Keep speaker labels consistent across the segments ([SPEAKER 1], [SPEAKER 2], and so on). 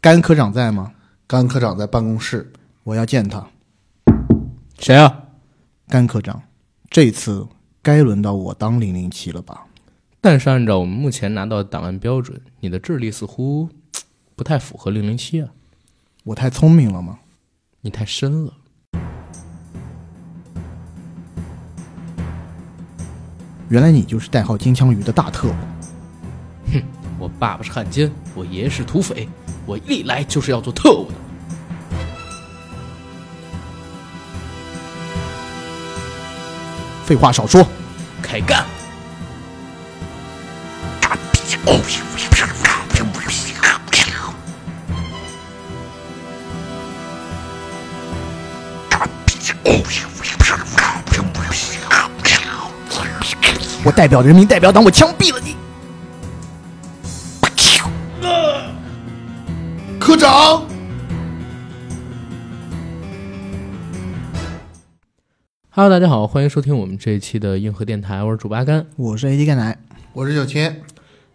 [SPEAKER 1] 甘科长在吗？
[SPEAKER 2] 甘科长在办公室，
[SPEAKER 1] 我要见他。
[SPEAKER 3] 谁啊？
[SPEAKER 1] 甘科长，这次该轮到我当零零七了吧？
[SPEAKER 3] 但是按照我们目前拿到的档案标准，你的智力似乎嘖不太符合零零七啊，
[SPEAKER 1] 我太聪明了吗？
[SPEAKER 3] 你太深了。
[SPEAKER 1] 原来你就是代号金枪鱼的大特务。
[SPEAKER 3] 我爸爸是汉奸，我爷爷是土匪，我历来就是要做特务的。
[SPEAKER 1] 废话少说，
[SPEAKER 3] 开干！
[SPEAKER 1] 我代表人民代表党，我枪毙了你！
[SPEAKER 2] 科长，
[SPEAKER 3] Hello，大家好，欢迎收听我们这一期的硬核电台，我是主八甘。
[SPEAKER 1] 我是 AD 甘奶，
[SPEAKER 2] 我是小千。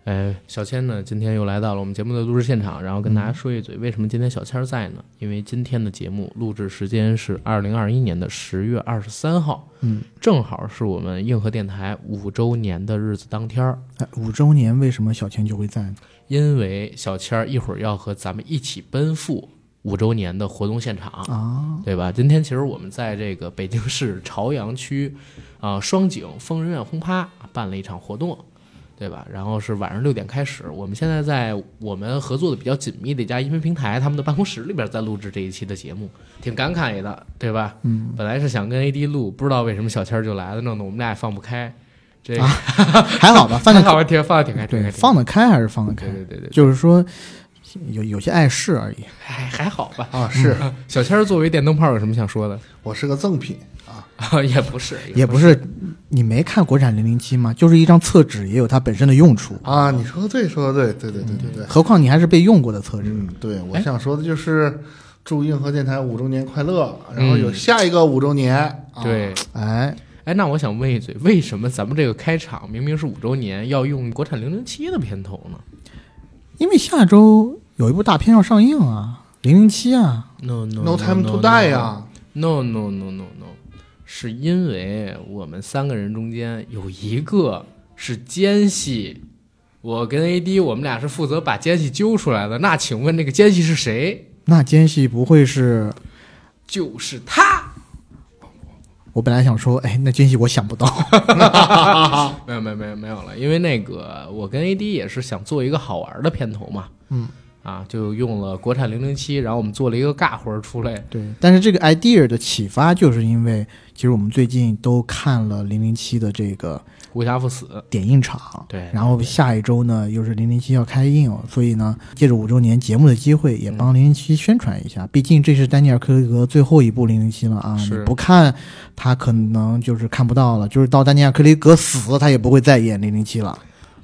[SPEAKER 3] 哎，小千呢，今天又来到了我们节目的录制现场，然后跟大家说一嘴，为什么今天小千儿在呢？因为今天的节目录制时间是二零二一年的十月二十三号，
[SPEAKER 1] 嗯，
[SPEAKER 3] 正好是我们硬核电台五周年的日子当天儿。
[SPEAKER 1] 哎，五周年为什么小千就会在呢？
[SPEAKER 3] 因为小千儿一会儿要和咱们一起奔赴五周年的活动现场
[SPEAKER 1] 啊，
[SPEAKER 3] 对吧？今天其实我们在这个北京市朝阳区，啊、双井疯人院轰趴办了一场活动，对吧？然后是晚上六点开始，我们现在在我们合作的比较紧密的一家音频平台他们的办公室里边在录制这一期的节目，挺感慨的，对吧？嗯，本来是想跟 AD 录，不知道为什么小千儿就来了，弄得我们俩也放不开。这个、
[SPEAKER 1] 还好吧，啊放
[SPEAKER 3] 放
[SPEAKER 1] 得
[SPEAKER 3] 的
[SPEAKER 1] 开，
[SPEAKER 3] 挺放的挺开，挺
[SPEAKER 1] 对，
[SPEAKER 3] 开，
[SPEAKER 1] 放得开还是放得
[SPEAKER 3] 对
[SPEAKER 1] 开，
[SPEAKER 3] 对对对，
[SPEAKER 1] 就是说有有些碍事而已。嗯
[SPEAKER 3] 还还好吧。
[SPEAKER 2] 啊，是、
[SPEAKER 3] 小千儿作为电灯泡有什么想说的？
[SPEAKER 2] 我是个赠品啊，
[SPEAKER 3] 也不是，
[SPEAKER 1] 也不是，你没看国产零零七吗？就是一张厕纸，也有它本身的用处。
[SPEAKER 2] 啊，你说的对，说的对，对对对对对，
[SPEAKER 1] 何况你还是被用过的厕纸。
[SPEAKER 2] 嗯，对，我
[SPEAKER 3] 哎
[SPEAKER 2] 想说的就是祝硬核电台五周年快乐，然后有下一个五周年，啊、
[SPEAKER 3] 对。
[SPEAKER 1] 哎，
[SPEAKER 3] 哎，那我想问一嘴，为什么咱们这个开场明明是五周年，要用国产零零七的片头呢
[SPEAKER 1] 因为下周有一部大片要上映啊，《零零七》啊，
[SPEAKER 3] ？No no
[SPEAKER 2] ，No time to die 啊，
[SPEAKER 3] No no no no no，是因为我们三个人中间有一个是奸细，我跟 AD 我们俩是负责把奸细揪出来的。那请问这个奸细是谁？
[SPEAKER 1] 那奸细不会是？
[SPEAKER 3] 就是他。
[SPEAKER 1] 我本来想说，哎，那奸细我想不到。啊
[SPEAKER 3] 没有没有没有没有了，因为那个我跟 AD 也是想做一个好玩的片头嘛，
[SPEAKER 1] 嗯，
[SPEAKER 3] 啊，就用了国产零零七，然后我们做了一个尬活儿出来，
[SPEAKER 1] 对，但是这个 idea 的启发，就是因为其实我们最近都看了《零零七》的这个
[SPEAKER 3] 无暇赴死，
[SPEAKER 1] 点映场，
[SPEAKER 3] 对
[SPEAKER 1] 然后下一周呢又是《零零七》要开映、所以呢，借着五周年节目的机会，也帮《零零七》宣传一下。毕竟这是丹尼尔·克雷格最后一部《零零七》了啊，
[SPEAKER 3] 嗯是
[SPEAKER 1] 你不看他可能就是看不到了，就是到丹尼尔·克雷格死，他也不会再演《零零七》了。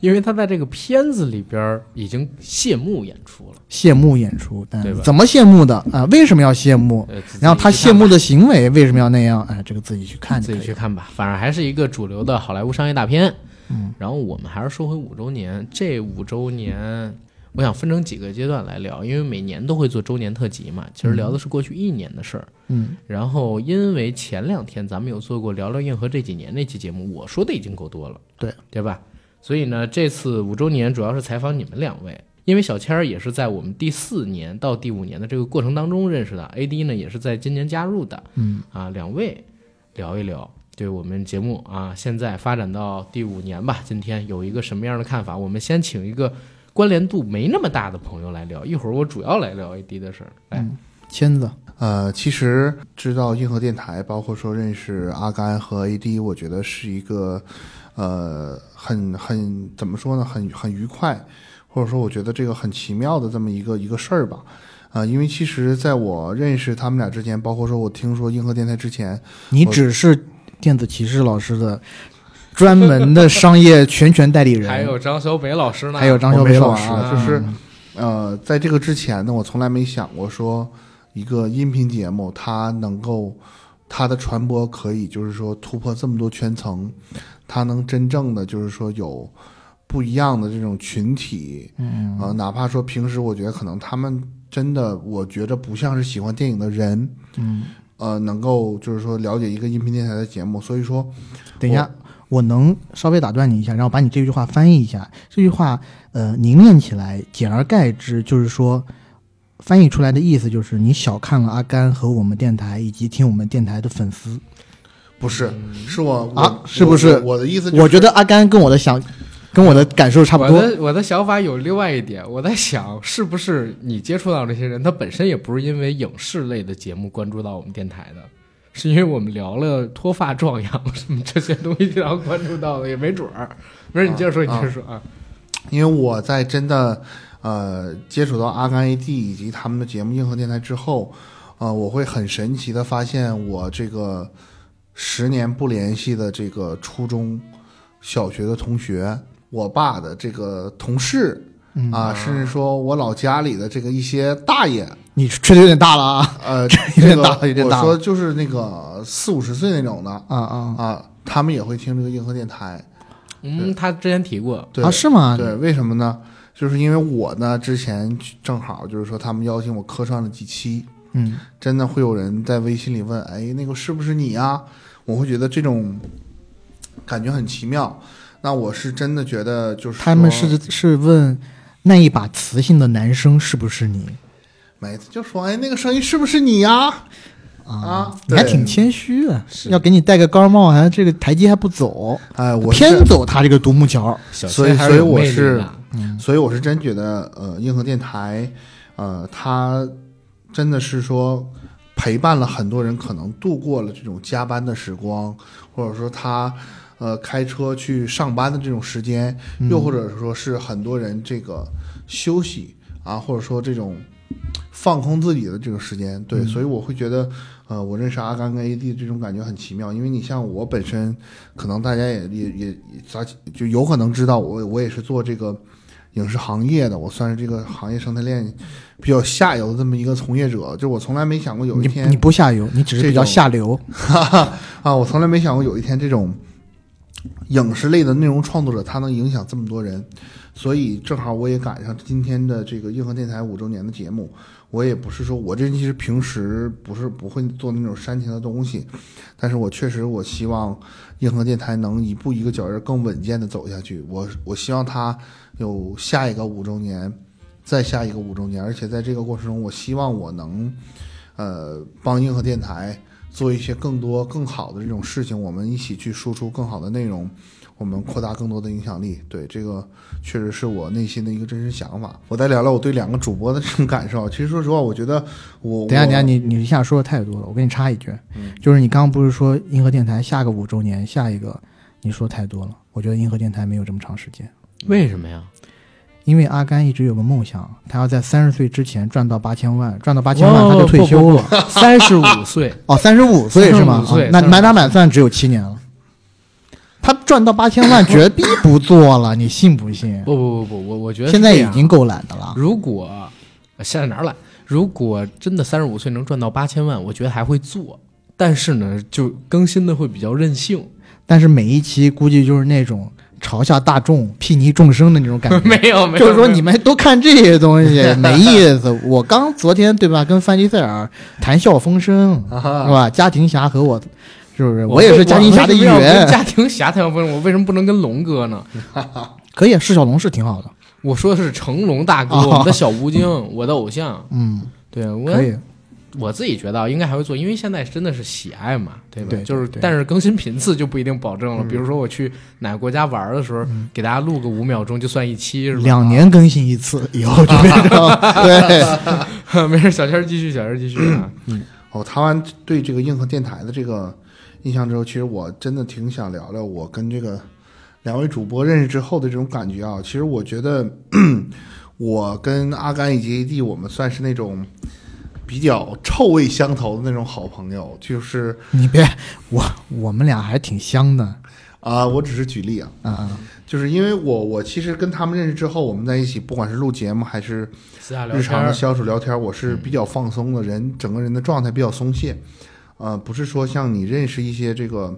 [SPEAKER 3] 因为他在这个片子里边儿已经谢幕演出了，
[SPEAKER 1] 谢幕演出，但
[SPEAKER 3] 对吧
[SPEAKER 1] 怎么谢幕的啊、为什么要谢幕？
[SPEAKER 3] 呃，自己
[SPEAKER 1] 然后他
[SPEAKER 3] 去
[SPEAKER 1] 谢
[SPEAKER 3] 看吧
[SPEAKER 1] 幕的行为为什么要那样？哎、这个自己去看就
[SPEAKER 3] 自
[SPEAKER 1] 可
[SPEAKER 3] 己
[SPEAKER 1] 以
[SPEAKER 3] 去
[SPEAKER 1] 了。
[SPEAKER 3] 看吧，反正还是一个主流的好莱坞商业大片。
[SPEAKER 1] 嗯，
[SPEAKER 3] 然后我们还是说回五周年，这五周年，我想分成几个阶段来聊，因为每年都会做周年特辑嘛，其实聊的是过去一年的事儿。
[SPEAKER 1] 嗯，
[SPEAKER 3] 然后，因为前两天咱们有做过聊聊硬核这几年那期节目，我说的已经够多了，
[SPEAKER 1] 对
[SPEAKER 3] 对吧？所以呢，这次五周年主要是采访你们两位，因为小千儿也是在我们第四年到第五年的这个过程当中认识的，AD 呢也是在今年加入的，
[SPEAKER 1] 嗯
[SPEAKER 3] 啊，两位聊一聊对我们节目啊，现在发展到第五年吧，今天有一个什么样的看法？我们先请一个关联度没那么大的朋友来聊，一会儿我主要来聊 AD 的事儿，哎来，
[SPEAKER 1] 嗯签子，
[SPEAKER 2] 呃，其实知道硬核电台，包括说认识阿甘和 AD，我觉得是一个呃很很怎么说呢，很很愉快，或者说我觉得这个很奇妙的这么一个一个事儿吧。啊、因为其实在我认识他们俩之前，包括说我听说硬核电台之前，
[SPEAKER 1] 你只是电子骑士老师的专门的商业全权代理人，
[SPEAKER 3] 还有张小北老师呢，
[SPEAKER 1] 还有张小
[SPEAKER 2] 我没
[SPEAKER 1] 北
[SPEAKER 2] 说
[SPEAKER 1] 老师，
[SPEAKER 2] 啊，就是呃，在这个之前呢，我从来没想过说一个音频节目它能够它的传播可以就是说突破这么多圈层，它能真正的就是说有不一样的这种群体，嗯，呃，哪怕说平时我觉得可能他们真的我觉着不像是喜欢电影的人，
[SPEAKER 1] 嗯，
[SPEAKER 2] 呃，能够就是说了解一个音频电台的节目。所以说，
[SPEAKER 1] 等一下，我能稍微打断你一下，然后把你这句话翻译一下。这句话，呃，凝练起来，简而概之，就是说，翻译出来的意思就是你小看了阿甘和我们电台以及听我们电台的粉丝。
[SPEAKER 2] 不是，
[SPEAKER 3] 嗯
[SPEAKER 2] 是我我
[SPEAKER 1] 啊是不是
[SPEAKER 2] 我我的意思、就是，
[SPEAKER 1] 我觉得阿甘跟我的想，跟我的感受差不
[SPEAKER 3] 我
[SPEAKER 1] 多。
[SPEAKER 3] 的我的想法有另外一点，我在想是不是你接触到这些人，他本身也不是因为影视类的节目关注到我们电台的，是因为我们聊了脱发、壮阳什么这些东西，然后关注到的，也没准儿。没事，你接着说，你接着说啊。
[SPEAKER 2] 因为我在真的呃接触到阿甘 AD 以及他们的节目硬核电台之后，呃，我会很神奇的发现，我这个十年不联系的这个初中小学的同学，我爸的这个同事
[SPEAKER 1] 嗯
[SPEAKER 2] 啊，甚至说我老家里的这个一些大爷，
[SPEAKER 1] 你吹的有点大了啊
[SPEAKER 2] 呃，
[SPEAKER 1] 有点
[SPEAKER 2] 这个
[SPEAKER 1] 大了有点大了
[SPEAKER 2] 我说就是那个四五十岁那种的
[SPEAKER 1] 啊啊
[SPEAKER 2] 啊，他们也会听这个硬核电台。
[SPEAKER 3] 嗯，他之前提过，
[SPEAKER 2] 对
[SPEAKER 1] 啊！是吗？
[SPEAKER 2] 对，为什么呢？就是因为我呢，之前正好就是说他们邀请我客串了几期，
[SPEAKER 1] 嗯，
[SPEAKER 2] 真的会有人在微信里问，哎，那个是不是你呀？我会觉得这种感觉很奇妙。那我是真的觉得就是说
[SPEAKER 1] 他们是是问那一把磁性的男生是不是你
[SPEAKER 2] 每次就说，哎，那个声音是不是你呀？
[SPEAKER 1] 啊
[SPEAKER 2] 啊？
[SPEAKER 1] 你还
[SPEAKER 2] 对
[SPEAKER 1] 挺谦虚啊，
[SPEAKER 3] 是
[SPEAKER 1] 要给你戴个高帽，还这个台阶还不走，
[SPEAKER 2] 哎，我是
[SPEAKER 1] 偏走他这个独木桥。
[SPEAKER 3] 小
[SPEAKER 2] 所
[SPEAKER 3] 崔
[SPEAKER 2] 以
[SPEAKER 3] 还是有
[SPEAKER 2] 所以我
[SPEAKER 3] 魅力
[SPEAKER 2] 是
[SPEAKER 3] 的
[SPEAKER 2] 所以我是真觉得，呃，硬核电台，呃，它真的是说陪伴了很多人，可能度过了这种加班的时光，或者说他呃开车去上班的这种时间，
[SPEAKER 1] 嗯
[SPEAKER 2] 又或者说是很多人这个休息啊，或者说这种放空自己的这个时间。
[SPEAKER 1] 嗯
[SPEAKER 2] 对，所以我会觉得，呃，我认识阿甘跟 AD 这种感觉很奇妙，因为你像我本身，可能大家也也也也咱就有可能知道我我也是做这个。影视行业的，我算是这个行业生态链比较下游的这么一个从业者，就我从来没想过有一
[SPEAKER 1] 你
[SPEAKER 2] 天
[SPEAKER 1] 你不下游，你只是比较下流。
[SPEAKER 2] 哈哈 啊，我从来没想过有一天这种影视类的内容创作者，他能影响这么多人。所以正好我也赶上今天的这个硬核电台五周年的节目，我也不是说我这人其实平时不是不会做那种煽情的东西，但是我确实我希望硬核电台能一步一个脚印儿更稳健的走下去。我我希望它有下一个五周年，再下一个五周年，而且在这个过程中，我希望我能呃帮硬核电台做一些更多更好的这种事情，我们一起去输出更好的内容，我们扩大更多的影响力。对，这个确实是我内心的一个真实想法。我再聊聊我对两个主播的这种感受。其实说实话，我觉得我
[SPEAKER 1] 等一下，
[SPEAKER 2] 我
[SPEAKER 1] 等
[SPEAKER 2] 嗯
[SPEAKER 1] 一下，你你一下说的太多了，我给你插一句，就是你刚刚不是说银河电台下个五周年，下一个你说太多了，我觉得银河电台没有这么长时间，
[SPEAKER 3] 为什么呀？
[SPEAKER 1] 因为阿甘一直有个梦想，他要在三十岁之前赚到八千万，赚到八千万他就退休了。
[SPEAKER 3] 了，三十五岁，
[SPEAKER 1] 哦，三十五岁是吗？
[SPEAKER 3] 35岁
[SPEAKER 1] 啊那
[SPEAKER 3] 35
[SPEAKER 1] 满打满算只有七年了。他赚到八千万，绝逼不做了，你信不信？
[SPEAKER 3] 不不不不，我我觉得
[SPEAKER 1] 现在
[SPEAKER 3] 是这
[SPEAKER 1] 已
[SPEAKER 3] 样嗯
[SPEAKER 1] 经够懒的了。
[SPEAKER 3] 如果呃现在哪儿懒？如果真的三十五岁能赚到八千万，我觉得还会做，但是呢，就更新的会比较任性。
[SPEAKER 1] 但是每一期估计就是那种嘲笑大众、睥睨众生的那种感觉。
[SPEAKER 3] 没有，没有，
[SPEAKER 1] 就是说
[SPEAKER 3] 没有
[SPEAKER 1] 你们都看这些东西没意思。我刚昨天对吧，跟范迪塞尔谈笑风生，是吧？家庭侠和我，是不是？
[SPEAKER 3] 啊我
[SPEAKER 1] 也
[SPEAKER 3] 为
[SPEAKER 1] 是家庭侠的一
[SPEAKER 3] 我为什么要跟
[SPEAKER 1] 员。
[SPEAKER 3] 家庭侠太阳风，我为什么不能跟龙哥呢？
[SPEAKER 1] 可以，啊释小龙是挺好的。
[SPEAKER 3] 我说的是成龙大哥，
[SPEAKER 1] 哦
[SPEAKER 3] 我们的小吴京，我的偶像。
[SPEAKER 1] 嗯，
[SPEAKER 3] 对我
[SPEAKER 1] 可以。
[SPEAKER 3] 我自己觉得啊应该还会做，因为现在真的是喜爱嘛，对吧？
[SPEAKER 1] 对
[SPEAKER 3] 就是，
[SPEAKER 1] 对嗯
[SPEAKER 3] 但是更新频次就不一定保证了。比如说我去哪个国家玩的时候，给大家录个五秒钟就算一期，是吧？
[SPEAKER 1] 两年更新一次，以后就变成 对。
[SPEAKER 3] 没事，小仙儿继续，小仙儿继续啊。
[SPEAKER 1] 嗯
[SPEAKER 2] 哦，谈完对这个硬核电台的这个印象之后，其实我真的挺想聊聊我跟这个两位主播认识之后的这种感觉啊。其实我觉得我跟阿甘以及 AD，我们算是那种比较臭味相投的那种好朋友，就是
[SPEAKER 1] 你别，我我们俩还挺香的
[SPEAKER 2] 啊、我只是举例啊，
[SPEAKER 1] 啊啊！
[SPEAKER 2] 就是因为我我其实跟他们认识之后，我们在一起，不管是录节目还是
[SPEAKER 3] 私下聊
[SPEAKER 2] 日
[SPEAKER 3] 天
[SPEAKER 2] 常的
[SPEAKER 3] 儿，嗯
[SPEAKER 2] 相处聊天，我是比较放松的人，整个人的状态比较松懈，呃，不是说像你认识一些这个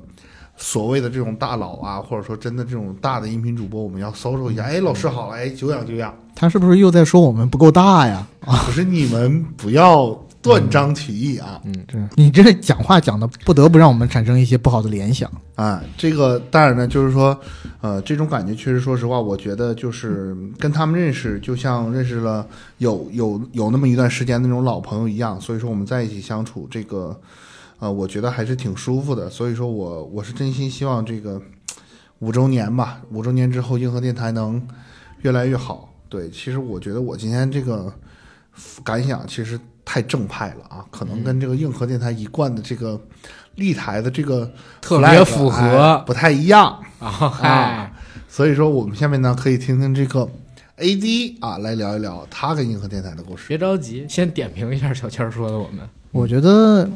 [SPEAKER 2] 所谓的这种大佬啊，或者说真的这种大的音频主播，我们要搜索一下。
[SPEAKER 3] 嗯
[SPEAKER 2] 哎，老师好，哎，久仰久 仰。
[SPEAKER 1] 他是不是又在说我们不够大呀？
[SPEAKER 2] 可是你们不要断章取义啊！
[SPEAKER 3] 嗯
[SPEAKER 1] 这 你这讲话讲的，不得不让我们产生一些不好的联想。
[SPEAKER 2] 啊，这个当然呢，就是说，呃，这种感觉确实，说实话，我觉得就是跟他们认识，就像认识了有有有那么一段时间那种老朋友一样。所以说，我们在一起相处，这个，呃，我觉得还是挺舒服的。所以说我我是真心希望这个五周年吧，五周年之后，硬核电台能越来越好。对，其实我觉得我今天这个感想其实太正派了啊，可能跟这个硬核电台一贯的这个立台的这个。
[SPEAKER 3] 特
[SPEAKER 2] flag，
[SPEAKER 3] 别符
[SPEAKER 2] 哎
[SPEAKER 3] 合
[SPEAKER 2] 不太一样。
[SPEAKER 1] 哎
[SPEAKER 3] 啊！嗨，
[SPEAKER 2] 所以说，我们下面呢可以听听这个 AD 啊，来聊一聊他跟银河电台的故事。
[SPEAKER 3] 别着急，先点评一下小倩儿说的我们。
[SPEAKER 1] 我觉得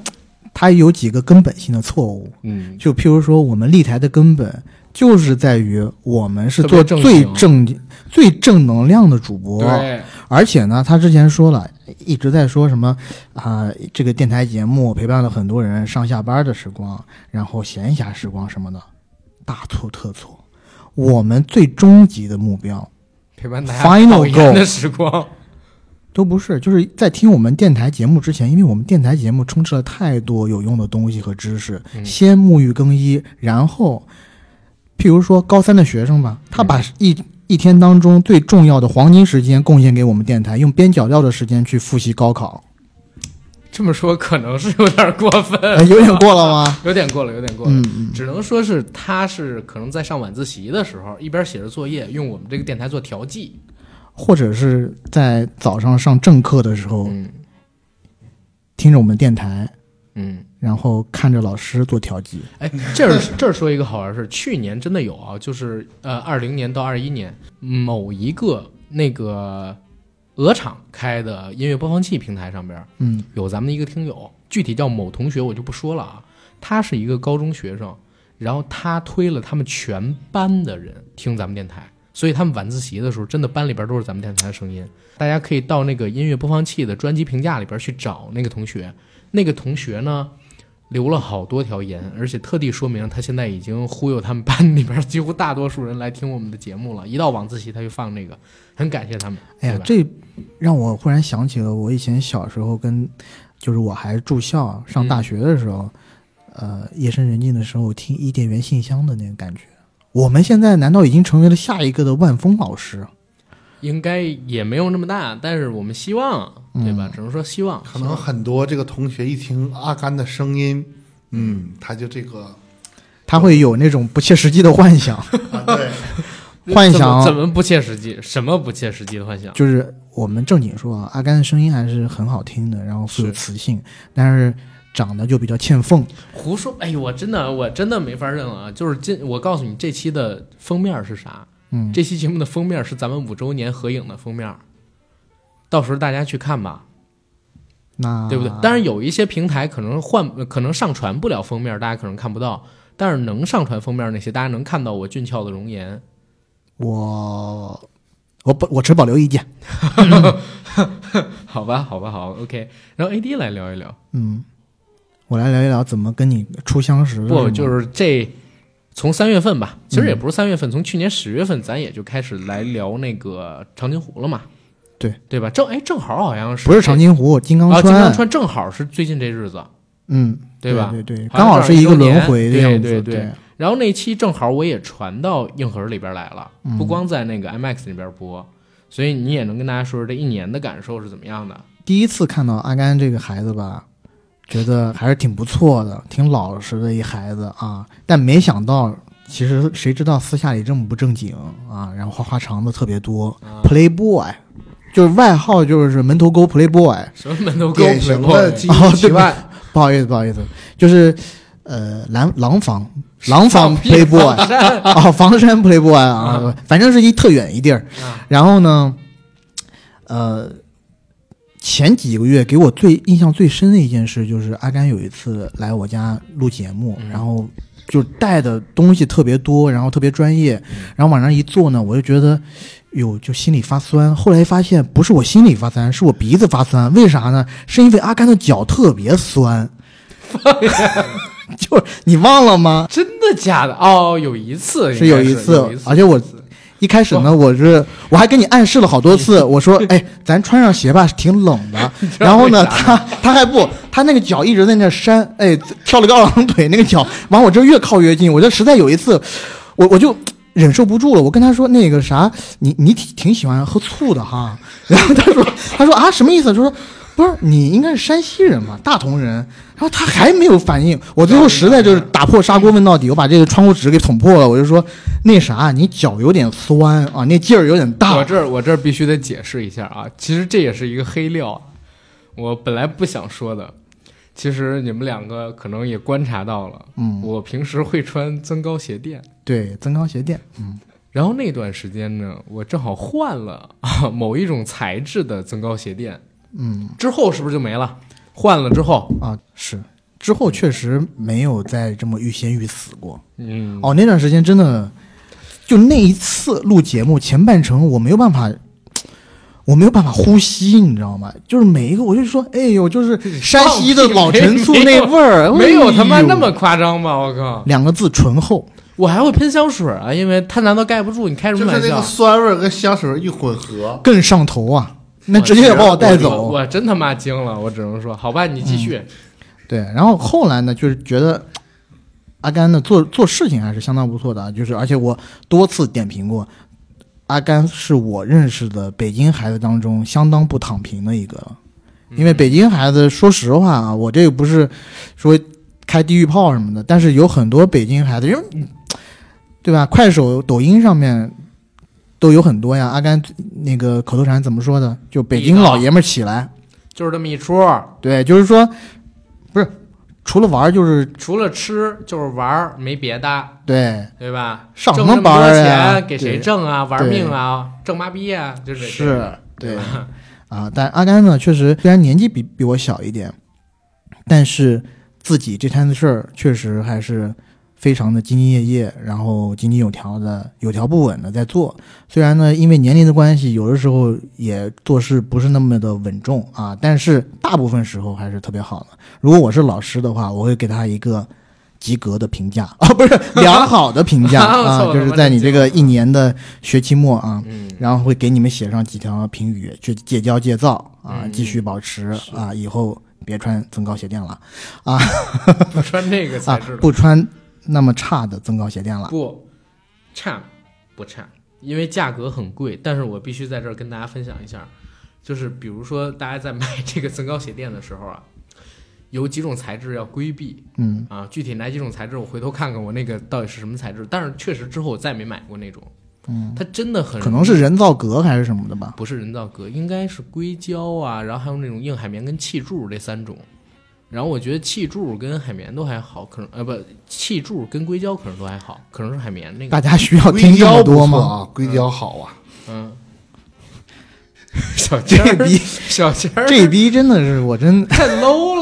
[SPEAKER 1] 他有几个根本性的错误，
[SPEAKER 3] 嗯，
[SPEAKER 1] 就譬如说，我们立台的根本就是在于我们是做
[SPEAKER 3] 特别
[SPEAKER 1] 最
[SPEAKER 3] 正
[SPEAKER 1] 正最正能量的主播，
[SPEAKER 3] 对，
[SPEAKER 1] 而且呢，他之前说了，一直在说什么啊、这个电台节目陪伴了很多人上下班的时光，然后闲暇时光什么的，大错特错。我们最终极的目标
[SPEAKER 3] 陪伴大家
[SPEAKER 1] Final
[SPEAKER 3] 讨厌
[SPEAKER 1] goal
[SPEAKER 3] 的时光。
[SPEAKER 1] 都不是，就是在听我们电台节目之前，因为我们电台节目充斥了太多有用的东西和知识，
[SPEAKER 3] 嗯
[SPEAKER 1] 先沐浴更衣，然后，譬如说高三的学生吧，他把一、一天当中最重要的黄金时间贡献给我们电台，用边角料的时间去复习高考，
[SPEAKER 3] 这么说可能是有点过
[SPEAKER 1] 哎、
[SPEAKER 3] 分，
[SPEAKER 1] 有点过了吗？
[SPEAKER 3] 有点过了，有点 过了。
[SPEAKER 1] 嗯嗯，
[SPEAKER 3] 只能说是他是可能在上晚自习的时候，一边写着作业，用我们这个电台做调剂。
[SPEAKER 1] 或者是在早上上正课的时候，
[SPEAKER 3] 嗯
[SPEAKER 1] 听着我们电台，
[SPEAKER 3] 嗯，
[SPEAKER 1] 然后看着老师做调剂。
[SPEAKER 3] 哎，这儿这儿说一个好玩的事，去年真的有啊，就是呃，二零年到二一年某一个那个鹅厂开的音乐播放器平台上边，
[SPEAKER 1] 嗯，
[SPEAKER 3] 有咱们的一个听友，具体叫某同学我就不说了啊，他是一个高中学生，然后他推了他们全班的人听咱们电台，所以他们晚自习的时候，真的班里边都是咱们电台的声音。大家可以到那个音乐播放器的专辑评价里边去找那个同学，那个同学呢。留了好多条言，而且特地说明他现在已经忽悠他们班里边几乎大多数人来听我们的节目了。一到晚自习他就放那个，很感谢他们。
[SPEAKER 1] 哎呀
[SPEAKER 3] 对，吧
[SPEAKER 1] 这让我忽然想起了我以前小时候跟，就是我还住校上大学的时
[SPEAKER 3] 嗯
[SPEAKER 1] 候，呃，夜深人静的时候听伊甸园信箱的那个感觉。我们现在难道已经成为了下一个的万峰老师？
[SPEAKER 3] 应该也没有那么大，但是我们希望，
[SPEAKER 1] 嗯
[SPEAKER 3] 对吧？只能说希望，
[SPEAKER 2] 可能很多这个同学一听阿甘的声音，嗯，他就这个
[SPEAKER 1] 他会有那种不切实际的幻 想，
[SPEAKER 2] 啊，对，
[SPEAKER 1] 幻
[SPEAKER 3] 怎么
[SPEAKER 1] 想
[SPEAKER 3] 怎么不切实际？什么不切实际的幻想？
[SPEAKER 1] 就是我们正经说啊，阿甘的声音还是很好听的，然后富有
[SPEAKER 3] 是
[SPEAKER 1] 磁性，但是长得就比较欠奉。
[SPEAKER 3] 胡说！哎呦，我真的我真的没法认了啊！就是这，我告诉你，这期的封面是啥？
[SPEAKER 1] 嗯，
[SPEAKER 3] 这期节目的封面是咱们五周年合影的封面，到时候大家去看吧。
[SPEAKER 1] 那
[SPEAKER 3] 对不对？当然有一些平台可能换，可能上传不了封面，大家可能看不到。但是能上传封面那些，大家能看到我俊俏的容颜。
[SPEAKER 1] 我我不我持保留意见。
[SPEAKER 3] 好吧，好吧，好，OK。然后 AD 来聊一聊，
[SPEAKER 1] 嗯，我来聊一聊怎么跟你初相识的。
[SPEAKER 3] 不
[SPEAKER 1] 吗
[SPEAKER 3] 就是这从三月份吧，其实也不是三月份，从去年十月份咱也就开始来聊那个长津湖了嘛，
[SPEAKER 1] 对
[SPEAKER 3] 对吧？正哎，正好好像是
[SPEAKER 1] 不是长津湖，金刚
[SPEAKER 3] 啊，
[SPEAKER 1] 川，
[SPEAKER 3] 金刚川正好是最近这日子，
[SPEAKER 1] 嗯，
[SPEAKER 3] 对吧
[SPEAKER 1] 对对，
[SPEAKER 3] 好
[SPEAKER 1] 刚
[SPEAKER 3] 像
[SPEAKER 1] 好
[SPEAKER 3] 是
[SPEAKER 1] 一个
[SPEAKER 3] 2016
[SPEAKER 1] 轮回的
[SPEAKER 3] 年
[SPEAKER 1] 样子。
[SPEAKER 3] 对对对然后那期正好我也传到硬核里边来了，
[SPEAKER 1] 嗯
[SPEAKER 3] 不光在那个 IMAX 里边播，所以你也能跟大家说说这一年的感受是怎么样的。
[SPEAKER 1] 第一次看到阿甘这个孩子吧，觉得还是挺不错的，挺老实的一孩子啊。但没想到，其实谁知道私下里这么不正经啊，然后花花肠子特别多、p
[SPEAKER 3] 啊
[SPEAKER 1] l a y b o y 就是外号就是门头沟 Playboy，
[SPEAKER 3] 什么门头沟
[SPEAKER 2] 典型的基
[SPEAKER 1] 哦
[SPEAKER 2] 因
[SPEAKER 1] 对
[SPEAKER 2] 奇怪。
[SPEAKER 1] 不好意思，不好意思，就是呃，狼狼 房狼房
[SPEAKER 3] 放屁
[SPEAKER 1] Playboy 哦，房山 Playboy 啊，反正是一特远一地儿
[SPEAKER 3] 啊。
[SPEAKER 1] 然后呢，呃，前几个月给我最印象最深的一件事就是阿甘有一次来我家录节目，
[SPEAKER 3] 嗯
[SPEAKER 1] 然后就带的东西特别多，然后特别专业，然后往那一坐呢，我就觉得。哟，就心里发酸。后来发现不是我心里发酸，是我鼻子发酸。为啥呢？是因为 阿甘的脚特别酸。就是你忘了吗？
[SPEAKER 3] 真的假的？哦，有一次
[SPEAKER 1] 是
[SPEAKER 3] 有
[SPEAKER 1] 有一次
[SPEAKER 3] 有一，
[SPEAKER 1] 而且我一开始呢，我是我还跟你暗示了好多次，我说，哎，咱穿上鞋吧，挺冷的。然后呢，他他还不，他那个脚一直在那扇，哎，跳了个二郎腿，那个脚 往我这越靠越近。我就实在有一次，我我就。忍受不住了，我跟他说那个啥，你你挺挺喜欢喝醋的哈， 然后他说他说啊什么意思？他说不是你应该是山西人嘛，大同人。然后他还没有反应，我最后实在就是打破砂锅问到底，我把这个窗户纸给捅破了，我就说那啥，你脚有点酸啊，那劲儿有点
[SPEAKER 3] 我
[SPEAKER 1] 大。
[SPEAKER 3] 这儿我这儿必须得解释一下啊，其实这也是一个黑料啊，我本来不想说的。其实你们两个可能也观察到了，
[SPEAKER 1] 嗯，
[SPEAKER 3] 我平时会穿增高鞋垫，
[SPEAKER 1] 对，增高鞋垫，
[SPEAKER 3] 然后那段时间呢，我正好换了啊某一种材质的增高鞋垫，
[SPEAKER 1] 嗯
[SPEAKER 3] 之后是不是就没了？换了之后，
[SPEAKER 1] 啊是。之后确实没有再这么欲仙欲死过。
[SPEAKER 3] 嗯，
[SPEAKER 1] 哦，那段时间真的，就那一次录节目前半程，我没有办法，我没有办法呼吸，你知道吗？就是每一个，我就说，哎呦，就是山西的老陈醋那味儿，
[SPEAKER 3] 没有他妈
[SPEAKER 1] 哎呦
[SPEAKER 3] 那么夸张吧？我靠，
[SPEAKER 1] 两个字醇厚。
[SPEAKER 3] 我还会喷香水啊，因为它难道盖不住？你开什
[SPEAKER 2] 就是
[SPEAKER 3] 么玩
[SPEAKER 2] 那
[SPEAKER 3] 笑啊
[SPEAKER 2] 个？酸味儿跟香水儿一混合，
[SPEAKER 1] 更上头啊！那直接就把我带
[SPEAKER 3] 我
[SPEAKER 1] 走。
[SPEAKER 3] 我真他妈惊了，我只能说，好吧，你继续。
[SPEAKER 1] 对，然后后来呢，就是觉得阿甘呢做做事情还是相当不错的啊，就是而且我多次点评过，阿甘是我认识的北京孩子当中相当不躺平的一个了。嗯
[SPEAKER 3] 嗯
[SPEAKER 1] 因为北京孩子，说实话啊，我这个不是说开地狱炮什么的，但是有很多北京孩子，因为对吧？快手、抖音上面都有很多呀。阿甘那个口头禅怎么说的？就北京老爷们儿起来，
[SPEAKER 3] 就是这么一出，
[SPEAKER 1] 对，就是说，不是除了玩儿就是
[SPEAKER 3] 除了吃就是玩儿，没别的，
[SPEAKER 1] 对
[SPEAKER 3] 对吧？
[SPEAKER 1] 上什
[SPEAKER 3] 挣
[SPEAKER 1] 么
[SPEAKER 3] 这么
[SPEAKER 1] 班
[SPEAKER 3] 多
[SPEAKER 1] 儿呀？
[SPEAKER 3] 钱给谁
[SPEAKER 1] 对
[SPEAKER 3] 挣啊？玩
[SPEAKER 1] 对
[SPEAKER 3] 命啊？挣妈逼啊？就是这
[SPEAKER 1] 是
[SPEAKER 3] 个，
[SPEAKER 1] 对
[SPEAKER 3] 吧
[SPEAKER 1] 啊，但阿甘呢，确实虽然年纪比比我小一点，但是自己这摊子事儿确实还是非常的兢兢业业，然后井井有条的、有条不紊的在做。虽然呢，因为年龄的关系，有的时候也做事不是那么的稳重啊，但是大部分时候还是特别好的。如果我是老师的话，我会给他一个。及格的评价 啊，不是良好的评 价
[SPEAKER 3] 我操
[SPEAKER 1] 啊，就
[SPEAKER 3] 我他
[SPEAKER 1] 是
[SPEAKER 3] 妈
[SPEAKER 1] 在
[SPEAKER 3] 震
[SPEAKER 1] 你这
[SPEAKER 3] 惊
[SPEAKER 1] 个
[SPEAKER 3] 了
[SPEAKER 1] 一年的学期末啊，
[SPEAKER 3] 嗯，
[SPEAKER 1] 然后会给你们写上几条评语，去戒骄戒躁啊，
[SPEAKER 3] 嗯
[SPEAKER 1] 继续保持
[SPEAKER 3] 是
[SPEAKER 1] 啊，以后别穿增高鞋垫了
[SPEAKER 3] 不穿这个材
[SPEAKER 1] 啊
[SPEAKER 3] 质，的，
[SPEAKER 1] 不穿那么差的增高鞋垫了。
[SPEAKER 3] 不差不差，因为价格很贵。但是我必须在这儿跟大家分享一下，就是比如说大家在买这个增高鞋垫的时候啊，有几种材质要规避
[SPEAKER 1] 嗯，
[SPEAKER 3] 啊。具体哪几种材质，我回头看看我那个到底是什么材质。但是确实之后我再没买过那种，嗯，它真的很
[SPEAKER 1] 可能是人造革还是什么的吧。
[SPEAKER 3] 不是人造革，应该是硅胶啊，然后还有那种硬海绵跟气柱这三种。然后我觉得气柱跟海绵都还好，可能呃不，气柱跟硅胶可能都还好，可能是海绵那个。
[SPEAKER 1] 大家需要
[SPEAKER 2] 硅
[SPEAKER 1] 哦听这
[SPEAKER 2] 胶
[SPEAKER 1] 么
[SPEAKER 2] 不
[SPEAKER 1] 多
[SPEAKER 2] 错
[SPEAKER 1] 吗？
[SPEAKER 2] 啊，硅胶好啊。
[SPEAKER 3] 嗯，小尖
[SPEAKER 1] 这
[SPEAKER 3] 儿，
[SPEAKER 1] 逼
[SPEAKER 3] 小尖儿，
[SPEAKER 1] 这逼真的是我真
[SPEAKER 3] 太 low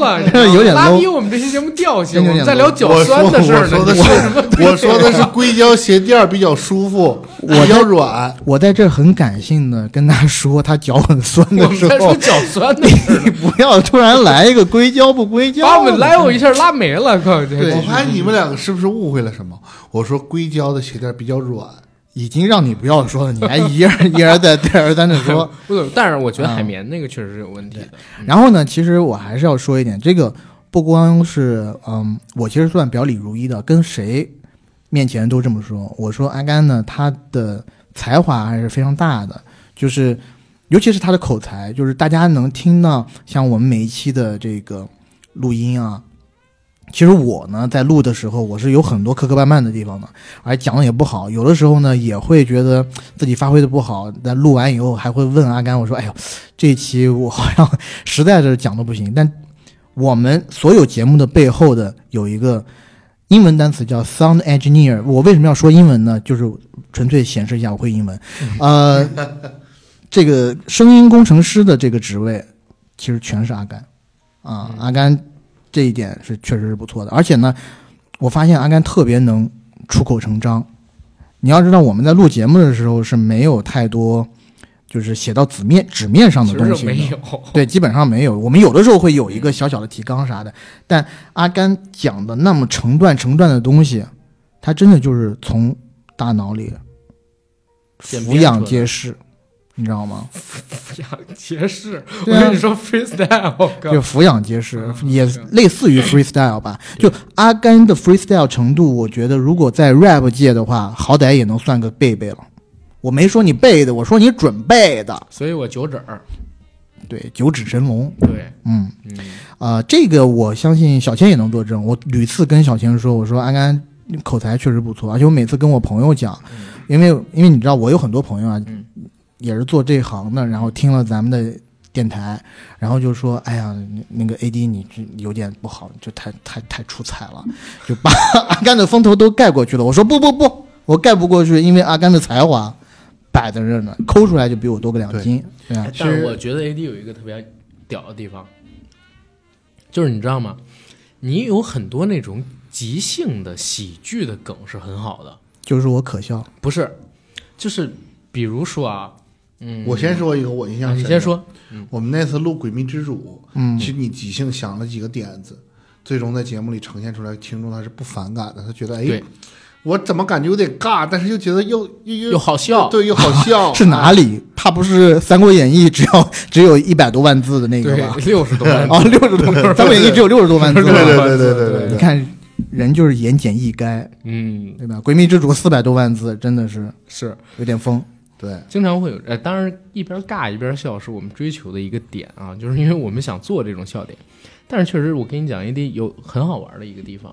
[SPEAKER 3] 了，你知道吗
[SPEAKER 1] 有点 low
[SPEAKER 3] 拉低我们这期节目调性。
[SPEAKER 1] 真有
[SPEAKER 3] 嗯我
[SPEAKER 1] 点
[SPEAKER 3] 们在聊
[SPEAKER 1] low
[SPEAKER 3] 脚酸事儿
[SPEAKER 2] 我
[SPEAKER 3] 呢，
[SPEAKER 2] 说的
[SPEAKER 3] 你
[SPEAKER 2] 是
[SPEAKER 3] 说什么对
[SPEAKER 2] 我说的是硅胶鞋垫儿比较舒服，比较软。
[SPEAKER 1] 我在这很感性的跟他说，他脚很酸
[SPEAKER 3] 我
[SPEAKER 1] 的
[SPEAKER 3] 们
[SPEAKER 1] 时
[SPEAKER 3] 在说
[SPEAKER 1] 候，
[SPEAKER 3] 脚酸的事儿呢，
[SPEAKER 1] 你不要突然来一个硅胶不硅胶的，
[SPEAKER 3] 把我们来我
[SPEAKER 1] 嗯
[SPEAKER 3] 一下拉没了，靠！
[SPEAKER 2] 我发现你们两个是不是误会了什么？我说硅胶的鞋垫儿比较软，
[SPEAKER 1] 已经让你不要说了，你还一而一而再再而三的说。嗯
[SPEAKER 3] 不是，但是我觉得海绵那个确实是有问题的。
[SPEAKER 1] 然后呢，其实我还是要说一点，这个不光是嗯，我其实算表里如一的，跟谁面前都这么说。我说阿甘呢，他的才华还是非常大的，就是尤其是他的口才，就是大家能听到像我们每一期的这个录音啊。其实我呢，在录的时候，我是有很多磕磕绊绊的地方的，而哎讲的也不好。有的时候呢，也会觉得自己发挥的不好。但录完以后，还会问阿甘，我说：“哎呦，这一期我好像 实在是讲的不行。但我们所有节目的背后的有一个英文单词叫 sound engineer。我为什么要说英文呢？就是纯粹显示一下我会英文。呃，这个声音工程师的这个职位，其实全是阿甘啊，
[SPEAKER 3] 嗯
[SPEAKER 1] 阿甘这一点是确实是不错的。而且呢，我发现阿甘特别能出口成章。你要知道，我们在录节目的时候是没有太多，就是写到纸面纸面上的
[SPEAKER 3] 其
[SPEAKER 1] 东西
[SPEAKER 3] 实
[SPEAKER 1] 的。
[SPEAKER 3] 是没有，
[SPEAKER 1] 对，基本上没有。我们有的时候会有一个小小的提纲啥的，但阿甘讲的那么成段成段的东西，它真的就是从大脑里
[SPEAKER 3] 简
[SPEAKER 1] 俯
[SPEAKER 3] 便
[SPEAKER 1] 仰
[SPEAKER 3] 出来
[SPEAKER 1] 皆是，你知道 吗？
[SPEAKER 3] 俯仰皆是，我
[SPEAKER 1] 对啊
[SPEAKER 3] 跟你说 freestyle，我靠
[SPEAKER 1] 就俯仰皆是，
[SPEAKER 3] 嗯
[SPEAKER 1] 也
[SPEAKER 3] 是
[SPEAKER 1] 类似于 freestyle 吧。
[SPEAKER 3] 对
[SPEAKER 1] 就阿甘的 freestyle 程度，我觉得如果在 rap 界的话，好歹也能算个贝贝了。我没说你背的，我说你准备的。
[SPEAKER 3] 所以我九指儿，
[SPEAKER 1] 对，九指神龙，
[SPEAKER 3] 对，
[SPEAKER 1] 嗯
[SPEAKER 3] 嗯，
[SPEAKER 1] 啊、这个我相信小千也能作证。我屡次跟小千说，我说阿甘口才确实不错，而且我每次跟我朋友讲，因为因为你知道我有很多朋友啊，
[SPEAKER 3] 嗯
[SPEAKER 1] 也是做这行的，然后听了咱们的电台，然后就说，哎呀，那那个 AD 你这有点不好，就太太太出彩 了，就把阿甘的风头都盖过去了。我说不不不，我盖不过去，因为阿甘的才华摆在这儿呢，抠出来就比我多个两
[SPEAKER 2] 对
[SPEAKER 1] 斤，对啊
[SPEAKER 3] 哎，
[SPEAKER 2] 其
[SPEAKER 3] 但
[SPEAKER 2] 实
[SPEAKER 3] 是我觉得 AD 有一个特别屌的地方，就是你知道吗？你有很多那种即兴的喜剧的梗是很好的，
[SPEAKER 1] 就是我可笑。
[SPEAKER 3] 不是？就是比如说啊，嗯，
[SPEAKER 2] 我先说一个我印象
[SPEAKER 3] 啊，
[SPEAKER 2] 深
[SPEAKER 3] 你
[SPEAKER 2] 的，
[SPEAKER 3] 先说，
[SPEAKER 2] 我们那次录《诡秘之主》，
[SPEAKER 1] 嗯
[SPEAKER 2] 其实你即兴想了几个点子，最终在节目里呈现出来，听众他是不反感的，他觉得哎
[SPEAKER 3] 对，
[SPEAKER 2] 我怎么感觉有点尬，但是又觉得又又又
[SPEAKER 3] 又好笑，
[SPEAKER 2] 对，又好 笑，
[SPEAKER 1] 是哪里？怕不是《三国演义》只要只有一百多万字的那个吧
[SPEAKER 3] 对，？六十 多万
[SPEAKER 1] 啊，六十多，《三国演义》只有六十多万字
[SPEAKER 2] 对？对
[SPEAKER 1] 吧？
[SPEAKER 2] 对对对对对
[SPEAKER 1] 你
[SPEAKER 2] 对，
[SPEAKER 1] 看，人就是言简意赅，
[SPEAKER 3] 嗯，
[SPEAKER 1] 对吧？《诡秘之主》四百多万字，真的是
[SPEAKER 3] 是
[SPEAKER 1] 有点疯。
[SPEAKER 2] 对
[SPEAKER 3] 经常会有，呃，当然一边尬一边笑是我们追求的一个点啊，就是因为我们想做这种笑点。但是确实，我跟你讲，一定有很好玩的一个地方，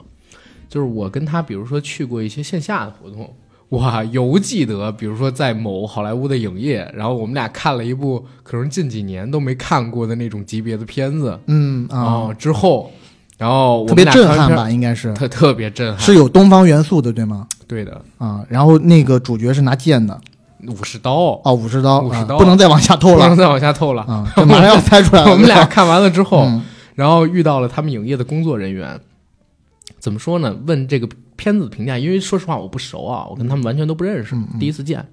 [SPEAKER 3] 就是我跟他，比如说去过一些线下的活动，哇，犹记得，比如说在某好莱坞的影业，然后我们俩看了一部可能近几年都没看过的那种级别的片子
[SPEAKER 1] 嗯啊，
[SPEAKER 3] 哦之后，然后我
[SPEAKER 1] 特别
[SPEAKER 3] 们俩
[SPEAKER 1] 震
[SPEAKER 3] 看
[SPEAKER 1] 撼
[SPEAKER 3] 完片儿
[SPEAKER 1] 吧？应该是
[SPEAKER 3] 特特别震撼，
[SPEAKER 1] 是有东方元素的，对吗？
[SPEAKER 3] 对的，
[SPEAKER 1] 啊，然后那个主角是拿剑的，
[SPEAKER 3] 武士刀，
[SPEAKER 1] 哦，武士刀，
[SPEAKER 3] 武士
[SPEAKER 1] 啊
[SPEAKER 3] 刀
[SPEAKER 1] 不能再往下透
[SPEAKER 3] 不能
[SPEAKER 1] 了
[SPEAKER 3] 再往下透了。
[SPEAKER 1] 啊，这马上要猜出来了。
[SPEAKER 3] 我们俩看完了之后，
[SPEAKER 1] 嗯
[SPEAKER 3] 然后遇到了他们影业的工作人员，怎么说呢？问这个片子的评价，因为说实话我不熟啊，我跟他们完全都不认
[SPEAKER 1] 嗯
[SPEAKER 3] 识，第一次见。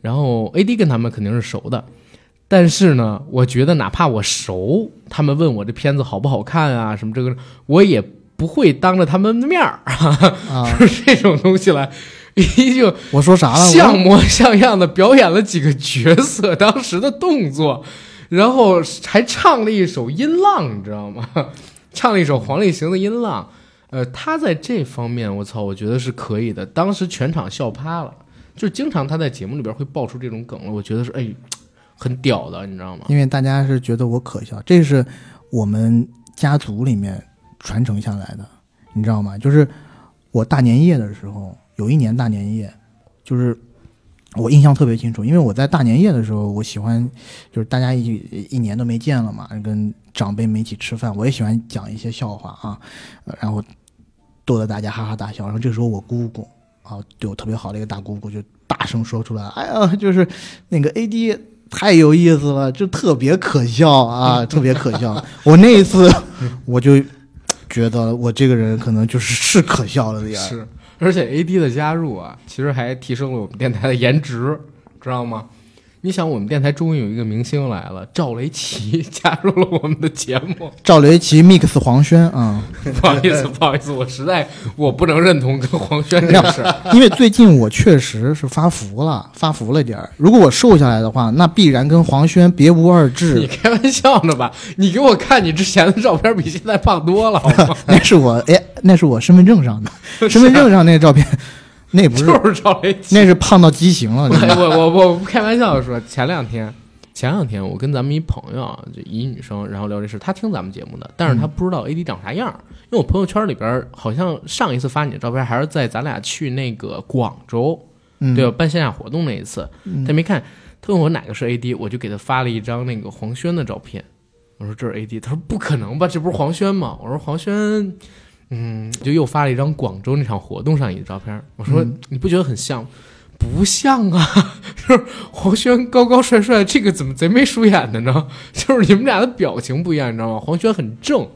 [SPEAKER 3] 然后 AD 跟他们肯定是熟的，但是呢，我觉得哪怕我熟，他们问我这片子好不好看啊，什么这个，我也不会当着他们的面儿
[SPEAKER 1] 啊，
[SPEAKER 3] 说 这种东西来。 依旧
[SPEAKER 1] 我说啥了？我
[SPEAKER 3] 像模像样的表演了几个角色当时的动作，然后还唱了一首《音浪》，你知道吗？唱了一首黄立行的《音浪》。呃，他在这方面，我操，我觉得是可以的。当时全场笑趴了，就经常他在节目里边会爆出这种梗了，我觉得是哎，很屌的，你知道吗？
[SPEAKER 1] 因为大家是觉得我可笑，这是我们家族里面传承下来的，你知道吗？就是我大年夜的时候，有一年大年夜，就是我印象特别清楚，因为我在大年夜的时候，我喜欢就是大家一一年都没见了嘛，跟长辈们一起吃饭，我也喜欢讲一些笑话啊，呃然后逗得大家哈哈大笑。然后这时候我姑姑啊，对我特别好的一个大姑姑就大声说出来：“哎呀，就是那个 AD 太有意思了，就特别可笑啊，特别可笑。”我那一次我就觉得我这个人可能就是是可笑了点儿。
[SPEAKER 3] 是，而且 AD 的加入啊，其实还提升了我们电台的颜值，知道吗？你想，我们电台终于有一个明星来了，赵雷奇 加入了我们的节目。
[SPEAKER 1] 赵雷奇 mix 黄轩啊、
[SPEAKER 3] 不好意思， 不好意思，我实在我不能认同跟黄轩这个事儿。
[SPEAKER 1] 因为最近我确实是发福了，发福了点儿。如果我瘦下来的话，那必然跟黄轩别无二
[SPEAKER 3] 你
[SPEAKER 1] 致。
[SPEAKER 3] 开玩笑呢吧？你给我看你之前的照片，比现在胖多了，好吗？
[SPEAKER 1] 那是我哎，那是我身份证 上的，身份证上那照片，那不是
[SPEAKER 3] 啊就是赵雷奇。
[SPEAKER 1] 那是胖到畸形 了，真的
[SPEAKER 3] 我我我不开玩笑地说，前两天，前两天我跟咱们一朋友啊，就一女生，然后聊这事，她听咱们节目的，但是她不知道 AD 长啥样儿，因为我朋友圈里边儿好像上一次发你的照片还是在咱俩去那个广州，
[SPEAKER 1] 嗯，
[SPEAKER 3] 对吧？办线下活动那一次，她没看，她问我哪个是 AD，我就给她发了一张那个黄轩的照片，我说这是 AD，她说不可能吧，这不是黄轩吗？我说黄轩。嗯，就又发了一张广州那场活动上你的照片儿，我说、你不觉得很像吗？不像啊， 就是黄轩高高帅帅，这个怎么贼眉鼠眼的呢？ 就是你们俩的表情不一样，你知道吗？黄轩很正，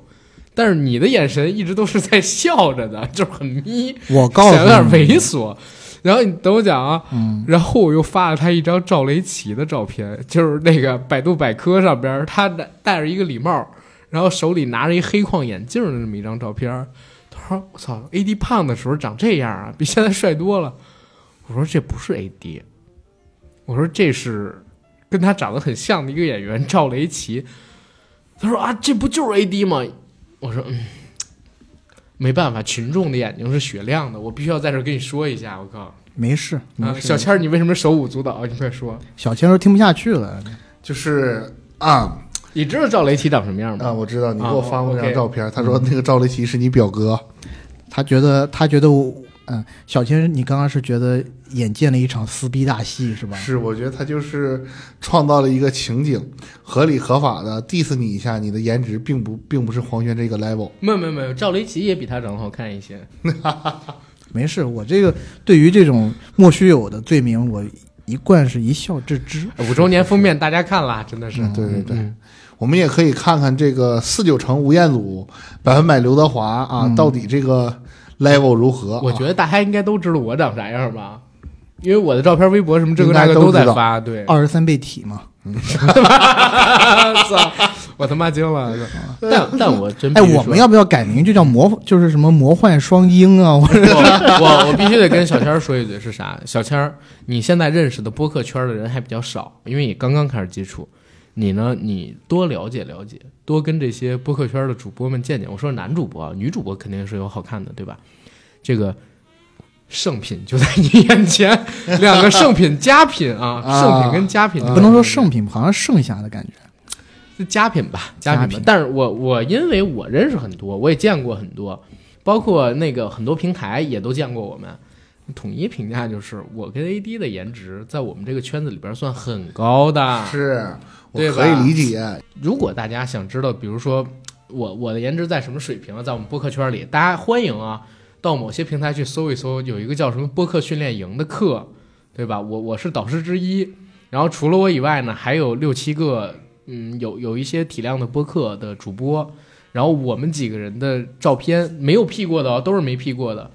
[SPEAKER 3] 但是你的眼神一直都是在笑着的，就是很眯，
[SPEAKER 1] 我告
[SPEAKER 3] 显
[SPEAKER 1] 诉
[SPEAKER 3] 得有点
[SPEAKER 1] 你，嗯
[SPEAKER 3] 猥琐。然后你等我讲啊，然后我又发了他一张赵雷奇的照片，就是那个百度百科上边儿他戴戴着一个礼帽，然后手里拿着一黑框眼镜儿的那么一张照片儿。他我说我操，AD 胖的时候长这样啊，比现在帅多了。我说这不是 AD，我说这是跟他长得很像的一个演员赵雷奇。他说啊，这不就是 AD 吗？我说嗯，没办法，群众的眼睛是雪亮的，我必须要在这儿跟你说一下。我靠，
[SPEAKER 1] 没事，
[SPEAKER 3] 啊
[SPEAKER 2] 嗯
[SPEAKER 1] 没，事
[SPEAKER 3] 小千儿，你为什么手舞足蹈？你快说，
[SPEAKER 1] 小千都听不下去了，
[SPEAKER 2] 就是啊
[SPEAKER 3] 你知道赵雷奇长什么样吗？
[SPEAKER 2] 啊，我知道你给我发过
[SPEAKER 3] 啊
[SPEAKER 2] 那
[SPEAKER 3] ，OK
[SPEAKER 2] 张照片，他说那个赵雷奇是你表哥，
[SPEAKER 1] 他觉得他觉得我，嗯，小千，你刚刚是觉得眼见了一场撕逼大戏是吧？
[SPEAKER 2] 是我觉得他就是创造了一个情景，合理合法的 diss 你一下，你的颜值并不并不是黄轩这个 level。
[SPEAKER 3] 没有没有没有，赵雷奇也比他长得好看一些。
[SPEAKER 1] 没事，我这个对于这种莫须有的罪名，我一贯是一笑置之。
[SPEAKER 3] 五周年封面大家看了，真的是。
[SPEAKER 2] 嗯对对对
[SPEAKER 3] 嗯
[SPEAKER 2] 我们也可以看看这个四九城吴彦祖、百分百刘德华啊，到底这个 level 如何啊、
[SPEAKER 3] 嗯我觉得大家应该都知道我长啥样吧，因为我的照片、微博什么这个
[SPEAKER 2] 应
[SPEAKER 3] 那
[SPEAKER 2] 该
[SPEAKER 3] 个
[SPEAKER 2] 嗯都
[SPEAKER 3] 在
[SPEAKER 2] 知道
[SPEAKER 3] 发。对，
[SPEAKER 1] 二十三倍体嘛，
[SPEAKER 3] 操，我他妈惊了。但但我真必
[SPEAKER 1] 哎，
[SPEAKER 3] 须说
[SPEAKER 1] 我们要不要改名就叫魔，就是什么魔幻双鹰 啊？或者
[SPEAKER 3] 我我我必须得跟小千儿说一嘴是啥？小千儿，你现在认识的播客圈的人还比较少，因为你刚刚开始接触。你呢？你多了解了解，多跟这些播客圈的主播们见见。我说男主播啊，女主播肯定是有好看的，对吧？这个圣品就在你眼前，两个圣品佳品啊，
[SPEAKER 2] 啊
[SPEAKER 3] 圣品跟佳品，
[SPEAKER 1] 不能说圣品，好像剩下的感觉。
[SPEAKER 3] 是佳品吧，佳品吧。
[SPEAKER 1] 佳品
[SPEAKER 3] 但是我我因为我认识很多，我也见过很多，包括那个很多平台也都见过我们。统一评价就是，我跟 AD 的颜值在我们这个圈子里边算很高的。
[SPEAKER 2] 啊是，我
[SPEAKER 3] 对吧
[SPEAKER 2] 可以理解。
[SPEAKER 3] 如果大家想知道，比如说我我的颜值在什么水平啊，在我们播客圈里，大家欢迎啊，到某些平台去搜一搜，有一个叫什么播客训练营的课，对吧？我我是导师之一，然后除了我以外呢，还有六七个，嗯，有有一些体量的播客的主播，然后我们几个人的照片没有 P 过的、哦，都是没 P 过的，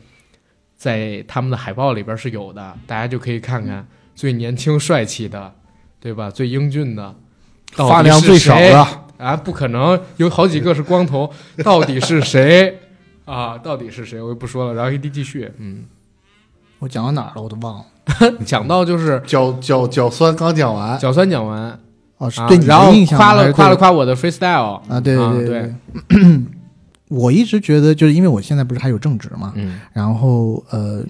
[SPEAKER 3] 在他们的海报里边是有的，大家就可以看看最年轻帅气的，对吧？最英俊的。到底
[SPEAKER 2] 发量
[SPEAKER 3] 是
[SPEAKER 2] 最少
[SPEAKER 3] 谁
[SPEAKER 2] 的，
[SPEAKER 3] 啊，不可能有好几个是 光头，到底是谁啊？到底是谁？我就不说了。然后 AD 继续，嗯，
[SPEAKER 1] 我讲到哪儿了？我都忘了。
[SPEAKER 3] 讲到就是
[SPEAKER 2] 脚脚脚酸刚讲完，
[SPEAKER 3] 角酸讲完，
[SPEAKER 1] 哦，是
[SPEAKER 3] 啊
[SPEAKER 1] 对你
[SPEAKER 3] 然后
[SPEAKER 1] 的印象吗还
[SPEAKER 3] 夸了
[SPEAKER 1] 是
[SPEAKER 3] 夸了
[SPEAKER 1] 对
[SPEAKER 3] 夸我的 freestyle
[SPEAKER 1] 啊，对
[SPEAKER 3] 啊
[SPEAKER 1] 对
[SPEAKER 3] 对
[SPEAKER 1] 对。 我一直觉得，就是因为我现在不是还有正职嘛，
[SPEAKER 3] 嗯
[SPEAKER 1] 然后呃，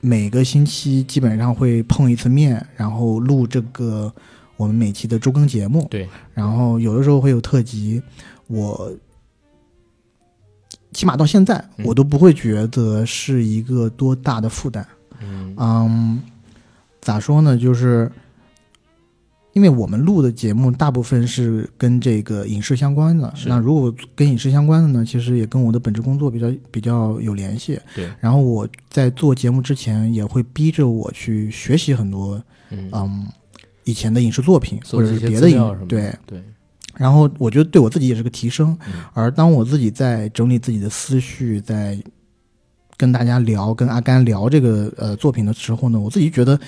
[SPEAKER 1] 每个星期基本上会碰一次面，然后录这个我们每期的周更节目。
[SPEAKER 3] 对，
[SPEAKER 1] 然后有的时候会有特辑，我起码到现在
[SPEAKER 3] 嗯
[SPEAKER 1] 我都不会觉得是一个多大的负担。
[SPEAKER 3] 嗯
[SPEAKER 1] 嗯，咋说呢？就是因为我们录的节目大部分是跟这个影视相关的，
[SPEAKER 3] 是
[SPEAKER 1] 那如果跟影视相关的呢，其实也跟我的本职工作比较比较有联系。
[SPEAKER 3] 对，
[SPEAKER 1] 然后我在做节目之前，也会逼着我去学习很多，
[SPEAKER 3] 嗯
[SPEAKER 1] 嗯，以前的影视作品
[SPEAKER 3] 搜
[SPEAKER 1] 或者
[SPEAKER 3] 集一
[SPEAKER 1] 是
[SPEAKER 3] 些
[SPEAKER 1] 别
[SPEAKER 3] 资
[SPEAKER 1] 的
[SPEAKER 3] 料什
[SPEAKER 1] 影
[SPEAKER 3] 么
[SPEAKER 1] 对。
[SPEAKER 3] 对，
[SPEAKER 1] 然后我觉得对我自己也是个提升。
[SPEAKER 3] 嗯
[SPEAKER 1] 而当我自己在整理自己的思绪，在跟大家聊、跟阿甘聊这个呃作品的时候呢，我自己觉得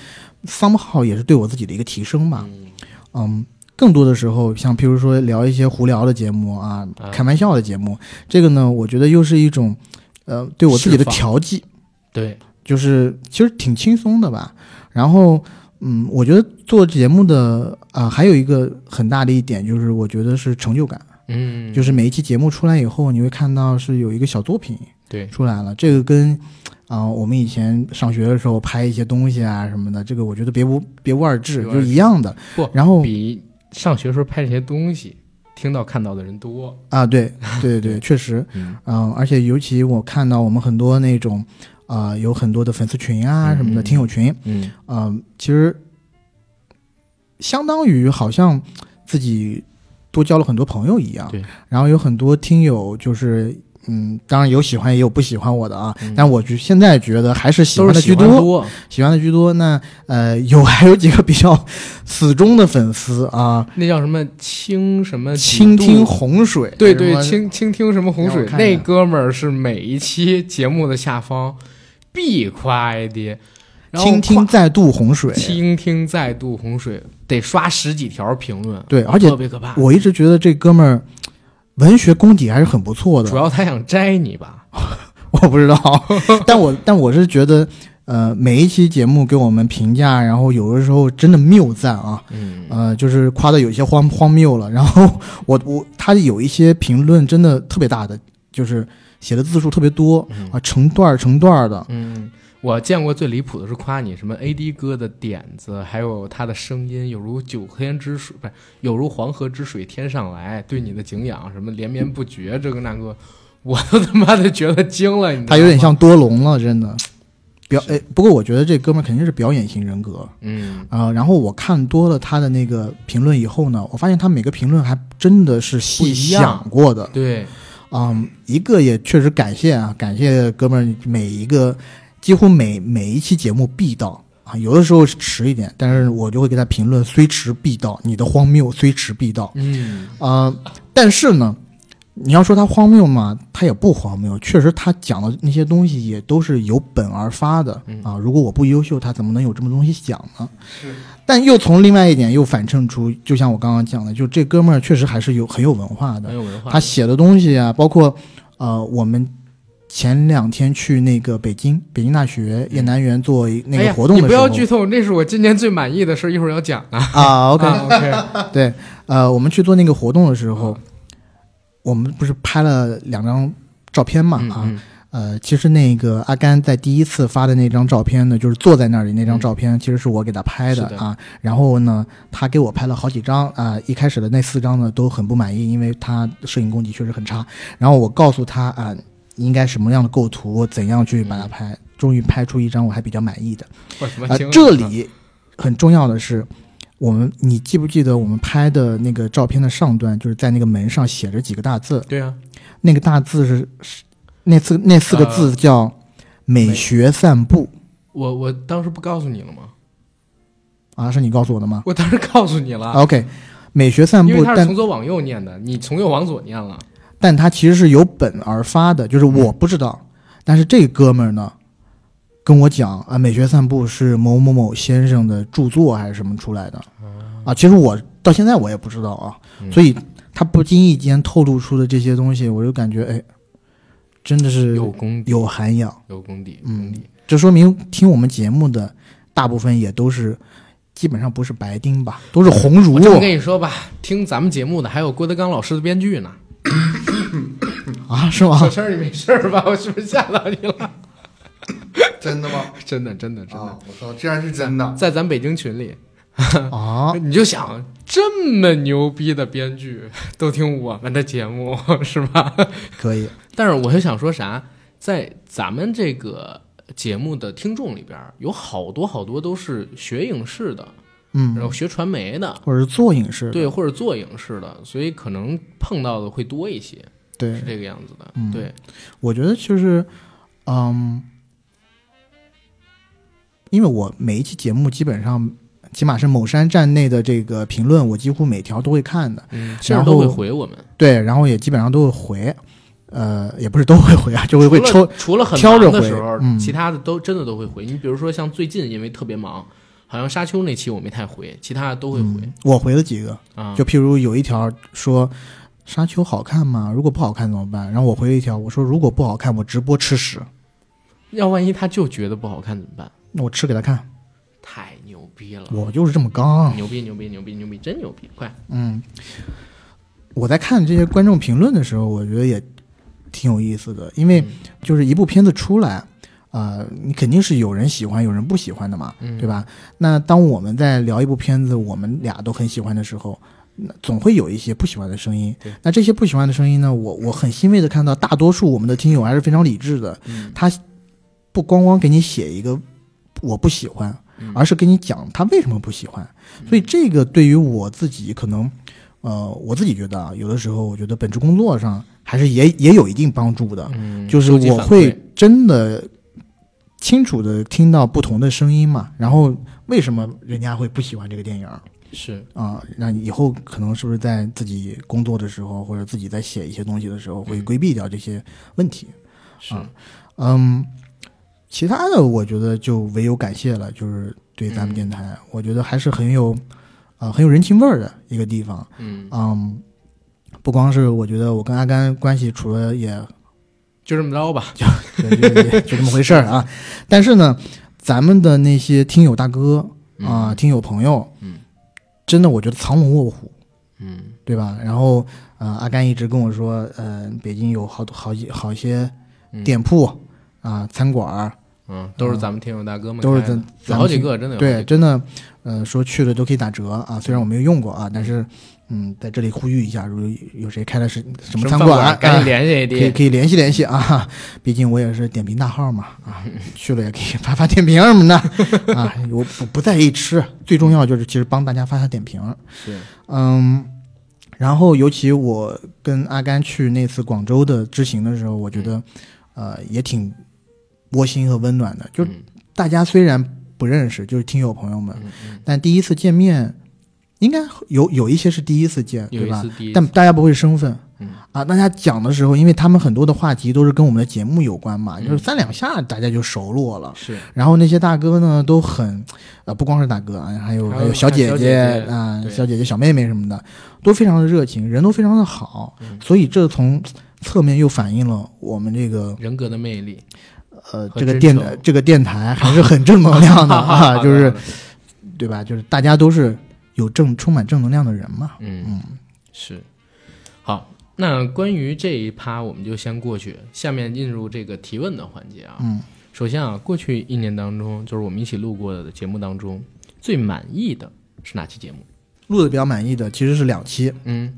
[SPEAKER 1] somehow 也是对我自己的一个提升吧。
[SPEAKER 3] 嗯
[SPEAKER 1] 嗯，更多的时候，像譬如说聊一些胡聊的节目啊
[SPEAKER 3] 啊，
[SPEAKER 1] 开玩笑的节目，这个呢，我觉得又是一种呃对我自己的
[SPEAKER 3] 释放
[SPEAKER 1] 调 剂。
[SPEAKER 3] 对，
[SPEAKER 1] 就是其实挺轻松的吧。然后，嗯，我觉得做节目的啊、还有一个很大的一点就是，我觉得是成就感，
[SPEAKER 3] 嗯，
[SPEAKER 1] 就是每一期节目出来以后，你会看到是有一个小作品
[SPEAKER 3] 对，
[SPEAKER 1] 出来了。这个跟啊、我们以前上学的时候拍一些东西啊什么的，这个我觉得别无别无二致，
[SPEAKER 3] 别无
[SPEAKER 1] 就
[SPEAKER 3] 二致
[SPEAKER 1] 是一样的。
[SPEAKER 3] 不
[SPEAKER 1] 然后
[SPEAKER 3] 比上学时候拍这些东西，听到看到的人多。
[SPEAKER 1] 啊，对对对，确实，
[SPEAKER 3] 嗯
[SPEAKER 1] 嗯，而且尤其我看到我们很多那种啊、有很多的粉丝群啊什么的，
[SPEAKER 3] 嗯嗯
[SPEAKER 1] 听友群，
[SPEAKER 3] 嗯，
[SPEAKER 1] 嗯，其实相当于好像自己多交了很多朋友一样。
[SPEAKER 3] 对。
[SPEAKER 1] 然后有很多听友就是。嗯，当然有喜欢也有不喜欢我的啊，
[SPEAKER 3] 嗯
[SPEAKER 1] 但我觉现在觉得还是喜
[SPEAKER 3] 都
[SPEAKER 1] 欢
[SPEAKER 3] 是
[SPEAKER 1] 的居
[SPEAKER 3] 喜欢多，
[SPEAKER 1] 喜欢的居多。那呃， 有还有几个比较 死忠的粉丝啊，
[SPEAKER 3] 那叫什么清什么呃几
[SPEAKER 1] 倾听
[SPEAKER 3] 度
[SPEAKER 1] 洪水，
[SPEAKER 3] 对对
[SPEAKER 1] 什，么
[SPEAKER 3] 倾倾听什么洪
[SPEAKER 1] 让
[SPEAKER 3] 水
[SPEAKER 1] 我看一
[SPEAKER 3] 那
[SPEAKER 1] 眼
[SPEAKER 3] 哥们儿是每一期节目的下方必夸 ID，然后
[SPEAKER 1] 倾听再度洪水
[SPEAKER 3] 夸，倾听再度洪水，得刷十几条评论，
[SPEAKER 1] 对，而且
[SPEAKER 3] 特别可怕。
[SPEAKER 1] 我一直觉得这哥们儿，文学功底还是很不错的。
[SPEAKER 3] 主要他想摘你吧？
[SPEAKER 1] 我不知道，但我但我是觉得，呃，每一期节目给我们评价，然后有的时候真的谬赞啊，
[SPEAKER 3] 嗯，
[SPEAKER 1] 呃，就是夸的有些荒荒谬了。然后 我我他有一些评论真的特别大的，就是写的字数特别多啊，成段儿成段儿的，
[SPEAKER 3] 嗯，我见过最离谱的是夸你什么 AD 哥的点子，还有他的声音，有如九天之水，不是有如黄河之水天上来，对你的敬仰什么连绵不绝，这个那个，我都他妈的觉得惊了，你知道吗
[SPEAKER 1] 他有点，像多隆了，真的。表哎，不过我觉得这哥们儿肯定是表演型人格
[SPEAKER 3] 嗯
[SPEAKER 1] 啊、然后我看多了他的那个评论以后呢，我发现他每个评论还真的是细
[SPEAKER 3] 不一样
[SPEAKER 1] 想过的，
[SPEAKER 3] 对，
[SPEAKER 1] 嗯，一个也确实感谢啊，感谢哥们儿每一个，几乎每每一期节目必到啊，有的时候是迟一点，但是我就会给他评论，虽迟必到，你的荒谬虽迟必到
[SPEAKER 3] 嗯
[SPEAKER 1] 啊、但是呢，你要说他荒谬嘛，他也不荒谬，确实他讲的那些东西也都是由本而发的
[SPEAKER 3] 嗯
[SPEAKER 1] 啊。如果我不优秀，他怎么能有这么东西讲呢？但又从另外一点又反衬出，就像我刚刚讲的，就这哥们儿确实还是有很有文化的
[SPEAKER 3] 很。有文化，
[SPEAKER 1] 他写的东西啊，包括呃，我们前两天去那个北京北京大学雁南园做一那
[SPEAKER 3] 嗯哎
[SPEAKER 1] 个
[SPEAKER 3] 呀
[SPEAKER 1] 活动
[SPEAKER 3] 你
[SPEAKER 1] 的
[SPEAKER 3] 不
[SPEAKER 1] 时候、
[SPEAKER 3] 要剧透，那是我今年最满意的事，一会儿要讲啊。
[SPEAKER 1] 啊，OK，
[SPEAKER 3] 啊 OK，
[SPEAKER 1] 对，呃，我们去做那个活动的时候，
[SPEAKER 3] 啊
[SPEAKER 1] 我们不是拍了两张照片 嘛
[SPEAKER 3] 嗯
[SPEAKER 1] 啊。
[SPEAKER 3] 嗯
[SPEAKER 1] 呃，其实那个阿甘在第一次发的那张照片呢，就是坐在那里那张照片，其实是我给他拍的
[SPEAKER 3] 嗯是的
[SPEAKER 1] 啊。然后呢，他给我拍了好几张啊、一开始的那四张呢都很不满意，因为他摄影功底确实很差。然后我告诉他啊、应该什么样的构图，怎样去
[SPEAKER 3] 嗯
[SPEAKER 1] 把它拍，终于拍出一张我还比较满意的。
[SPEAKER 3] 我他
[SPEAKER 1] 啊
[SPEAKER 3] 妈惊，了
[SPEAKER 1] 这里很重要的是，我们你记不记得我们拍的那个照片的上段，就是在那个门上写着几个大字，
[SPEAKER 3] 对啊，
[SPEAKER 1] 那个大字是是那四那四
[SPEAKER 3] 呃
[SPEAKER 1] 个字叫“美学散步
[SPEAKER 3] 我我当时不告诉你了吗？”
[SPEAKER 1] 啊，是你告诉我的吗、
[SPEAKER 3] 我当时告诉你了，
[SPEAKER 1] o k 美学散
[SPEAKER 3] 啊因为
[SPEAKER 1] 步，
[SPEAKER 3] 他是
[SPEAKER 1] 但
[SPEAKER 3] 从左往右念的，你从右往左念了。
[SPEAKER 1] 但它其实是由本而发的，
[SPEAKER 3] 嗯
[SPEAKER 1] 就是我不知道，但是这哥们儿呢。跟我讲啊，美学散步是某某某先生的著作还是什么出来的啊？其实我到现在我也不知道啊，
[SPEAKER 3] 哦嗯
[SPEAKER 1] 所以他不经意间透露出的这些东西，我就感觉哎，真的是
[SPEAKER 3] 有功底，
[SPEAKER 1] 有涵养。
[SPEAKER 3] 有功底，有
[SPEAKER 1] 嗯
[SPEAKER 3] 功底。
[SPEAKER 1] 这说明听我们节目的大部分也都是，基本上不是白丁吧，都是红
[SPEAKER 3] 我
[SPEAKER 1] 儒
[SPEAKER 3] 这么跟你说吧，听咱们节目的还有郭德纲老师的编剧呢。
[SPEAKER 1] 啊，是吗
[SPEAKER 3] 小？陈儿，你没事儿吧？我是不是吓到你了？
[SPEAKER 2] 真的吗？
[SPEAKER 3] 真的，真的，真的，
[SPEAKER 2] 啊，我操，竟然是真的！
[SPEAKER 3] 在咱北京群里，
[SPEAKER 1] 啊，
[SPEAKER 3] 你就想这么牛逼的编剧 都听我们的节目 是吧？
[SPEAKER 1] 可以，
[SPEAKER 3] 但是我就想说啥，在咱们这个节目的听众里边儿，有好多好多都是学影视的，然
[SPEAKER 1] 嗯，
[SPEAKER 3] 后学传媒的，
[SPEAKER 1] 或者是做影视的，
[SPEAKER 3] 对，或者做影视的，所以可能碰到的会多一些，是
[SPEAKER 1] 对，
[SPEAKER 3] 这个样子的。
[SPEAKER 1] 嗯
[SPEAKER 3] 对，
[SPEAKER 1] 我觉得就是，嗯，因为我每一期节目基本上，起码是某山站内的这个评论，我几乎每条都会看的，
[SPEAKER 3] 嗯，甚
[SPEAKER 1] 然
[SPEAKER 3] 至
[SPEAKER 1] 后
[SPEAKER 3] 都会回我们，
[SPEAKER 1] 对，然后也基本上都会回，呃，也不是都会回啊，就会
[SPEAKER 3] 除
[SPEAKER 1] 会
[SPEAKER 3] 了
[SPEAKER 1] 抽，
[SPEAKER 3] 除了很
[SPEAKER 1] 挑着
[SPEAKER 3] 忙的
[SPEAKER 1] 回
[SPEAKER 3] 时候，
[SPEAKER 1] 嗯
[SPEAKER 3] 其他的都真的都会回。你比如说像最近因为特别忙，好像沙丘那期我没太回，其他的都会回
[SPEAKER 1] 嗯我回了几个，
[SPEAKER 3] 啊。
[SPEAKER 1] 就譬如有一条说沙丘好看吗？如果不好看怎么办？然后我回了一条，我说如果不好看，我直播吃屎，
[SPEAKER 3] 要万一他就觉得不好看怎么办？
[SPEAKER 1] 那我吃给他看，
[SPEAKER 3] 太牛逼了！
[SPEAKER 1] 我就是这么刚。
[SPEAKER 3] 牛逼牛逼牛逼牛逼，真牛逼！快，
[SPEAKER 1] 嗯，我在看这些观众评论的时候，我觉得也挺有意思的，因为
[SPEAKER 3] 嗯
[SPEAKER 1] 就是一部片子出来。呃，你肯定是有人喜欢，有人不喜欢的嘛，
[SPEAKER 3] 嗯
[SPEAKER 1] 对吧？那当我们在聊一部片子，我们俩都很喜欢的时候，那总会有一些不喜欢的声音
[SPEAKER 3] 对。
[SPEAKER 1] 那这些不喜欢的声音呢，我我很欣慰的看到，大多数我们的听友还是非常理智的，
[SPEAKER 3] 嗯
[SPEAKER 1] 他不光光给你写一个我不喜欢，
[SPEAKER 3] 嗯
[SPEAKER 1] 而是跟你讲他为什么不喜欢。所以这个对于我自己可能，呃，我自己觉得啊，有的时候我觉得本职工作上还是也也有一定帮助的，
[SPEAKER 3] 嗯
[SPEAKER 1] 就是
[SPEAKER 3] 收集
[SPEAKER 1] 我
[SPEAKER 3] 反
[SPEAKER 1] 会
[SPEAKER 3] 馈
[SPEAKER 1] 真的清楚的听到不同的声音嘛，然后为什么人家会不喜欢这个电影儿
[SPEAKER 3] 是
[SPEAKER 1] 啊？那以后可能是不是在自己工作的时候，或者自己在写一些东西的时候，会
[SPEAKER 3] 嗯
[SPEAKER 1] 规避掉这些问题？
[SPEAKER 3] 是
[SPEAKER 1] 啊嗯，其他的我觉得就唯有感谢了，就是对咱
[SPEAKER 3] 嗯
[SPEAKER 1] 们电台，呃我觉得还是很有，啊、很有人情味儿的一个地方。
[SPEAKER 3] 嗯
[SPEAKER 1] 嗯，不光是我觉得我跟阿甘关系处的也
[SPEAKER 3] 就这么着吧。
[SPEAKER 1] 对对对，就这么回事儿啊。但是呢，咱们的那些听友大哥啊、听友朋友，
[SPEAKER 3] 嗯，
[SPEAKER 1] 真的我觉得藏龙卧虎，
[SPEAKER 3] 嗯
[SPEAKER 1] 对吧？然后呃，阿甘一直跟我说，呃，北京有好多好一好一些
[SPEAKER 3] 嗯
[SPEAKER 1] 店铺啊、餐馆儿，
[SPEAKER 3] 嗯，都是咱们听友大哥们
[SPEAKER 1] 都是
[SPEAKER 3] 开的
[SPEAKER 1] 咱
[SPEAKER 3] 有
[SPEAKER 1] 咱
[SPEAKER 3] 好
[SPEAKER 1] 们
[SPEAKER 3] 几
[SPEAKER 1] 听
[SPEAKER 3] 个，真的有好
[SPEAKER 1] 对，
[SPEAKER 3] 几个
[SPEAKER 1] 真的，呃，说去了都可以打折啊。虽然我没有用过啊，但是嗯，在这里呼吁一下，如果有谁开了是什么餐
[SPEAKER 3] 饭
[SPEAKER 1] 馆，
[SPEAKER 3] 赶紧
[SPEAKER 1] 啊
[SPEAKER 3] 联系一
[SPEAKER 1] 可以
[SPEAKER 3] 滴。
[SPEAKER 1] 可以联系联系啊， 毕竟我也是点评大号嘛啊，去了也可以发发点评什么的 啊，我不不在意吃，最重要就是其实帮大家发下点评，
[SPEAKER 2] 是
[SPEAKER 1] 嗯，然后尤其我跟阿甘去那次广州的之行的时候，我觉
[SPEAKER 3] 嗯
[SPEAKER 1] 得，呃，也挺窝心和温暖的。就
[SPEAKER 3] 嗯
[SPEAKER 1] 大家虽然不认识，就是听友朋友们，
[SPEAKER 3] 嗯嗯
[SPEAKER 1] 但第一次见面，应该有有一些是第一次见，
[SPEAKER 3] 有
[SPEAKER 1] 对
[SPEAKER 3] 一
[SPEAKER 1] 吧
[SPEAKER 3] 次？第一次
[SPEAKER 1] 但大家不会身份
[SPEAKER 3] 嗯，
[SPEAKER 1] 啊，大家讲的时候，因为他们很多的话题都是跟我们的节目有关嘛，
[SPEAKER 3] 嗯
[SPEAKER 1] 就是三两下大家就熟络了。
[SPEAKER 3] 是
[SPEAKER 1] 然后那些大哥呢都很，呃，不光是大哥啊，还有
[SPEAKER 3] 还有
[SPEAKER 1] 还有小姐
[SPEAKER 3] 小姐
[SPEAKER 1] 姐
[SPEAKER 3] 姐
[SPEAKER 1] 啊、
[SPEAKER 3] 对
[SPEAKER 1] 小姐姐、小妹妹什么的，都非常的热情，人都非常的好，
[SPEAKER 3] 嗯
[SPEAKER 1] 所以这从侧面又反映了我们这个
[SPEAKER 3] 人格的魅力，
[SPEAKER 1] 呃
[SPEAKER 3] 和
[SPEAKER 1] 这个
[SPEAKER 3] 真
[SPEAKER 1] 电
[SPEAKER 3] 诚
[SPEAKER 1] 呃这个电台还是很正能量 的
[SPEAKER 3] 哦好
[SPEAKER 1] 啊，
[SPEAKER 3] 的
[SPEAKER 1] 就是
[SPEAKER 3] 好的
[SPEAKER 1] 对吧？就是大家都是有正充满正能量的人嘛。
[SPEAKER 3] 嗯，是。好，那关于这一趴我们就先过去，下面进入这个提问的环节啊。
[SPEAKER 1] 嗯，
[SPEAKER 3] 首先啊，过去一年当中，就是我们一起录过的节目当中，最满意的是哪期节目？
[SPEAKER 1] 录的比较满意的其实是两期，
[SPEAKER 3] 嗯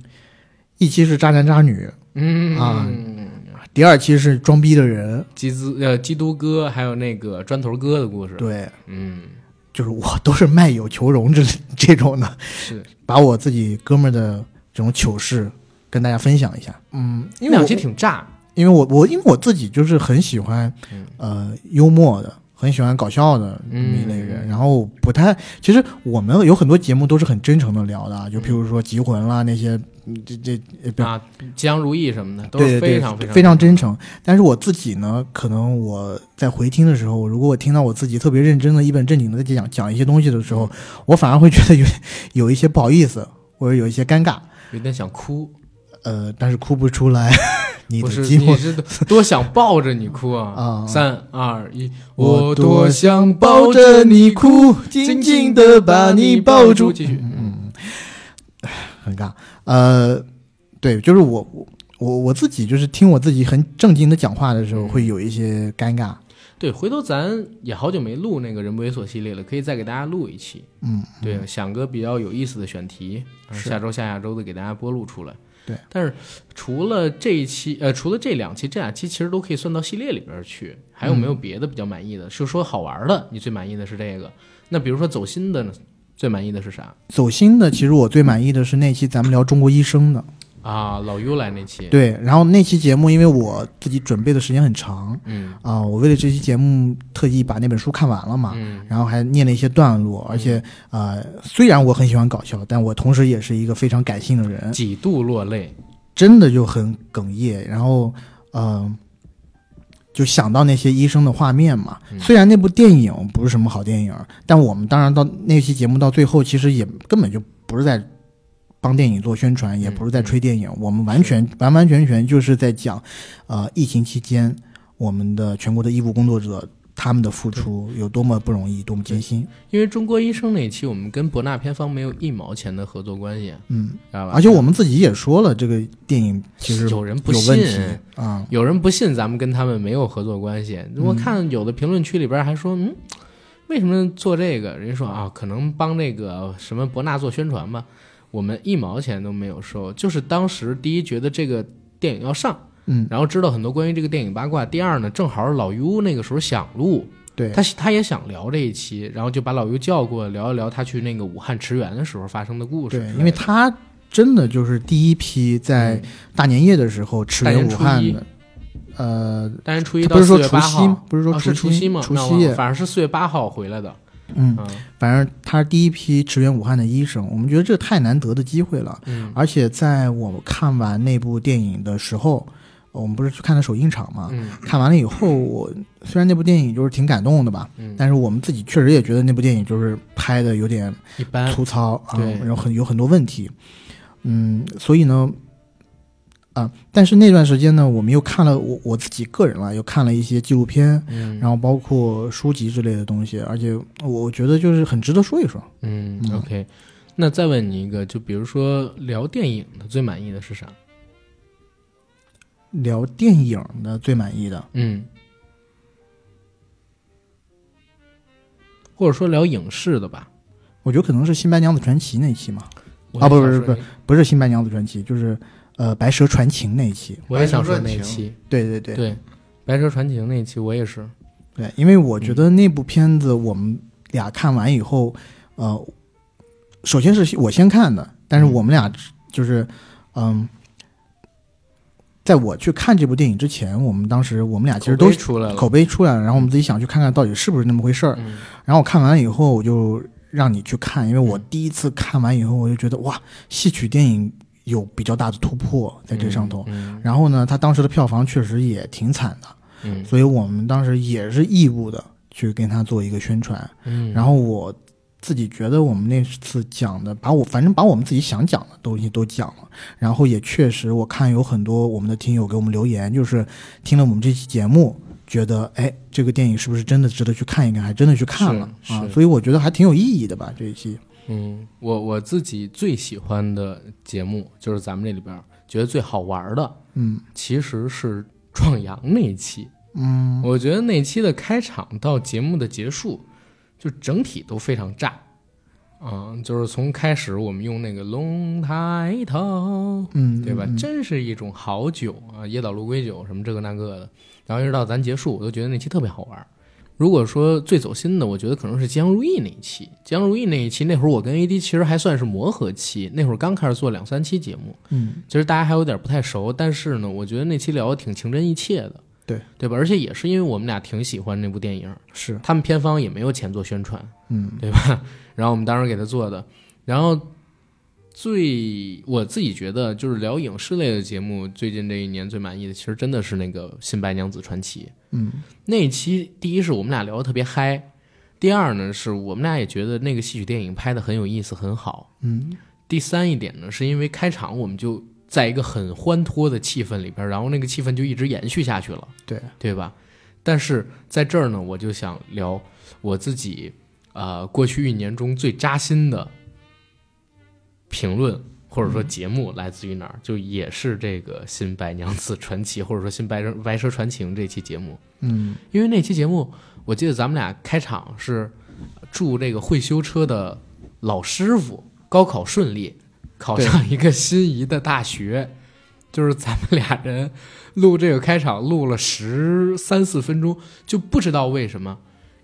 [SPEAKER 1] 一期是渣男渣女，
[SPEAKER 3] 嗯
[SPEAKER 1] 啊，
[SPEAKER 3] 嗯
[SPEAKER 1] 第二期是装逼的人，
[SPEAKER 3] 基督呃基督哥还有那个砖头哥的故事。，
[SPEAKER 1] 对，
[SPEAKER 3] 嗯，
[SPEAKER 1] 就是我都是卖友求荣这 这种的。
[SPEAKER 3] 是
[SPEAKER 1] 把我自己哥们儿的这种糗事跟大家分享一下。嗯，因
[SPEAKER 3] 那
[SPEAKER 1] 为我
[SPEAKER 3] 两期挺炸，
[SPEAKER 1] 因为我我因为我自己就是很喜欢
[SPEAKER 3] 嗯
[SPEAKER 1] 呃幽默的，很喜欢搞笑的这么一类人。然后不太，其实我们有很多节目都是很真诚的聊的啊，就譬如说《集魂》啦那些，嗯这这呃不
[SPEAKER 3] 啊，吉祥如意什么的都
[SPEAKER 1] 对
[SPEAKER 3] 是
[SPEAKER 1] 对
[SPEAKER 3] 非常非常
[SPEAKER 1] 非常真诚。但是我自己呢，可能我在回听的时候，如果我听到我自己特别认真的、一本正经的在讲讲一些东西的时候，
[SPEAKER 3] 嗯
[SPEAKER 1] 我反而会觉得有有一些不好意思，或者有一些尴尬。
[SPEAKER 3] 有点想哭，
[SPEAKER 1] 呃，但是哭不出 来，你
[SPEAKER 3] 不
[SPEAKER 1] 的
[SPEAKER 3] 是
[SPEAKER 1] 寂
[SPEAKER 3] 你
[SPEAKER 1] 寞。
[SPEAKER 3] 是多想抱着你哭啊！
[SPEAKER 1] 啊
[SPEAKER 3] 三二一，
[SPEAKER 1] 我
[SPEAKER 3] 我
[SPEAKER 1] 多
[SPEAKER 3] 多想
[SPEAKER 1] 抱
[SPEAKER 3] 抱
[SPEAKER 1] 着
[SPEAKER 3] 着
[SPEAKER 1] 你
[SPEAKER 3] 你
[SPEAKER 1] 哭
[SPEAKER 3] 哭，
[SPEAKER 1] 紧紧
[SPEAKER 3] 紧紧
[SPEAKER 1] 地
[SPEAKER 3] 的
[SPEAKER 1] 把
[SPEAKER 3] 把
[SPEAKER 1] 你
[SPEAKER 3] 你
[SPEAKER 1] 抱
[SPEAKER 3] 抱
[SPEAKER 1] 住嗯
[SPEAKER 3] 住。继续，
[SPEAKER 1] 很尬。呃，对，就是我我我我自己就是听我自己很正经的讲话的时候，
[SPEAKER 3] 嗯
[SPEAKER 1] 会有一些尴尬。
[SPEAKER 3] 对，回头咱也好久没录那个人不猥琐系列了，可以再给大家录一期。
[SPEAKER 1] 嗯，
[SPEAKER 3] 对，想个比较有意思的选题，然后
[SPEAKER 1] 是
[SPEAKER 3] 下周下下周的给大家播录出来。
[SPEAKER 1] 对，
[SPEAKER 3] 但是除了这一期，呃，除了这两期，这两期其实都可以算到系列里边去。还有没
[SPEAKER 1] 嗯
[SPEAKER 3] 有别的比较满意的？就说好玩的，你最满意的是这个？那比如说走心的呢，最满意的是啥
[SPEAKER 1] 走心的，其实我最满意的是那期咱们聊中国医生的，
[SPEAKER 3] 啊？老优来那期，
[SPEAKER 1] 对。然后那期节目，因为我自己准备的时间很长
[SPEAKER 3] 嗯
[SPEAKER 1] 啊、我为了这期节目特意把那本书看完了嘛，
[SPEAKER 3] 嗯
[SPEAKER 1] 然后还念了一些段落，而且呃，虽然我很喜欢搞笑，但我同时也是一个非常感性的人，
[SPEAKER 3] 嗯几度落泪，
[SPEAKER 1] 真的就很哽咽，然后，嗯、就想到那些医生的画面嘛。
[SPEAKER 3] 嗯
[SPEAKER 1] 虽然那部电影不是什么好电影，但我们当然到那期节目到最后，其实也根本就不是在帮电影做宣
[SPEAKER 3] 嗯
[SPEAKER 1] 传，也不是在吹电影，我们完全完完全全就是在讲，呃，疫情期间我们的全国的医务工作者他们的付出有多么不容易，多么艰辛。
[SPEAKER 3] 因为中国医生那期我们跟博纳片方没有一毛钱的合作关系，啊
[SPEAKER 1] 嗯，
[SPEAKER 3] 知道吧？
[SPEAKER 1] 而且我们自己也说了，这个电影其实有
[SPEAKER 3] 有人不
[SPEAKER 1] 问题
[SPEAKER 3] 信，
[SPEAKER 1] 啊。
[SPEAKER 3] 有人不信咱们跟他们没有合作关系。
[SPEAKER 1] 嗯
[SPEAKER 3] 我看有的评论区里边还说，嗯，为什么做这个？人家说啊，可能帮那个什么博纳做宣传吧。我们一毛钱都没有收，就是当时第一觉得这个电影要上，
[SPEAKER 1] 嗯，
[SPEAKER 3] 然后知道很多关于这个电影八卦。第二呢，正好老 U 那个时候想录，
[SPEAKER 1] 对，
[SPEAKER 3] 他他也想聊这一期，然后就把老 U 叫过来聊一聊他去那个武汉驰援的时候发生的故事之类
[SPEAKER 1] 对
[SPEAKER 3] 的。，
[SPEAKER 1] 因为他真的就是第一批在
[SPEAKER 3] 嗯
[SPEAKER 1] 大年夜的时候驰
[SPEAKER 3] 大
[SPEAKER 1] 援
[SPEAKER 3] 年
[SPEAKER 1] 武
[SPEAKER 3] 初
[SPEAKER 1] 汉
[SPEAKER 3] 一
[SPEAKER 1] 的，呃，
[SPEAKER 3] 当然初
[SPEAKER 1] 他
[SPEAKER 3] 一到
[SPEAKER 1] 不是
[SPEAKER 3] 四
[SPEAKER 1] 说
[SPEAKER 3] 月
[SPEAKER 1] 除
[SPEAKER 3] 八
[SPEAKER 1] 夕
[SPEAKER 3] 号，，
[SPEAKER 1] 不是说
[SPEAKER 3] 哦是
[SPEAKER 1] 除
[SPEAKER 3] 除夕吗？
[SPEAKER 1] 除
[SPEAKER 3] 那
[SPEAKER 1] 夕
[SPEAKER 3] 忘了
[SPEAKER 1] 夜，
[SPEAKER 3] 反正是四月八号回来的。
[SPEAKER 1] 嗯，
[SPEAKER 3] 嗯
[SPEAKER 1] 反正他是第一批驰援武汉的医生，我们觉得这太难得的机会了。
[SPEAKER 3] 嗯
[SPEAKER 1] 而且在我看完那部电影的时候，我们不是去看的首映场嘛？
[SPEAKER 3] 嗯
[SPEAKER 1] 看完了以后，我虽然那部电影就是挺感动的吧，
[SPEAKER 3] 嗯，
[SPEAKER 1] 但是我们自己确实也觉得那部电影就是拍的有点
[SPEAKER 3] 一般
[SPEAKER 1] 粗糙啊，
[SPEAKER 3] 对
[SPEAKER 1] 然后很有很多问题，嗯，所以呢，啊、但是那段时间呢，我们又看了我我自己个人了，又看了一些纪录片，
[SPEAKER 3] 嗯
[SPEAKER 1] 然后包括书籍之类的东西，而且我觉得就是很值得说一说。
[SPEAKER 3] 嗯
[SPEAKER 1] 嗯
[SPEAKER 3] ，OK。那再问你一个，就比如说聊电影的，最满意的是啥？
[SPEAKER 1] 聊电影的最满意的，
[SPEAKER 3] 嗯，或者说聊影视的吧？
[SPEAKER 1] 我觉得可能是《新白娘子传奇》那一期嘛，
[SPEAKER 3] 我
[SPEAKER 1] 啊
[SPEAKER 3] 也
[SPEAKER 1] 不
[SPEAKER 3] 想
[SPEAKER 1] 是
[SPEAKER 3] 说
[SPEAKER 1] 不是
[SPEAKER 3] 那，
[SPEAKER 1] 不是《新白娘子传奇》，就是呃《白蛇传情》那一期。
[SPEAKER 3] 我也想说那
[SPEAKER 2] 白蛇传
[SPEAKER 3] 期，
[SPEAKER 1] 对对对啊
[SPEAKER 3] 对《白蛇传情》那期，我也是，
[SPEAKER 1] 对，因为我觉得
[SPEAKER 3] 嗯
[SPEAKER 1] 那部片子我们俩看完以后，呃，首先是我先看的，但
[SPEAKER 3] 嗯
[SPEAKER 1] 是我们俩就是，嗯，在我去看这部电影之前，我们当时我们俩其实
[SPEAKER 3] 口
[SPEAKER 1] 都
[SPEAKER 3] 碑出来了，
[SPEAKER 1] 口碑出来了，然后我们自己想去看看到底是不是那么回事儿。
[SPEAKER 3] 嗯
[SPEAKER 1] 然后我看完了以后，我就让你去看，因为我
[SPEAKER 3] 嗯
[SPEAKER 1] 第一次看完以后，我就觉得哇，戏曲电影有比较大的突破在这哎上头。
[SPEAKER 3] 嗯
[SPEAKER 1] 然后呢，它当时的票房确实也挺惨的。
[SPEAKER 3] 嗯
[SPEAKER 1] 所以我们当时也是义务的去跟他做一个宣传。
[SPEAKER 3] 嗯，
[SPEAKER 1] 然后我自己觉得我们那次讲的，把我反正把我们自己想讲的东西都讲了，然后也确实我看有很多我们的听友给我们留言，就是听了我们这期节目。觉得哎，这个电影是不是真的值得去看一看？还真的去看了
[SPEAKER 3] 是
[SPEAKER 1] 啊，
[SPEAKER 3] 是
[SPEAKER 1] 所以我觉得还挺有意义的吧。这一期
[SPEAKER 3] 嗯，我我自己最喜欢的节目就是咱们这里边儿觉得最好玩儿的，
[SPEAKER 1] 嗯，
[SPEAKER 3] 其实是壮阳那一期。嗯，我觉得那期的开场到节目的结束，就整体都非常炸。嗯，就是从开始我们用那个龙抬头，
[SPEAKER 1] 嗯
[SPEAKER 3] 对吧？真是一种好酒啊，椰岛鹿龟酒什么这个那个的。然后一直到咱结束，我都觉得那期特别好玩儿。如果说最走心的，我觉得可能是江如意那一期。江如意那一期，那会儿我跟 AD 其实还算是磨合期，那会儿刚开始做两三期节目，
[SPEAKER 1] 嗯，
[SPEAKER 3] 其实大家还有点不太熟。但是呢，我觉得那期聊的挺情真意切的，
[SPEAKER 1] 对嗯
[SPEAKER 3] 对吧？而且也是因为我们俩挺喜欢那部电影，
[SPEAKER 1] 是
[SPEAKER 3] 他们片方也没有钱做宣传，
[SPEAKER 1] 嗯，
[SPEAKER 3] 对吧？然后我们当时给他做的，然后最我自己觉得就是聊影视类的节目，最近这一年最满意的，其实真的是那个《新白娘子传奇》。
[SPEAKER 1] 嗯，
[SPEAKER 3] 那一期第一是我们俩聊得特别嗨，第二呢是我们俩也觉得那个戏曲电影拍的很有意思，很好。
[SPEAKER 1] 嗯，
[SPEAKER 3] 第三一点呢，是因为开场我们就在一个很欢脱的气氛里边，然后那个气氛就一直延续下去了。
[SPEAKER 1] 对
[SPEAKER 3] 对吧？但是在这儿呢，我就想聊我自己，呃，过去一年中最扎心的评论或者说节目来自于哪儿，就也是这个《新白娘子传奇》或者说《新白蛇白蛇传情》这期节目，
[SPEAKER 1] 嗯
[SPEAKER 3] 因为那期节目我记得咱们俩开场是祝这个会修车的老师傅高考顺利，考上一个心仪的大学。就是咱们俩人录这个开场，录了十三四分钟，就不知道为什么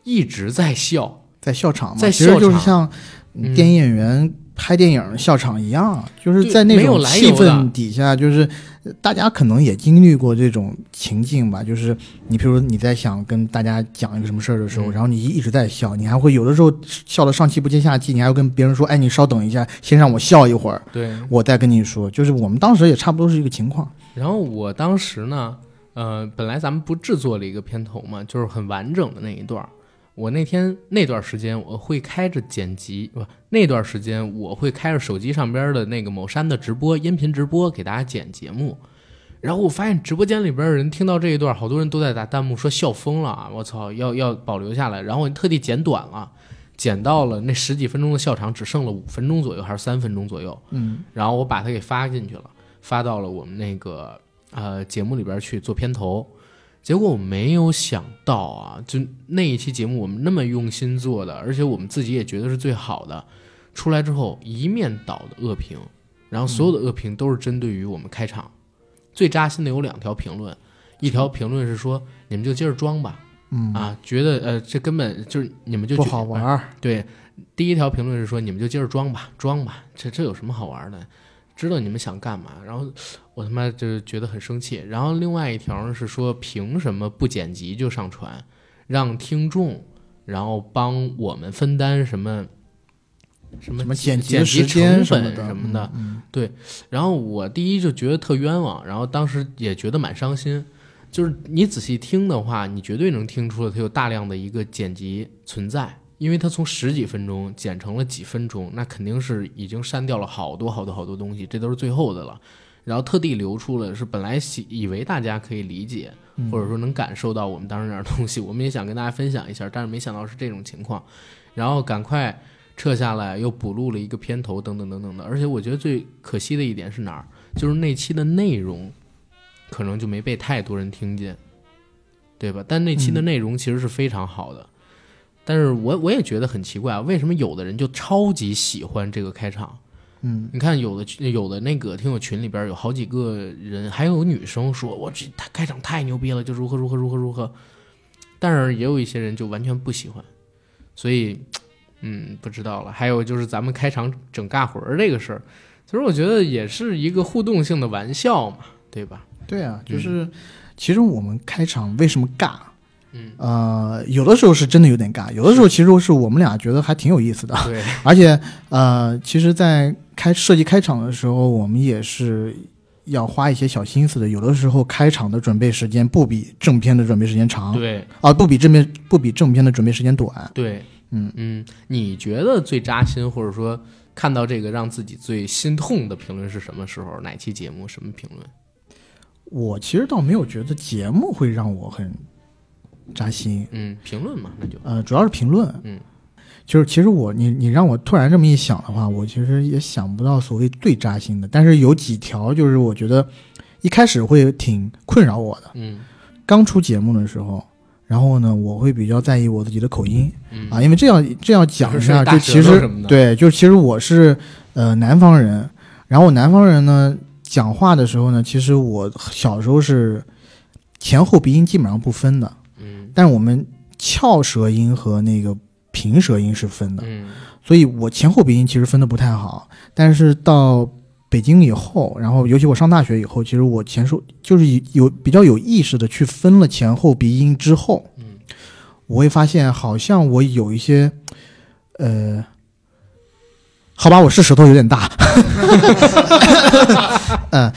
[SPEAKER 3] 一直在笑。
[SPEAKER 1] 在笑场嘛，
[SPEAKER 3] 在
[SPEAKER 1] 其实
[SPEAKER 3] 笑
[SPEAKER 1] 就是
[SPEAKER 3] 场
[SPEAKER 1] 像
[SPEAKER 3] 嗯
[SPEAKER 1] 电影演员拍电影笑场一样，就是
[SPEAKER 3] 对
[SPEAKER 1] 在那
[SPEAKER 3] 没有
[SPEAKER 1] 种
[SPEAKER 3] 来
[SPEAKER 1] 气
[SPEAKER 3] 由的
[SPEAKER 1] 氛底下，就是呃大家可能也经历过这种情境吧，就是你譬如你在想跟大家讲一个什么事儿的时候，
[SPEAKER 3] 嗯
[SPEAKER 1] 然后你一直在笑，你还会有的时候笑的上气不接下气，你还要跟别人说，哎，你稍等一下，先让我笑一会儿，
[SPEAKER 3] 对，
[SPEAKER 1] 我再跟你说，就是我们当时也差不多是一个情况，
[SPEAKER 3] 然后我当时呢，呃，本来咱们不制作了一个片头嘛，就是很完整的那一段儿。我那天那段时间我会开着剪辑，不，那段时间我会开着手机上边的那个某山的直播音频直播给大家剪节目。然后我发现直播间里边的人听到这一段，好多人都在打弹幕说笑疯了啊！我操，要要保留下来。然后我特地剪短了，剪到了那十几分钟的笑场只剩了五分钟左右，还是三分钟左右。
[SPEAKER 1] 嗯
[SPEAKER 3] 然后我把它给发进去了，发到了我们那个呃节目里边去做片头。结果我没有想到啊，就那一期节目我们那么用心做的，而且我们自己也觉得是最好的，出来之后一面倒的恶评，然后所有的恶评都是针对于我们开场。最扎心的有两条评论，一条评论是说你们就接着装吧，
[SPEAKER 1] 嗯，
[SPEAKER 3] 啊，觉得呃这根本就是你们就哎
[SPEAKER 1] 不
[SPEAKER 3] 觉
[SPEAKER 1] 好玩儿，
[SPEAKER 3] 对，第一条评论是说你们就接着装吧，装吧，这这有什么好玩的？知道你们想干嘛？然后我他妈就觉得很生气。然后另外一条是说，凭什么不剪辑就上传，让听众然后帮我们分担什么什么
[SPEAKER 1] 什么剪
[SPEAKER 3] 辑
[SPEAKER 1] 辑
[SPEAKER 3] 辑
[SPEAKER 1] 时
[SPEAKER 3] 成
[SPEAKER 1] 间什么
[SPEAKER 3] 本
[SPEAKER 1] 的
[SPEAKER 3] 什么的？
[SPEAKER 1] 嗯
[SPEAKER 3] 然后我第一就觉得特冤枉，然后当时也觉得蛮伤心。就是你仔细听的话，你绝对能听出来它有大量的一个剪辑存在，因为它从十几分钟剪成了几分钟，那肯定是已经删掉了好多好多好多东西，这都是最后的了。然后特地留出了是本来喜以为大家可以理解，
[SPEAKER 1] 嗯
[SPEAKER 3] 或者说能感受到我们当时那点东西，我们也想跟大家分享一下，但是没想到是这种情况，然后赶快撤下来，又补录了一个片头，等等等等的。而且我觉得最可惜的一点是哪儿，就是那期的内容可能就没被太多人听见，对吧？但那期的内容其实是非常好的。但是我我也觉得很奇怪啊，为什么有的人就超级喜欢这个开场？
[SPEAKER 1] 嗯，
[SPEAKER 3] 你看有的群有的那个听友群里边有好几个人，还有女生说：“我这他开场太牛逼了，就如何如何如何如何。”但是也有一些人就完全不喜欢，所以，嗯，不知道了。还有就是咱们开场整尬魂儿这个事儿，其实我觉得也是一个互动性的玩笑嘛，对吧？
[SPEAKER 1] 对啊，就是、其实我们开场为什么尬？
[SPEAKER 3] 嗯，
[SPEAKER 1] 呃，有的时候是真的有点尬，有的时候其实是我们俩觉得还挺有意思的，
[SPEAKER 3] 对，
[SPEAKER 1] 而且呃，其实，在开设计开场的时候，我们也是要花一些小心思的。有的时候开场的准备时间不比正片的准备时间长，
[SPEAKER 3] 对，
[SPEAKER 1] 啊，不比正片不比正片的准备时间短。
[SPEAKER 3] 对，
[SPEAKER 1] 嗯
[SPEAKER 3] 嗯，你觉得最扎心，或者说看到这个让自己最心痛的评论是什么时候？哪期节目？什么评论？
[SPEAKER 1] 我其实倒没有觉得节目会让我很扎心，
[SPEAKER 3] 嗯，评论嘛，那就
[SPEAKER 1] 呃，主要是评论。
[SPEAKER 3] 嗯，
[SPEAKER 1] 就是其实我你你让我突然这么一想的话，我其实也想不到所谓最扎心的，但是有几条就是我觉得一开始会挺困扰我的。
[SPEAKER 3] 嗯
[SPEAKER 1] 刚出节目的时候，然后呢，我会比较在意我自己的口音
[SPEAKER 3] 嗯
[SPEAKER 1] 啊，因为这样这样讲一下，
[SPEAKER 3] 就是大
[SPEAKER 1] 就其
[SPEAKER 3] 舌头
[SPEAKER 1] 实
[SPEAKER 3] 什么的
[SPEAKER 1] 对，就其实我是呃南方人，然后我南方人呢讲话的时候呢，其实我小时候是前后鼻音基本上不分的，
[SPEAKER 3] 嗯
[SPEAKER 1] 但是我们翘舌音和那个平舌音是分的，
[SPEAKER 3] 嗯
[SPEAKER 1] 所以我前后鼻音其实分的不太好，但是到北京以后，然后尤其我上大学以后，其实我前后就是有有比较有意识的去分了前后鼻音之后，
[SPEAKER 3] 嗯
[SPEAKER 1] 我会发现好像我有一些，呃，好吧，我是舌头有点大， 呃，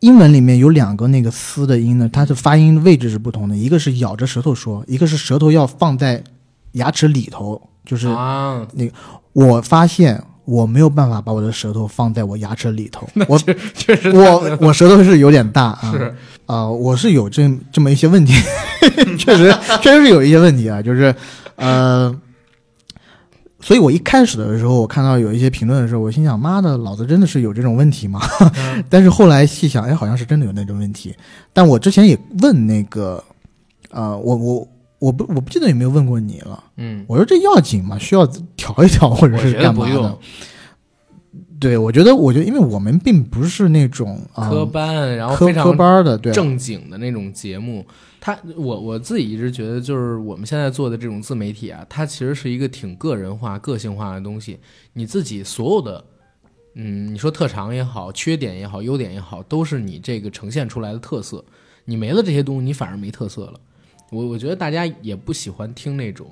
[SPEAKER 1] 英文里面有两个那个嘶的音呢，它的发音位置是不同的，一个是咬着舌头说，一个是舌头要放在牙齿里头，就是
[SPEAKER 3] 啊，
[SPEAKER 1] 我发现我没有办法把我的舌头放在我牙齿里 头，我
[SPEAKER 3] 确 确实
[SPEAKER 1] 我我舌头是有点大啊，
[SPEAKER 3] 是
[SPEAKER 1] 啊、我是有这这么一些问题， 确实确实是有一些问题啊，就是呃，所以我一开始的时候，我看到有一些评论的时候，我心想妈的，老子真的是有这种问题吗？
[SPEAKER 3] 嗯
[SPEAKER 1] 但是后来细想，哎，好像是真的有那种问题。但我之前也问那个，呃，我我我不我不记得有没有问过你了。
[SPEAKER 3] 嗯，
[SPEAKER 1] 我说这要紧吗？需要调一调或者
[SPEAKER 3] 我
[SPEAKER 1] 是
[SPEAKER 3] 觉得
[SPEAKER 1] 干
[SPEAKER 3] 不
[SPEAKER 1] 嘛的
[SPEAKER 3] 用？
[SPEAKER 1] 对，我觉得，我觉得，因为我们并不是那种啊、
[SPEAKER 3] 科班，然后
[SPEAKER 1] 科
[SPEAKER 3] 非
[SPEAKER 1] 科
[SPEAKER 3] 常
[SPEAKER 1] 班儿的，对，
[SPEAKER 3] 正经的那种节目。它我我自己一直觉得，就是我们现在做的这种自媒体啊，它其实是一个挺个人化、个性化的东西。你自己所有的，嗯，你说特长也好，缺点也好，优点也好，都是你这个呈现出来的特色。你没了这些东西，你反而没特色了。我我觉得大家也不喜欢听那种。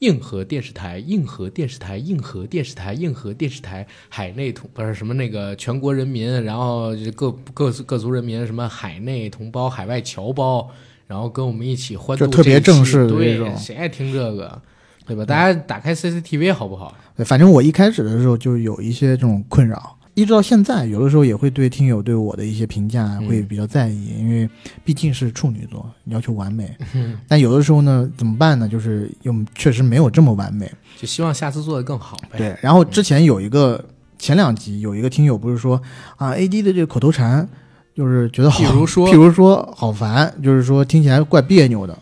[SPEAKER 3] 硬核电视台，硬核电视台，硬核电视台，硬核电视台，海内同不是什么那个全国人民，然后这各各各族人民，什么海内同胞、海外侨胞，然后跟我们一起欢度
[SPEAKER 1] 就特别
[SPEAKER 3] 这一期
[SPEAKER 1] 正式的这
[SPEAKER 3] 对
[SPEAKER 1] 种
[SPEAKER 3] 谁爱听这个，对吧？大家打开 CCTV 好不好？
[SPEAKER 1] 对反正我一开始的时候就有一些这种困扰，一直到现在，有的时候也会对听友对我的一些评价
[SPEAKER 3] 嗯
[SPEAKER 1] 会比较在意，因为毕竟是处女座，要求完美。
[SPEAKER 3] 嗯
[SPEAKER 1] 但有的时候呢，怎么办呢？就是又确实没有这么完美。
[SPEAKER 3] 就希望下次做的更好呗。
[SPEAKER 1] 对，然后之前有一个前两集有一个听友不是说啊，AD 的这个口头禅，就是觉得好，
[SPEAKER 3] 譬如说
[SPEAKER 1] 譬如说好烦，就是说听起来怪别扭的。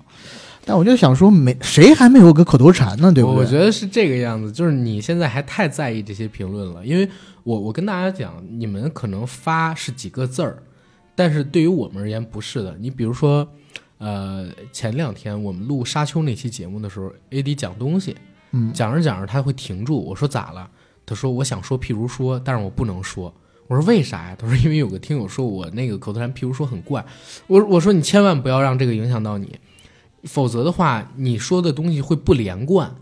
[SPEAKER 1] 但我就想说没，谁还没有个口头禅呢？对不
[SPEAKER 3] 我
[SPEAKER 1] 对？
[SPEAKER 3] 我觉得是这个样子，就是你现在还太在意这些评论了，因为我我跟大家讲，你们可能发是几个字儿，但是对于我们而言不是的。你比如说，呃，前两天我们录沙丘那期节目的时候，AD 讲东西，
[SPEAKER 1] 嗯
[SPEAKER 3] 讲着讲着他会停住，我说咋了？他说我想说，譬如说，但是我不能说。我说为啥呀？他说因为有个听友说我那个口头禅，譬如说很怪。我我说你千万不要让这个影响到你，否则的话，你说的东西会不连贯。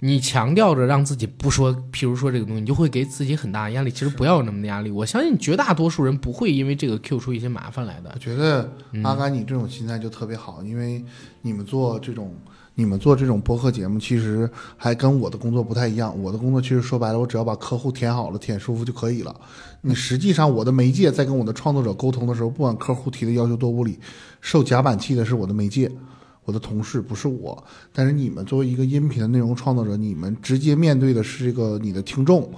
[SPEAKER 3] 你强调着让自己不说，譬如说这个东西，你就会给自己很大的压力。其实不要有那么的压力，我相信绝大多数人不会因为这个 Q 出一些麻烦来的
[SPEAKER 2] 我。觉得阿甘你这种心态就特别好，因为你们做这种你们做这种播客节目，其实还跟我的工作不太一样。我的工作其实说白了，我只要把客户填好了、填舒服就可以了。你实际上我的媒介在跟我的创作者沟通的时候，不管客户提的要求多无理，受夹板气的是我的媒介。我的同事不是我，但是你们作为一个音频的内容创作者，你们直接面对的是这个你的听众，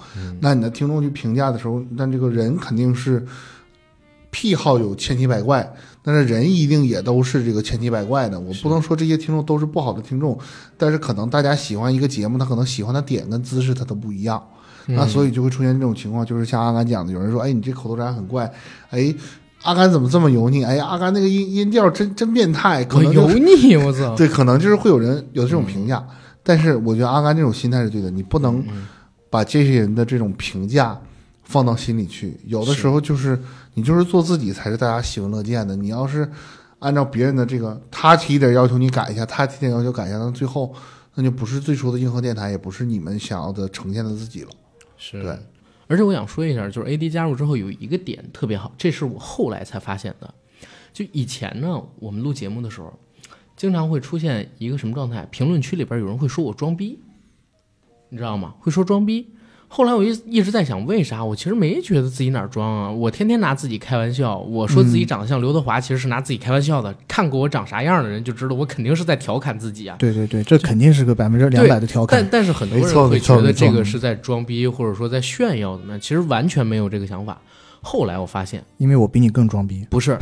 [SPEAKER 2] 那你的听众去评价的时候，那这个人肯定是癖好有千奇百怪，但是人一定也都是这个千奇百怪的。我不能说这些听众都是不好的听众，但是可能大家喜欢一个节目，他可能喜欢的点跟姿势他都不一样，
[SPEAKER 3] 嗯
[SPEAKER 2] 那所以就会出现这种情况，就是像阿甘讲的，有人说，哎，你这口头禅很怪，哎。阿甘怎么这么油腻？哎呀，阿甘那个音音调真真变态，可
[SPEAKER 3] 我
[SPEAKER 2] 能就
[SPEAKER 3] 油腻，我操！
[SPEAKER 2] 对，可能就是会有人有这种评
[SPEAKER 3] 嗯
[SPEAKER 2] 价，但是我觉得阿甘这种心态是对的，你不能把这些人的这种评价放到心里去。有的时候就是你就是做自己才是大家喜闻乐见的。你要是按照别人的这个，他提一点要求你改一下，他提点要求改一下，那最后那就不是最初的硬核电台，也不是你们想要的呈现的自己了。
[SPEAKER 3] 是
[SPEAKER 2] 对。
[SPEAKER 3] 而且我想说一下，就是 AD 加入之后有一个点特别好，这是我后来才发现的。就以前呢，我们录节目的时候，经常会出现一个什么状态？评论区里边有人会说我装逼，你知道吗？会说装逼。后来我一一直在想，为啥？我其实没觉得自己哪儿装啊，我天天拿自己开玩笑。我说自己长得像刘德华，其实是拿自己开玩笑的。看过我长啥样的人就知道，我肯定是在调侃自己啊。
[SPEAKER 1] 对对对，这肯定是个百分之两百的调侃
[SPEAKER 3] 但。但是很多
[SPEAKER 2] 没错
[SPEAKER 3] 人会
[SPEAKER 2] 没错
[SPEAKER 3] 觉得
[SPEAKER 2] 没错
[SPEAKER 3] 这个是在装逼，或者说在炫耀怎么样？其实完全没有这个想法。后来我发现
[SPEAKER 1] 因为我比你更装逼。
[SPEAKER 3] 不是，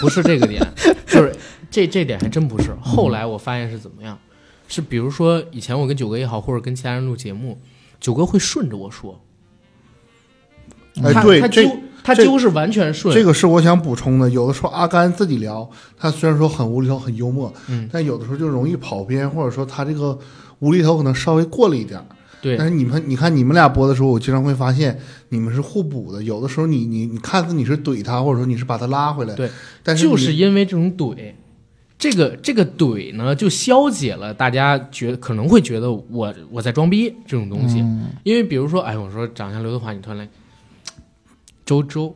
[SPEAKER 3] 不是这个点， 就是这这点还真不是。后来我发现是怎么样，是比如说以前我跟九哥也好，或者跟其他人录节目，九哥会顺着我说，
[SPEAKER 2] 哎，
[SPEAKER 3] 他嗯
[SPEAKER 2] 对
[SPEAKER 3] 他，
[SPEAKER 2] 这
[SPEAKER 3] 揪他
[SPEAKER 2] 这
[SPEAKER 3] 揪是完全顺，
[SPEAKER 2] 这个是我想补充的。有的时候阿甘自己聊，他虽然说很无厘头、很幽默，
[SPEAKER 3] 嗯，
[SPEAKER 2] 但有的时候就容易跑偏，或者说他这个无厘头可能稍微过了一点儿。
[SPEAKER 3] 对
[SPEAKER 2] 但是你们，你看你们俩播的时候，我经常会发现你们是互补的。有的时候你你你看似你是怼他，或者说你是把他拉回来，
[SPEAKER 3] 对，
[SPEAKER 2] 但是你
[SPEAKER 3] 就是因为这种怼，这个这个怼呢，就消解了大家觉可能会觉得我我在装逼这种东西，
[SPEAKER 2] 嗯
[SPEAKER 3] 因为比如说，哎，我说长相刘德华，你突然来，周周，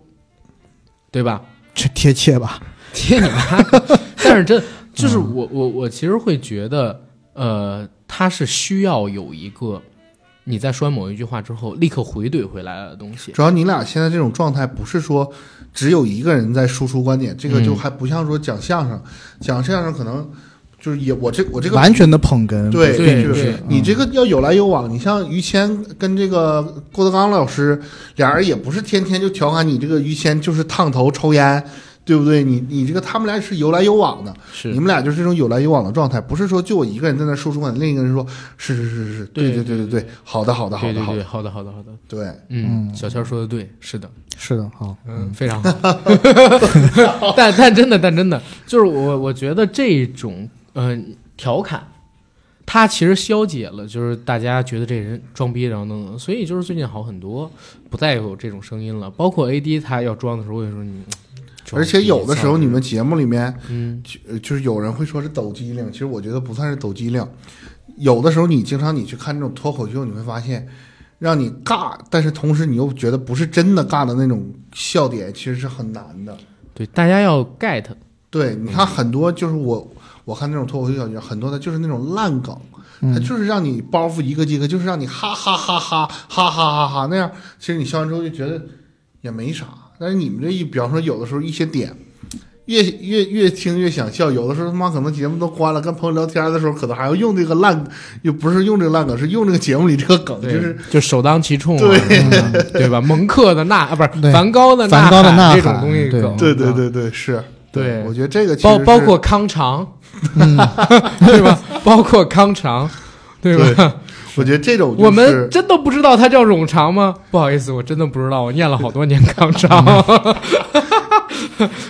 [SPEAKER 3] 对吧？
[SPEAKER 1] 这贴切吧？
[SPEAKER 3] 贴你妈！但是真就是
[SPEAKER 2] 嗯
[SPEAKER 3] 我我我其实会觉得，呃，他是需要有一个你在说完某一句话之后立刻回怼回来的东西，
[SPEAKER 2] 主要你俩现在这种状态，不是说只有一个人在输出观点，这个就
[SPEAKER 3] 嗯
[SPEAKER 2] 还不像说讲相声，讲相声可能就是也我这我这个
[SPEAKER 1] 完全的捧哏。
[SPEAKER 2] 对
[SPEAKER 1] 不
[SPEAKER 3] 对
[SPEAKER 2] 就
[SPEAKER 3] 对
[SPEAKER 2] 是你
[SPEAKER 1] 嗯
[SPEAKER 2] 这个要有来有往。你像于谦跟这个郭德纲老师，俩人也不是天天就调侃你这个于谦就是烫头抽烟，对不对？你你这个他们俩是有来有往的，
[SPEAKER 3] 是
[SPEAKER 2] 你们俩就是这种有来有往的状态，不是说就我一个人在那输出观点，另一个人说是是是是是，
[SPEAKER 3] 对
[SPEAKER 2] 对
[SPEAKER 3] 对
[SPEAKER 2] 对
[SPEAKER 3] 对
[SPEAKER 2] 对，好的好的好
[SPEAKER 3] 对
[SPEAKER 2] 的
[SPEAKER 3] 对
[SPEAKER 2] 好的
[SPEAKER 3] 对，，好的好的好的，
[SPEAKER 2] 对。
[SPEAKER 3] 嗯，小乔说的对，是的。
[SPEAKER 1] 是的， 好。
[SPEAKER 3] 嗯，非常好。但但真的，但真的，就是我我觉得这种嗯、呃、调侃，它其实消解了，就是大家觉得这人装逼，然后等等，所以就是最近好很多，不再有这种声音了。包括 AD 他要装的时候，我也说你，装
[SPEAKER 2] 而且有的时候
[SPEAKER 3] 逼
[SPEAKER 2] 你们节目里面，
[SPEAKER 3] 嗯
[SPEAKER 2] 就呃就是有人会说是抖机灵，其实我觉得不算是抖机灵。有的时候你经常你去看这种脱口秀，你会发现，让你尬，但是同时你又觉得不是真的尬的那种笑点，其实是很难的。
[SPEAKER 3] 对大家要 get，
[SPEAKER 2] 对，
[SPEAKER 3] 嗯
[SPEAKER 2] 你看很多就是我我看那种脱口秀小剧，很多的就是那种烂梗，
[SPEAKER 3] 嗯
[SPEAKER 2] 它就是让你包袱一个接一个，就是让你哈哈哈哈哈哈哈哈那样。其实你笑完之后就觉得也没啥，但是你们这一，比方说有的时候一些点。越越越听越想笑，有的时候他妈可能节目都关了，跟朋友聊天的时候，可能还要用这个烂，又不是用这个烂梗，是用这个节目里这个梗，就
[SPEAKER 3] 对
[SPEAKER 2] 是
[SPEAKER 3] 就首当其冲、啊，
[SPEAKER 2] 对
[SPEAKER 1] 嗯
[SPEAKER 3] 对对吧？蒙克的呐啊，不是
[SPEAKER 1] 对
[SPEAKER 3] 梵高的
[SPEAKER 1] 梵高的呐
[SPEAKER 3] 呐
[SPEAKER 1] 喊
[SPEAKER 3] 这种东西
[SPEAKER 1] 对
[SPEAKER 3] 梗，
[SPEAKER 2] 对对对对是，
[SPEAKER 3] 对
[SPEAKER 2] 我觉得这个其实
[SPEAKER 3] 包
[SPEAKER 2] 是嗯
[SPEAKER 3] 包括康长， 对吧？包括康长，对吧？
[SPEAKER 2] 我觉得 这种就是
[SPEAKER 3] 我们真的不知道它叫冗长吗？不好意思，我真的不知道，我念了好多年康长，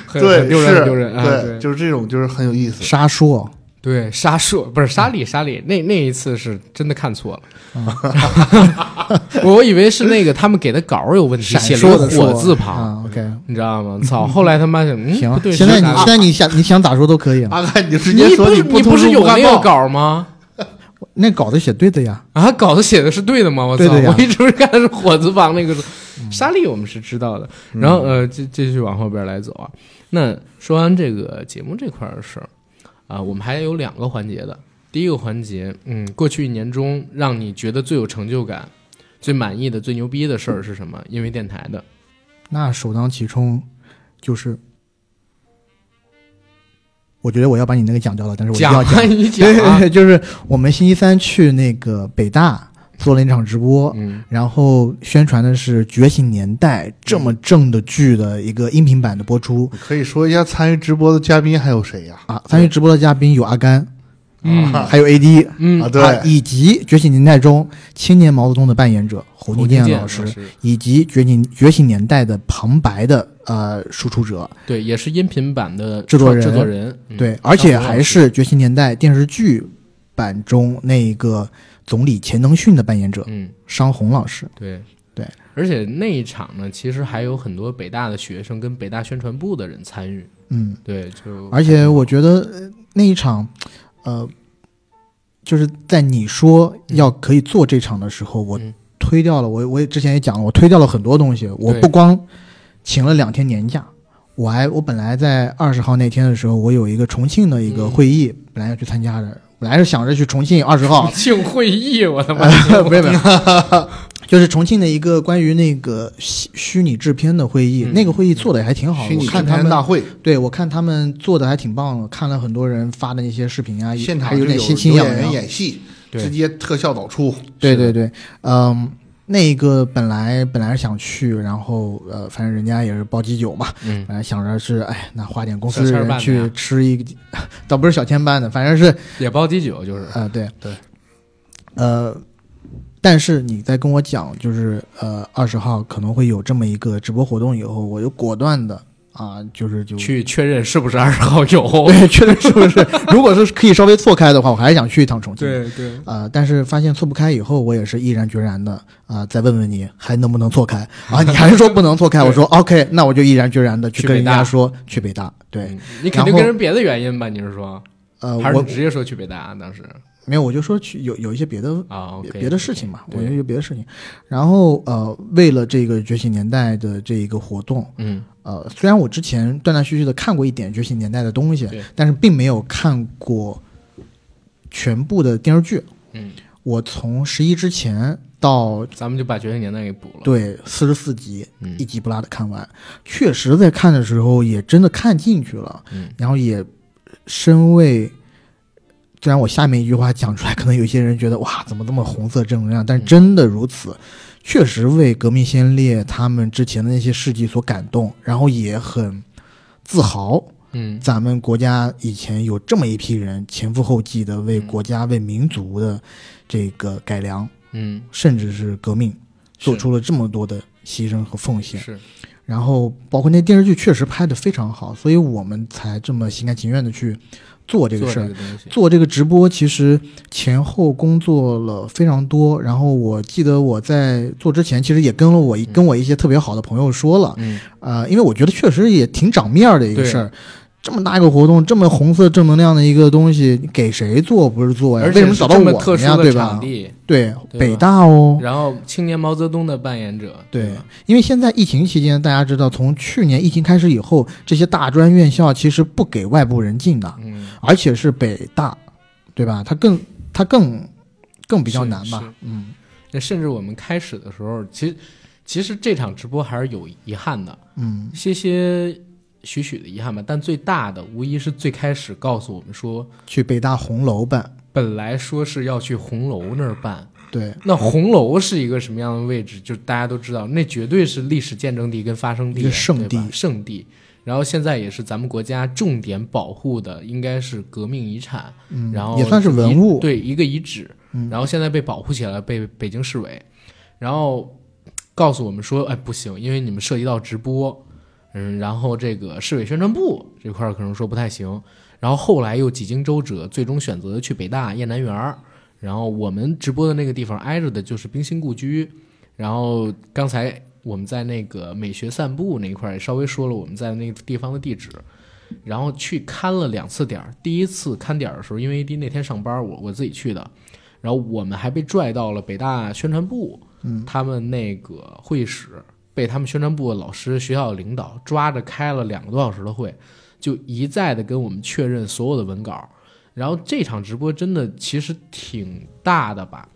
[SPEAKER 3] 很
[SPEAKER 2] 嗯对
[SPEAKER 3] 很丢人，
[SPEAKER 2] 是
[SPEAKER 3] 很丢人啊！对
[SPEAKER 2] 就是这种就是很有意思，
[SPEAKER 1] 沙硕，
[SPEAKER 3] 对，沙硕不是沙里沙里，那那一次是真的看错了， 我以为是那个他们给的稿儿有问题，
[SPEAKER 1] 闪
[SPEAKER 3] 写
[SPEAKER 1] 烁
[SPEAKER 3] 了
[SPEAKER 1] 的
[SPEAKER 3] 个
[SPEAKER 1] 硕
[SPEAKER 3] 火字
[SPEAKER 2] 嗯
[SPEAKER 3] 旁，
[SPEAKER 1] 啊，OK，
[SPEAKER 3] 你知道吗？操！后来他妈想，嗯，
[SPEAKER 1] 行
[SPEAKER 3] 不对，，
[SPEAKER 1] 现在
[SPEAKER 3] 是
[SPEAKER 1] 你
[SPEAKER 3] 沙里
[SPEAKER 1] 现在你想你想咋说都可以啊了。
[SPEAKER 2] 阿甘，你就直接
[SPEAKER 3] 你
[SPEAKER 2] 说
[SPEAKER 3] 不是
[SPEAKER 2] 不
[SPEAKER 3] 不
[SPEAKER 2] 通
[SPEAKER 3] 是
[SPEAKER 2] 知
[SPEAKER 3] 有
[SPEAKER 2] 不
[SPEAKER 3] 那
[SPEAKER 2] 干
[SPEAKER 3] 个
[SPEAKER 2] 报，
[SPEAKER 3] 稿儿吗？
[SPEAKER 1] 那稿子写对的呀，
[SPEAKER 3] 啊，稿子写的是对的吗？我操！
[SPEAKER 1] 对的呀嗯
[SPEAKER 3] 我一直看的是火字旁那个字，沙粒我们是知道的。然后呃，继继续往后边来走啊。那说完这个节目这块儿的事儿啊，我们还有两个环节的。第第一个环节，嗯，过去一年中让你觉得最有成就感、最满意的、最牛逼的事儿是什么？因为电台的，
[SPEAKER 1] 那首当其冲就是，我觉得我要把你那个讲掉了，但是我一定
[SPEAKER 3] 讲
[SPEAKER 1] 要
[SPEAKER 3] 啊，
[SPEAKER 1] 讲。
[SPEAKER 3] 你讲
[SPEAKER 1] 对对
[SPEAKER 3] 啊，
[SPEAKER 1] 对，就是我们星期三去那个北大做了一场直播，
[SPEAKER 3] 嗯，
[SPEAKER 1] 然后宣传的是《觉醒年代》这么正的剧的一个音频版的播出
[SPEAKER 2] 可以说一下参与直播的嘉宾还有谁呀、
[SPEAKER 1] 啊。参与直播的嘉宾有阿甘，
[SPEAKER 3] 嗯
[SPEAKER 2] 啊
[SPEAKER 1] 还有 AD，
[SPEAKER 3] 嗯
[SPEAKER 2] 啊，对
[SPEAKER 1] 啊以及《觉醒年代》中青年毛泽东的扮演者侯
[SPEAKER 3] 胡
[SPEAKER 1] 宁
[SPEAKER 3] 建
[SPEAKER 1] 健
[SPEAKER 3] 健
[SPEAKER 1] 老师，，以及《觉醒觉醒年代》的旁白的呃输出者，
[SPEAKER 3] 对，也是音频版的
[SPEAKER 1] 制作
[SPEAKER 3] 创制
[SPEAKER 1] 人
[SPEAKER 3] 作人，嗯
[SPEAKER 1] 对，而且还是《觉醒年代》电视剧版中那个总理钱能训的扮演者
[SPEAKER 3] 嗯，
[SPEAKER 1] 商红老师。
[SPEAKER 3] 对
[SPEAKER 1] 对，
[SPEAKER 3] 而且那一场呢，其实还有很多北大的学生跟北大宣传部的人参与，
[SPEAKER 1] 嗯，
[SPEAKER 3] 对，就
[SPEAKER 1] 而且我觉得呃那一场，呃，就是在你说要可以做这场的时候，我
[SPEAKER 3] 嗯
[SPEAKER 1] 推掉了，我我也之前也讲了，我推掉了很多东西。我不光请了两天年假，我还我本来在二十号那天的时候，我有一个重庆的一个
[SPEAKER 3] 嗯，
[SPEAKER 1] 会议，本来要去参加的，本来是想着去重庆二十号
[SPEAKER 3] 庆会议，我他妈
[SPEAKER 1] 呃，没有没有， 就是重庆的一个关于那个虚虚拟制片的会议，
[SPEAKER 3] 嗯
[SPEAKER 1] 那个会议做的也还挺好的，
[SPEAKER 2] 虚拟
[SPEAKER 1] 我
[SPEAKER 2] 制
[SPEAKER 1] 看他
[SPEAKER 2] 片
[SPEAKER 1] 们
[SPEAKER 2] 大会，
[SPEAKER 1] 对，我看他们做的还挺棒的，看了很多人发的那些视
[SPEAKER 3] 哎
[SPEAKER 1] 频啊，也
[SPEAKER 2] 现
[SPEAKER 1] 还
[SPEAKER 2] 场
[SPEAKER 1] 有
[SPEAKER 2] 就
[SPEAKER 1] 点
[SPEAKER 2] 有
[SPEAKER 1] 新新
[SPEAKER 2] 有
[SPEAKER 1] 痒
[SPEAKER 2] 演员
[SPEAKER 1] 痒。
[SPEAKER 2] 演戏，
[SPEAKER 3] 对
[SPEAKER 2] 直接特效导出。
[SPEAKER 1] 对
[SPEAKER 3] 是的
[SPEAKER 1] 对对，嗯，那个本来本来是想去，然后呃，反正人家也是包机酒嘛，
[SPEAKER 3] 嗯，
[SPEAKER 1] 本来想着是哎，那花点公
[SPEAKER 3] 小
[SPEAKER 1] 司
[SPEAKER 3] 千儿
[SPEAKER 1] 人
[SPEAKER 3] 办的
[SPEAKER 1] 去
[SPEAKER 3] 呀
[SPEAKER 1] 吃一 个，倒不是小千办的，反正是
[SPEAKER 3] 也包机酒，就是
[SPEAKER 1] 呃对
[SPEAKER 2] 对，
[SPEAKER 1] 呃。但是你在跟我讲，就是呃二十号可能会有这么一个直播活动以后，我就果断的啊，就是就
[SPEAKER 3] 去确认是不是二十号有，
[SPEAKER 1] 对， 确实是不是？如果是可以稍微错开的话，我还是想去一趟重庆。，
[SPEAKER 3] 对，
[SPEAKER 1] 呃，但是发现错不开以后，我也是毅然决然的啊、再问问你还能不能错开啊？你还是说不能 错开？我说 OK，那我就毅然决然的去
[SPEAKER 3] 去
[SPEAKER 1] 跟
[SPEAKER 3] 北
[SPEAKER 1] 人
[SPEAKER 3] 大
[SPEAKER 1] 家说去北大。对，
[SPEAKER 3] 嗯，你肯
[SPEAKER 1] 然
[SPEAKER 3] 定
[SPEAKER 1] 后
[SPEAKER 3] 跟人别的原因吧？你是说，
[SPEAKER 1] 呃，
[SPEAKER 3] 嗯还是
[SPEAKER 1] 我
[SPEAKER 3] 你直接说去北大？啊当时
[SPEAKER 1] 没有，我就说去有有一些别的
[SPEAKER 3] 啊，OK，
[SPEAKER 1] 别的事情嘛，我
[SPEAKER 3] 对
[SPEAKER 1] 觉得有别的事情。然后呃，为了这个觉醒年代的这一个活动，
[SPEAKER 3] 嗯，
[SPEAKER 1] 呃，虽然我之前断断续续的看过一点《觉醒年代》的东西
[SPEAKER 3] 对，
[SPEAKER 1] 但是并没有看过全部的电视剧。
[SPEAKER 3] 嗯，
[SPEAKER 1] 我从十一之前到
[SPEAKER 3] 咱们就把《觉醒年代》给补了。
[SPEAKER 1] 对四十四集，
[SPEAKER 3] 嗯
[SPEAKER 1] 一集不落的看完，确实在看的时候也真的看进去了，
[SPEAKER 3] 嗯
[SPEAKER 1] 然后也身为。虽然我下面一句话讲出来，可能有些人觉得哇，怎么这么红色正能量？但
[SPEAKER 3] 嗯
[SPEAKER 1] 真的如此，确实为革命先烈他们之前的那些事迹所感动，然后也很自豪。
[SPEAKER 3] 嗯
[SPEAKER 1] 咱们国家以前有这么一批人前赴后继的为国家、为民族的这个改良，
[SPEAKER 3] 嗯，
[SPEAKER 1] 甚至是革命，
[SPEAKER 3] 是
[SPEAKER 1] 做出了这么多的牺牲和奉献。
[SPEAKER 3] 是
[SPEAKER 1] 然后包括那电视剧确实拍得非常好，所以我们才这么心甘情愿的去做这个
[SPEAKER 3] 做
[SPEAKER 1] 事
[SPEAKER 3] 这
[SPEAKER 1] 儿
[SPEAKER 3] 个。东西，
[SPEAKER 1] 做这个直播其实前后工作了非常多，然后我记得我在做之前，其实也跟了我一跟我一些特别好的朋友说了，
[SPEAKER 3] 嗯，
[SPEAKER 1] 呃，因为我觉得确实也挺长面儿的一个
[SPEAKER 3] 对
[SPEAKER 1] 事儿。这么大一个活动，这么红色正能量的一个东西，给谁做不是做呀？
[SPEAKER 3] 而
[SPEAKER 1] 为
[SPEAKER 3] 且
[SPEAKER 1] 什么
[SPEAKER 3] 是
[SPEAKER 1] 找到
[SPEAKER 3] 这
[SPEAKER 1] 我
[SPEAKER 3] 么特
[SPEAKER 1] 们呀？
[SPEAKER 3] 殊的
[SPEAKER 1] 对
[SPEAKER 3] 场
[SPEAKER 1] 吧？
[SPEAKER 3] 地，
[SPEAKER 1] 对，
[SPEAKER 3] 对吧
[SPEAKER 1] 北大哦，
[SPEAKER 3] 然后青年毛泽东的扮演者，
[SPEAKER 1] 对
[SPEAKER 3] 吧，
[SPEAKER 1] 因为现在疫情期间，大家知道，从去年疫情开始以后，这些大专院校其实不给外部人进的，
[SPEAKER 3] 嗯，
[SPEAKER 1] 而且是北大，对吧？它更它更更比较
[SPEAKER 3] 是
[SPEAKER 1] 难
[SPEAKER 3] 是
[SPEAKER 1] 吧？嗯
[SPEAKER 3] 那甚至我们开始的时候，其实其实这场直播还是有遗憾的，
[SPEAKER 1] 嗯，
[SPEAKER 3] 些些许许的遗憾吧。但最大的无疑是最开始告诉我们说，
[SPEAKER 1] 去北大红楼办，
[SPEAKER 3] 本来说是要去红楼那儿办，
[SPEAKER 1] 对
[SPEAKER 3] 那红楼是一个什么样的位置？就大家都知道，那绝对是历史见证地跟发生地，
[SPEAKER 1] 一个圣地
[SPEAKER 3] 对吧圣地。然后现在也是咱们国家重点保护的，应该是革命遗产，
[SPEAKER 1] 嗯
[SPEAKER 3] 然后
[SPEAKER 1] 也算是文
[SPEAKER 3] 一
[SPEAKER 1] 物，
[SPEAKER 3] 对一个遗址。
[SPEAKER 1] 嗯
[SPEAKER 3] 然后现在被保护起来，被北京市委，然后告诉我们说，哎，不行，因为你们涉及到直播，嗯，然后这个市委宣传部这块儿可能说不太行，然后后来又几经周折，最终选择去北大雁南园儿，然后我们直播的那个地方挨着的就是冰心故居，然后刚才我们在那个美学散步那一块儿也稍微说了我们在那个地方的地址。然后去看了两次点儿，第一次看点儿的时候，因为 AD 那天上班儿，我我自己去的，然后我们还被拽到了北大宣传部，
[SPEAKER 1] 嗯
[SPEAKER 3] 他们那个会议室被他们宣传部的老师、学校的领导抓着开了两个多小时的会，就一再的跟我们确认所有的文稿，然后这场直播真的其实挺大的吧，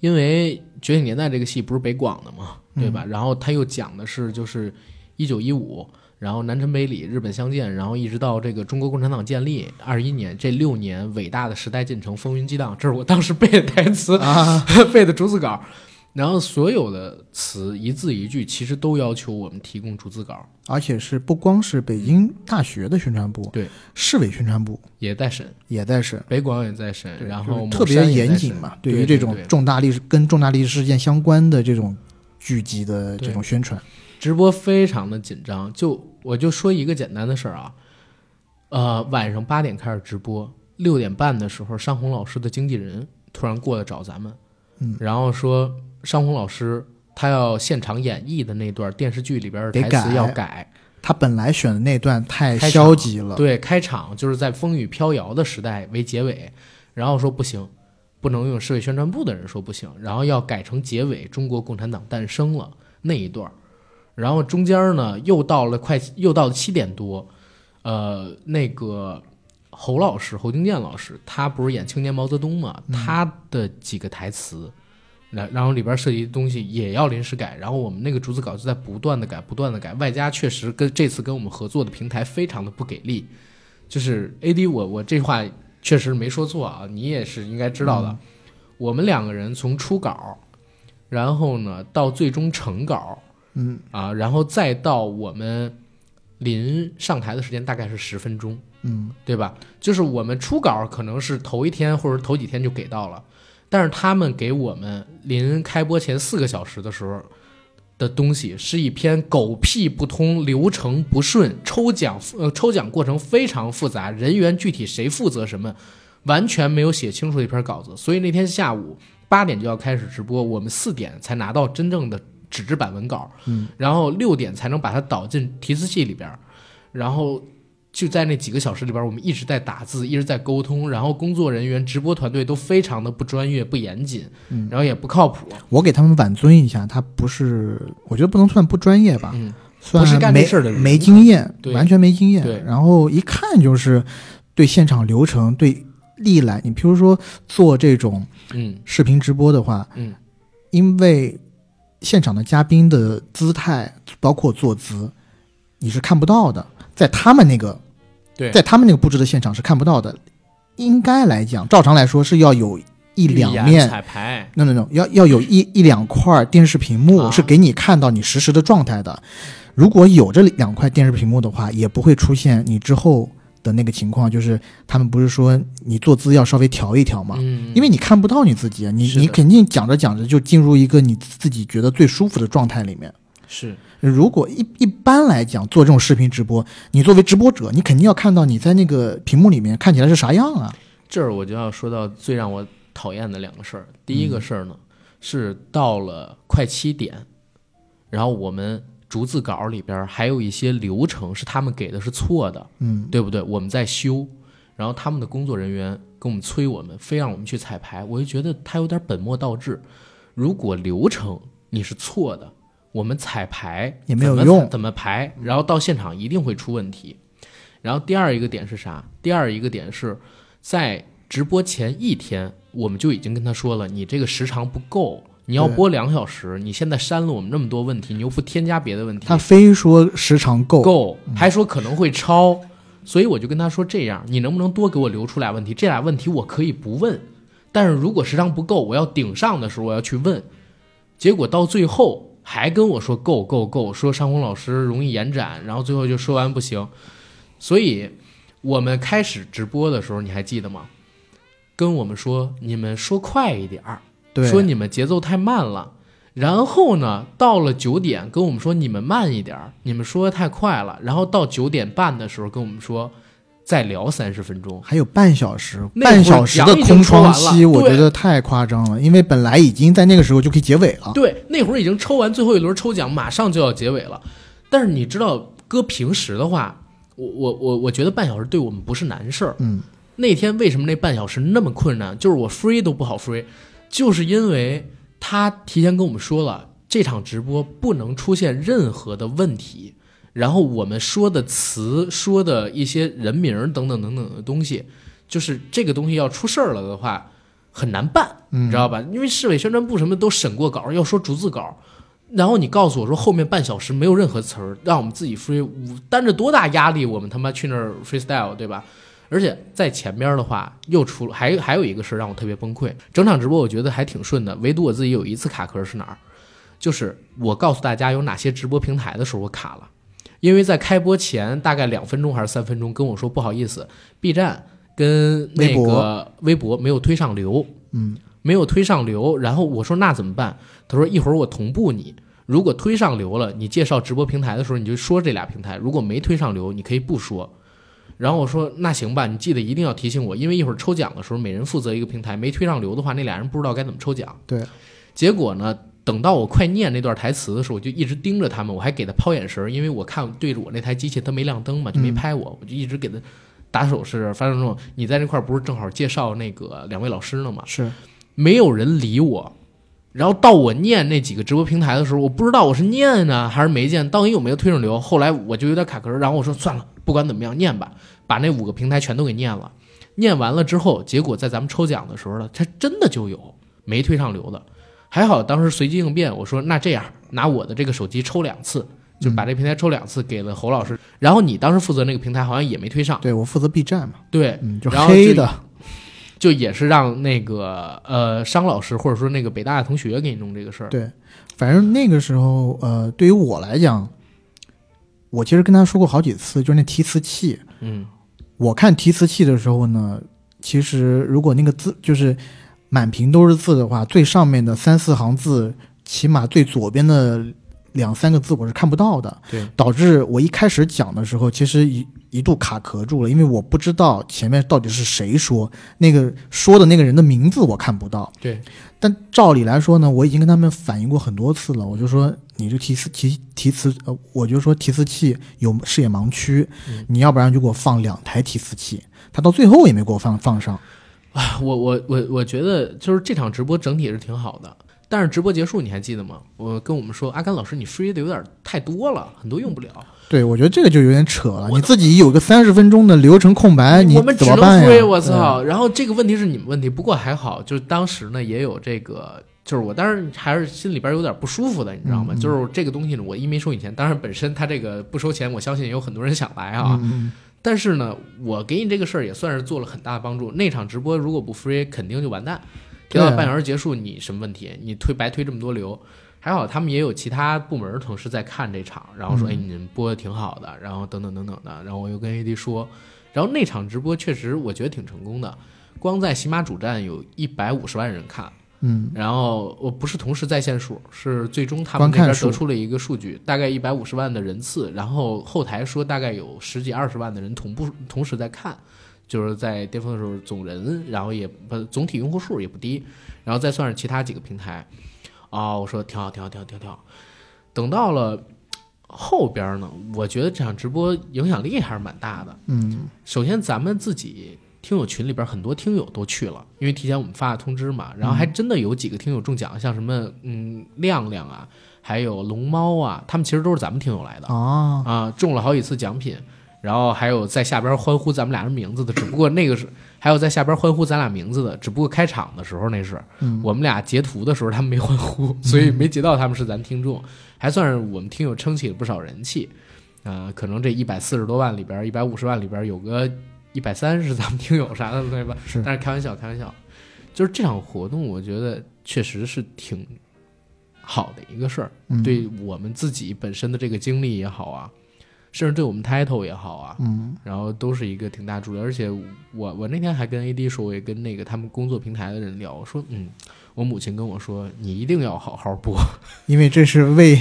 [SPEAKER 3] 因为《觉醒年代》这个戏不是北广的嘛，对吧？然后他又讲的是就是一九一五，然后南陈北李日本相见，然后一直到这个中国共产党建立二十一年这六年伟大的时代进程风云激荡，这是我当时背的台词，
[SPEAKER 1] 啊
[SPEAKER 3] 背的逐字稿。然后所有的词一字一句，其实都要求我们提供逐字稿，
[SPEAKER 1] 而且是不光是北京大学的宣传部，
[SPEAKER 3] 对，
[SPEAKER 1] 市委宣传部
[SPEAKER 3] 也在审，
[SPEAKER 1] 也在审，
[SPEAKER 3] 北广也在审，
[SPEAKER 1] 对
[SPEAKER 3] 然
[SPEAKER 1] 就是
[SPEAKER 3] 后
[SPEAKER 1] 特
[SPEAKER 3] 某
[SPEAKER 1] 别
[SPEAKER 3] 山也在
[SPEAKER 1] 严谨
[SPEAKER 3] 审
[SPEAKER 1] 嘛，
[SPEAKER 3] 对
[SPEAKER 1] 于这种
[SPEAKER 3] 对对
[SPEAKER 1] 重大历史跟重大历史事件相关的这种剧集的这
[SPEAKER 3] 对
[SPEAKER 1] 种宣传，
[SPEAKER 3] 直播非常的紧张，就我就说一个简单的事儿啊，呃，晚上八点开始直播，六点半的时候，尚红老师的经纪人突然过来找咱们，
[SPEAKER 1] 嗯，
[SPEAKER 3] 然后说尚红老师他要现场演绎的那段电视剧里边的
[SPEAKER 1] 得
[SPEAKER 3] 台词
[SPEAKER 1] 改
[SPEAKER 3] 要改，
[SPEAKER 1] 他本来选的那段太
[SPEAKER 3] 开场
[SPEAKER 1] 消极了，
[SPEAKER 3] 对，开场就是在风雨飘摇的时代为结尾，然后说不行，不能用市委宣传部的人说不行，然后要改成结尾中国共产党诞生了那一段儿，然后中间儿呢又到了快又到了七点多，呃，那个侯老师侯京建老师他不是演青年毛泽东嘛，他的几个台词。然然后里边涉及的东西也要临时改，然后我们那个逐字稿就在不断的改，不断的改，外加确实跟这次跟我们合作的平台非常的不给力，就是 AD 我我这话确实没说错啊，你也是应该知道的，
[SPEAKER 1] 嗯
[SPEAKER 3] 我们两个人从初稿，然后呢到最终成稿
[SPEAKER 1] 嗯
[SPEAKER 3] 啊，然后再到我们临上台的时间大概是十分钟，
[SPEAKER 1] 嗯，
[SPEAKER 3] 对吧？就是我们初稿可能是头一天或者头几天就给到了，但是他们给我们临开播前四个小时的时候的东西是一篇狗屁不通、流程不顺、抽奖呃抽奖过程非常复杂、人员具体谁负责什么，完全没有写清楚的一篇稿子。所以那天下午八点就要开始直播，我们四点才拿到真正的纸质版文稿，
[SPEAKER 1] 嗯，
[SPEAKER 3] 然后六点才能把它导进提词器里边儿，然后就在那几个小时里边，我们一直在打字，一直在沟通，然后工作人员、直播团队都非常的不专业、不严谨，
[SPEAKER 1] 嗯
[SPEAKER 3] 然后也不靠谱，
[SPEAKER 1] 我给他们挽尊一下，他不是，我觉得不能算不专业吧，
[SPEAKER 3] 嗯，
[SPEAKER 1] 算
[SPEAKER 3] 不是干这
[SPEAKER 1] 没
[SPEAKER 3] 事儿的人
[SPEAKER 1] 没经验，
[SPEAKER 3] 对
[SPEAKER 1] 完全没经验。
[SPEAKER 3] 对
[SPEAKER 1] 然后一看就是对现场流程、对历来，你譬如说做这种
[SPEAKER 3] 嗯
[SPEAKER 1] 视频直播的话，
[SPEAKER 3] 嗯，
[SPEAKER 1] 因为现场的嘉宾的姿态，包括坐姿，你是看不到的，在他们那个
[SPEAKER 3] 对
[SPEAKER 1] 在他们那个布置的现场是看不到的。应该来讲，照常来说是要有一两面
[SPEAKER 3] 彩排，
[SPEAKER 1] no no no，要要有一一两块电视屏幕
[SPEAKER 3] 啊
[SPEAKER 1] 是给你看到你实时的状态的。如果有这两块电视屏幕的话，也不会出现你之后的那个情况，就是他们不是说你坐姿要稍微调一调嘛，
[SPEAKER 3] 嗯，
[SPEAKER 1] 因为你看不到你自己，啊你
[SPEAKER 3] 是的
[SPEAKER 1] 你肯定讲着讲着就进入一个你自己觉得最舒服的状态里面。
[SPEAKER 3] 是
[SPEAKER 1] 如果一一般来讲做这种视频直播，你作为直播者，你肯定要看到你在那个屏幕里面看起来是啥样啊。
[SPEAKER 3] 这儿我就要说到最让我讨厌的两个事儿。第一
[SPEAKER 1] 嗯
[SPEAKER 3] 个事儿呢，是到了快七点，然后我们逐字稿里边儿还有一些流程是他们给的是错的，
[SPEAKER 1] 嗯，
[SPEAKER 3] 对不对？我们在修，然后他们的工作人员跟我们催我们，非让我们去彩排，我就觉得他有点本末倒置。如果流程你是错的，我们彩排
[SPEAKER 1] 也没有
[SPEAKER 3] 怎么
[SPEAKER 1] 用
[SPEAKER 3] 怎么排，然后到现场一定会出问题。然后第二一个点是啥？第二一个点是在直播前一天，我们就已经跟他说了，你这个时长不够。你要
[SPEAKER 1] 对
[SPEAKER 3] 播两小时，你现在删了我们那么多问题，你又不添加别的问题，
[SPEAKER 1] 他非说时长够，
[SPEAKER 3] 够，还说可能会超，所以我就跟他说这样，你能不能多给我留出俩问题？这俩问题我可以不问，但是如果时长不够，我要顶上的时候我要去问。结果到最后还跟我说够够够，说尚红老师容易延展，然后最后就说完不行。所以我们开始直播的时候，你还记得吗？跟我们说你们说快一点儿，
[SPEAKER 1] 对，
[SPEAKER 3] 说你们节奏太慢了。然后呢，到了九点跟我们说你们慢一点儿，你们说的太快了。然后到九点半的时候跟我们说再聊三十分钟。
[SPEAKER 1] 还有半小时，
[SPEAKER 3] 那会儿
[SPEAKER 1] 半小时的空窗期，
[SPEAKER 3] 杨已经说完了
[SPEAKER 1] 我觉得太夸张了，因为本来已经在那个时候就可以结尾了。
[SPEAKER 3] 对，那会儿已经抽完最后一轮抽奖，马上就要结尾了。但是你知道，搁平时的话，我我我我觉得半小时对我们不是难事儿。
[SPEAKER 1] 嗯，
[SPEAKER 3] 那天为什么那半小时那么困难？就是我 free 都不好 free，就是因为他提前跟我们说了，这场直播不能出现任何的问题，然后我们说的词、说的一些人名儿等等等等的东西，就是这个东西要出事儿了的话，很难办，
[SPEAKER 1] 嗯
[SPEAKER 3] 你知道吧？因为市委宣传部什么都审过稿，要说逐字稿，然后你告诉我说后面半小时没有任何词儿，让我们自己 free，我担着多大压力，我们他妈去那儿 freestyle，对吧？而且在前边的话，又出还还有一个事儿让我特别崩溃。整场直播我觉得还挺顺的，唯独我自己有一次卡壳是哪儿？就是我告诉大家有哪些直播平台的时候我卡了，因为在开播前大概两分钟还是三分钟跟我说不好意思，B 站跟那
[SPEAKER 1] 微博
[SPEAKER 3] 个微博没有推上流，
[SPEAKER 1] 嗯，
[SPEAKER 3] 没有推上流。然后我说那怎么办？他说一会儿我同步你。如果推上流了，你介绍直播平台的时候你就说这俩平台；如果没推上流，你可以不说。然后我说那行吧，你记得一定要提醒我，因为一会儿抽奖的时候每人负责一个平台，没推上流的话，那俩人不知道该怎么抽奖。
[SPEAKER 1] 对，
[SPEAKER 3] 结果呢，等到我快念那段台词的时候，我就一直盯着他们，我还给他抛眼神儿，因为我看对着我那台机器它没亮灯嘛，就没拍我，我就一直给他打手势，发生这种你在那块儿不是正好介绍那个两位老师呢嘛，
[SPEAKER 1] 是
[SPEAKER 3] 没有人理我。然后到我念那几个直播平台的时候，我不知道我是念呢还是没念，到底有没有推上流。后来我就有点卡壳，然后我说算了，不管怎么样念吧，把那五个平台全都给念了。念完了之后，结果在咱们抽奖的时候呢，它真的就有没推上流的。还好当时随机应变，我说那这样拿我的这个手机抽两次，就把这平台抽两次给了侯老师。然后你当时负责那个平台好像也没推上，
[SPEAKER 1] 对我负责 B 站嘛，
[SPEAKER 3] 对，
[SPEAKER 1] 嗯，就
[SPEAKER 3] 然后
[SPEAKER 1] 黑
[SPEAKER 3] 就
[SPEAKER 1] 的，
[SPEAKER 3] 就也是让那个呃商老师或者说那个北大的同学给你弄这个事儿。
[SPEAKER 1] 对，反正那个时候，呃，对于我来讲，我其实跟他说过好几次，就是那提词器。
[SPEAKER 3] 嗯
[SPEAKER 1] 我看提词器的时候呢，其实如果那个字就是满屏都是字的话，最上面的三四行字，起码最左边的两三个字我是看不到的，
[SPEAKER 3] 对，
[SPEAKER 1] 导致我一开始讲的时候，其实一一度卡壳住了，因为我不知道前面到底是谁说，那个说的那个人的名字我看不到。
[SPEAKER 3] 对，
[SPEAKER 1] 但照理来说呢，我已经跟他们反映过很多次了，我就说你这提词提提词，呃，我就说提词器有视野盲区，
[SPEAKER 3] 嗯
[SPEAKER 1] 你要不然就给我放两台提词器，他到最后也没给我放放上。
[SPEAKER 3] 啊，我我我我觉得就是这场直播整体是挺好的，但是直播结束你还记得吗？我跟我们说，阿甘老师你 free 的有点太多了，很多用不了，
[SPEAKER 1] 对，我觉得这个就有点扯了，
[SPEAKER 3] 我
[SPEAKER 1] 你自己有个三十分钟的流程空白，哎你
[SPEAKER 3] 我们
[SPEAKER 1] 怎
[SPEAKER 3] 只
[SPEAKER 1] 么
[SPEAKER 3] 能
[SPEAKER 1] 办呀？嗯
[SPEAKER 3] free，我操！然后这个问题是你们问题，不过还好，就是当时呢也有这个。就是我当时还是心里边有点不舒服的，你知道吗？
[SPEAKER 1] 嗯嗯
[SPEAKER 3] 就是这个东西呢，我一没收你钱，当然本身他这个不收钱，我相信也有很多人想来啊。
[SPEAKER 1] 嗯嗯
[SPEAKER 3] 但是呢，我给你这个事儿也算是做了很大的帮助。那场直播如果不 free，肯定就完蛋。
[SPEAKER 1] 对
[SPEAKER 3] 提
[SPEAKER 1] 啊
[SPEAKER 3] 到半小时结束，你什么问题？你推白推这么多流，还好他们也有其他部门儿同事在看这场，然后说：“
[SPEAKER 1] 嗯
[SPEAKER 3] 哎，你们播的挺好的。”然后等等等等的，然后我又跟 AD 说，然后那场直播确实我觉得挺成功的，光在喜马主站有一百五十万人看，
[SPEAKER 1] 嗯，
[SPEAKER 3] 然后我不是同时在线数，是最终他们
[SPEAKER 1] 观
[SPEAKER 3] 那边
[SPEAKER 1] 看数
[SPEAKER 3] 得出了一个数据，大概一百五十万的人次，然后后台说大概有十几二十万的人同步同时在看，就是在巅峰的时候总人，然后也不总体用户数也不低，然后再算上其他几个平台，啊、我说挺好，挺好，挺好，挺好挺好。等到了后边呢，我觉得这场直播影响力还是蛮大的，
[SPEAKER 1] 嗯，
[SPEAKER 3] 首先咱们自己听友群里边很多听友都去了，因为提前我们发了通知嘛，然后还真的有几个听友中奖，像什么嗯亮亮啊，还有龙猫啊，他们其实都是咱们听友来的
[SPEAKER 1] 啊，
[SPEAKER 3] 啊，中了好几次奖品。然后还有在下边欢呼咱们俩人名字的，只不过那个是还有在下边欢呼咱俩名字的，只不过开场的时候那是
[SPEAKER 1] 嗯
[SPEAKER 3] 我们俩截图的时候他们没欢呼，所以没截到他们是咱听众，还算是我们听友撑起了不少人气。啊、可能这一百四十多万里边，一百五十万里边有个一百三是咱们听友啥的，对吧？
[SPEAKER 1] 是
[SPEAKER 3] 但是开玩笑，开玩笑，就是这场活动，我觉得确实是挺好的一个事儿，
[SPEAKER 1] 嗯，
[SPEAKER 3] 对我们自己本身的这个经历也好啊，甚至对我们 title 也好啊，
[SPEAKER 1] 嗯，
[SPEAKER 3] 然后都是一个挺大助力。而且我我那天还跟 AD 说，我也跟那个他们工作平台的人聊，我说嗯，我母亲跟我说，你一定要好好播，
[SPEAKER 1] 因为这是为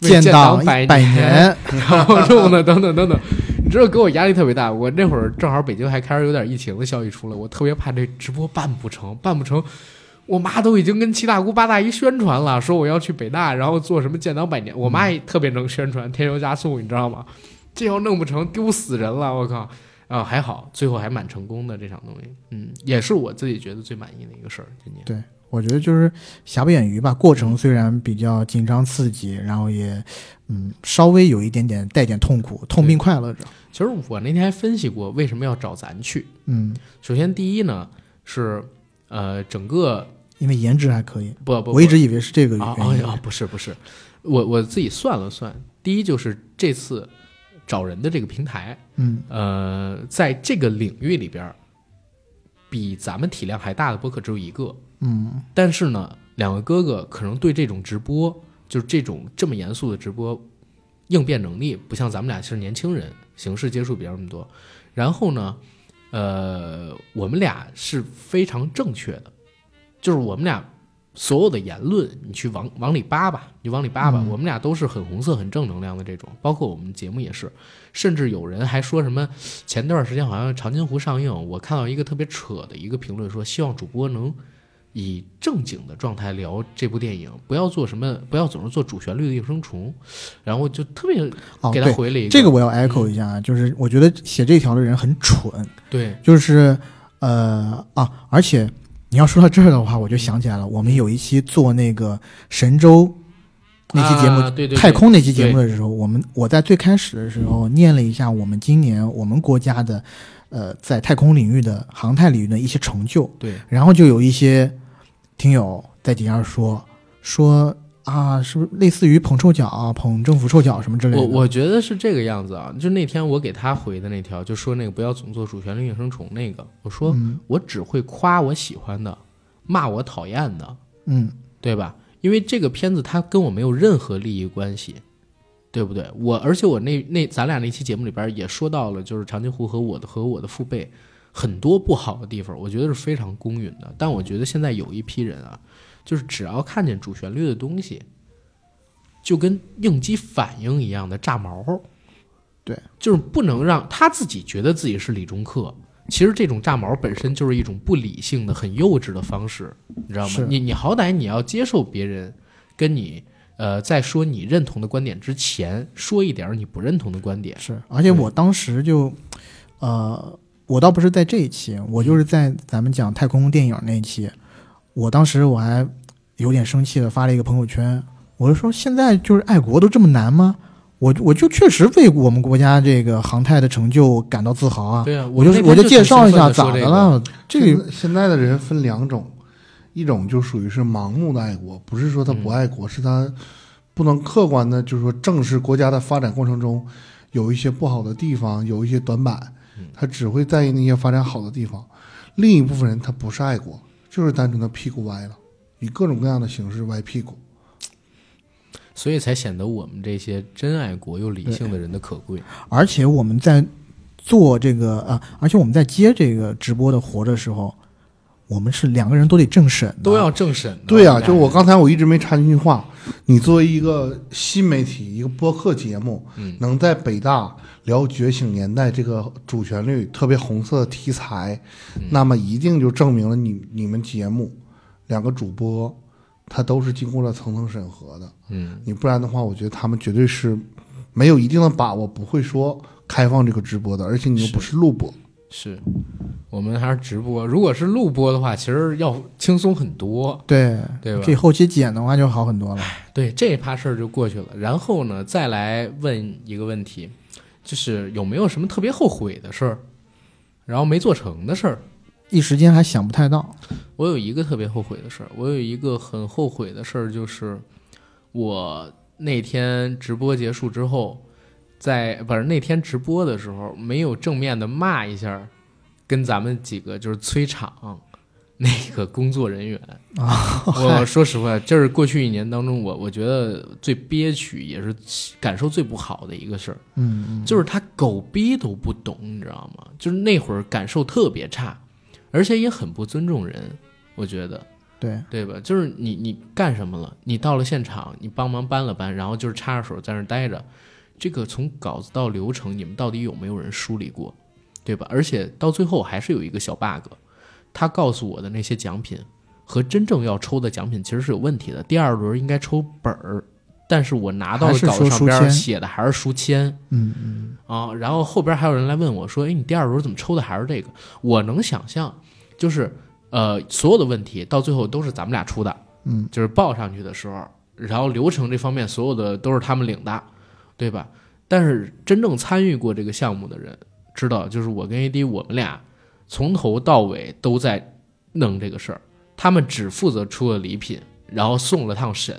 [SPEAKER 3] 为
[SPEAKER 1] 建
[SPEAKER 3] 建
[SPEAKER 1] 党
[SPEAKER 3] 党
[SPEAKER 1] 一
[SPEAKER 3] 百
[SPEAKER 1] 百
[SPEAKER 3] 年，然后弄的等等等等，你知道给我压力特别大。我那会儿正好北京还开始有点疫情的消息出来，我特别怕这直播办不成，办不成。我妈都已经跟七大姑八大姨宣传了，说我要去北大，然后做什么建党百年。我妈也特别能宣传，添油加醋，你知道吗？这要弄不成，丢死人了！我靠！啊、还好，最后还蛮成功的这场东西，嗯，也是我自己觉得最满意的一个事儿。今年，
[SPEAKER 1] 我觉得就是瑕不掩瑜吧。过程虽然比较紧张刺激，然后也嗯稍微有一点点带点痛苦，痛并快乐着。
[SPEAKER 3] 其实我那天还分析过为什么要找咱去。
[SPEAKER 1] 嗯，
[SPEAKER 3] 首先第一呢是，呃，整个
[SPEAKER 1] 因为颜值还可以，
[SPEAKER 3] 不不，
[SPEAKER 1] 我一直以为是这个
[SPEAKER 3] 不啊啊
[SPEAKER 1] 原因。
[SPEAKER 3] 啊，不是不是，我我自己算了算，第一就是这次找人的这个平台，
[SPEAKER 1] 嗯
[SPEAKER 3] 呃，在这个领域里边儿，比咱们体量还大的播客只有一个，
[SPEAKER 1] 嗯
[SPEAKER 3] 但是呢，两个哥哥可能对这种直播，就是这种这么严肃的直播，应变能力不像咱们俩是年轻人，形式接触比较那么多。然后呢，呃，我们俩是非常正确的，就是我们俩所有的言论，你去往往里扒吧，你往里扒
[SPEAKER 1] 嗯
[SPEAKER 3] 吧，我们俩都是很红色、很正能量的这种，包括我们节目也是。甚至有人还说什么，前段时间好像《长津湖》上映，我看到一个特别扯的一个评论说，希望主播能以正经的状态聊这部电影，不要做什么，不要总是做主旋律的寄生虫。然后我就特别
[SPEAKER 1] 哦
[SPEAKER 3] 给他
[SPEAKER 1] 对，
[SPEAKER 3] 回了一个，嗯
[SPEAKER 1] 这个我要 echo 一下啊，就是我觉得写这条的人很蠢，
[SPEAKER 3] 对，
[SPEAKER 1] 就是呃啊，而且你要说到这儿的话，我就想起来了，我们有一期做那个神州那期节目，
[SPEAKER 3] 啊对对对
[SPEAKER 1] 太空那期节目的时候，我们我在最开始的时候念了一下我们今年我们国家的呃在太空领域的航太领域的一些成就，
[SPEAKER 3] 对，
[SPEAKER 1] 然后就有一些听友在底下说说。啊，是不是类似于捧臭脚、啊、捧政府臭脚什么之类的？
[SPEAKER 3] 我我觉得是这个样子啊，就那天我给他回的那条，就说那个不要总做主旋律应声虫那个，我说、
[SPEAKER 1] 嗯
[SPEAKER 3] 我只会夸我喜欢的，骂我讨厌的，
[SPEAKER 1] 嗯，
[SPEAKER 3] 对吧？因为这个片子它跟我没有任何利益关系，对不对？我而且我那那咱俩那期节目里边也说到了，就是长津湖和我的和我的父辈很多不好的地方，我觉得是非常公允的。但我觉得现在有一批人啊，就是只要看见主旋律的东西，就跟应激反应一样的炸毛。
[SPEAKER 1] 对，
[SPEAKER 3] 就是不能让他自己觉得自己是理中客。其实这种炸毛本身就是一种不理性的、很幼稚的方式，你知道吗
[SPEAKER 1] 是？
[SPEAKER 3] 你你好歹你要接受别人跟你呃在说你认同的观点之前，说一点儿你不认同的观点。
[SPEAKER 1] 是，而且我当时就，呃，我倒不是在这一期，我就是在咱们讲太空电影那一期，我当时我还有点生气的发了一个朋友圈，我就说现在就是爱国都这么难吗？我我就确实为我们国家这个航太的成就感到自豪啊！
[SPEAKER 3] 对啊，
[SPEAKER 1] 我
[SPEAKER 3] 们
[SPEAKER 1] 就
[SPEAKER 3] 那
[SPEAKER 1] 我
[SPEAKER 3] 天就
[SPEAKER 1] 介
[SPEAKER 3] 挺
[SPEAKER 1] 绍一
[SPEAKER 3] 兴奋
[SPEAKER 1] 下
[SPEAKER 3] 地说
[SPEAKER 1] 咋的
[SPEAKER 3] 这个。
[SPEAKER 1] 了，这
[SPEAKER 2] 现
[SPEAKER 1] 个
[SPEAKER 2] 在现在的人分两种，一种就属于是盲目的爱国，不是说他不
[SPEAKER 1] 嗯
[SPEAKER 2] 爱国，是他不能客观的，就是说正视国家的发展过程中有一些不好的地方，有一些短板，
[SPEAKER 1] 嗯
[SPEAKER 2] 他只会在意那些发展好的地方。另一部分人他不是爱国，就是单纯的屁股歪了，以各种各样的形式歪屁股。
[SPEAKER 3] 所以才显得我们这些真爱国又理性的人的可贵。
[SPEAKER 1] 而且我们在做这个啊，而且我们在接这个直播的活的时候，我们是两个人都得正审的，
[SPEAKER 3] 都要政审的。
[SPEAKER 2] 对呀、
[SPEAKER 3] 呀、
[SPEAKER 2] 就是我刚才我一直没插进去话。你作为一个新媒体，一个播客节目，
[SPEAKER 3] 嗯
[SPEAKER 2] 能在北大聊《觉醒年代》这个主旋律特别红色的题材，
[SPEAKER 3] 嗯
[SPEAKER 2] 那么一定就证明了你你们节目两个主播，他都是经过了层层审核的。
[SPEAKER 3] 嗯，
[SPEAKER 2] 你不然的话，我觉得他们绝对是没有一定的把握，不会说开放这个直播的，而且你又不是录播。
[SPEAKER 3] 是我们还是直播。如果是录播的话，其实要轻松很多。
[SPEAKER 1] 对
[SPEAKER 3] 对吧
[SPEAKER 1] 这后期剪的话就好很多了。
[SPEAKER 3] 对，这一趴事儿就过去了。然后呢，再来问一个问题，就是有没有什么特别后悔的事儿，然后没做成的事儿？
[SPEAKER 1] 一时间还想不太到。
[SPEAKER 3] 我有一个特别后悔的事儿，我有一个很后悔的事儿，就是我那天直播结束之后，在不是那天直播的时候，没有正面的骂一下，跟咱们几个就是催场那个工作人员啊。我说实话，这是过去一年当中我我觉得最憋屈，也是感受最不好的一个事儿。
[SPEAKER 1] 嗯嗯，
[SPEAKER 3] 就是他狗逼都不懂，你知道吗？就是那会儿感受特别差，而且也很不尊重人，我觉得，
[SPEAKER 1] 对，
[SPEAKER 3] 对吧？就是你你干什么了？你到了现场，你帮忙搬了搬，然后就是插着手在那儿待着，这个从稿子到流程，你们到底有没有人梳理过，对吧？而且到最后还是有一个小 bug，他告诉我的那些奖品和真正要抽的奖品其实是有问题的。第二轮应该抽本儿，但是我拿到
[SPEAKER 1] 还
[SPEAKER 3] 的
[SPEAKER 1] 是
[SPEAKER 3] 稿子
[SPEAKER 1] 说
[SPEAKER 3] 上
[SPEAKER 1] 书
[SPEAKER 3] 边儿
[SPEAKER 1] 签
[SPEAKER 3] 写的还是书签
[SPEAKER 1] 嗯嗯，
[SPEAKER 3] 啊，然后后边还有人来问我说：“哎，你第二轮怎么抽的还是这个？”我能想象，就是呃，所有的问题到最后都是咱们俩出的，
[SPEAKER 1] 嗯，
[SPEAKER 3] 就是报上去的时候，然后流程这方面所有的都是他们领的，对吧？但是真正参与过这个项目的人知道，就是我跟 AD 我们俩从头到尾都在弄这个事儿，他们只负责出了礼品，然后送了趟审，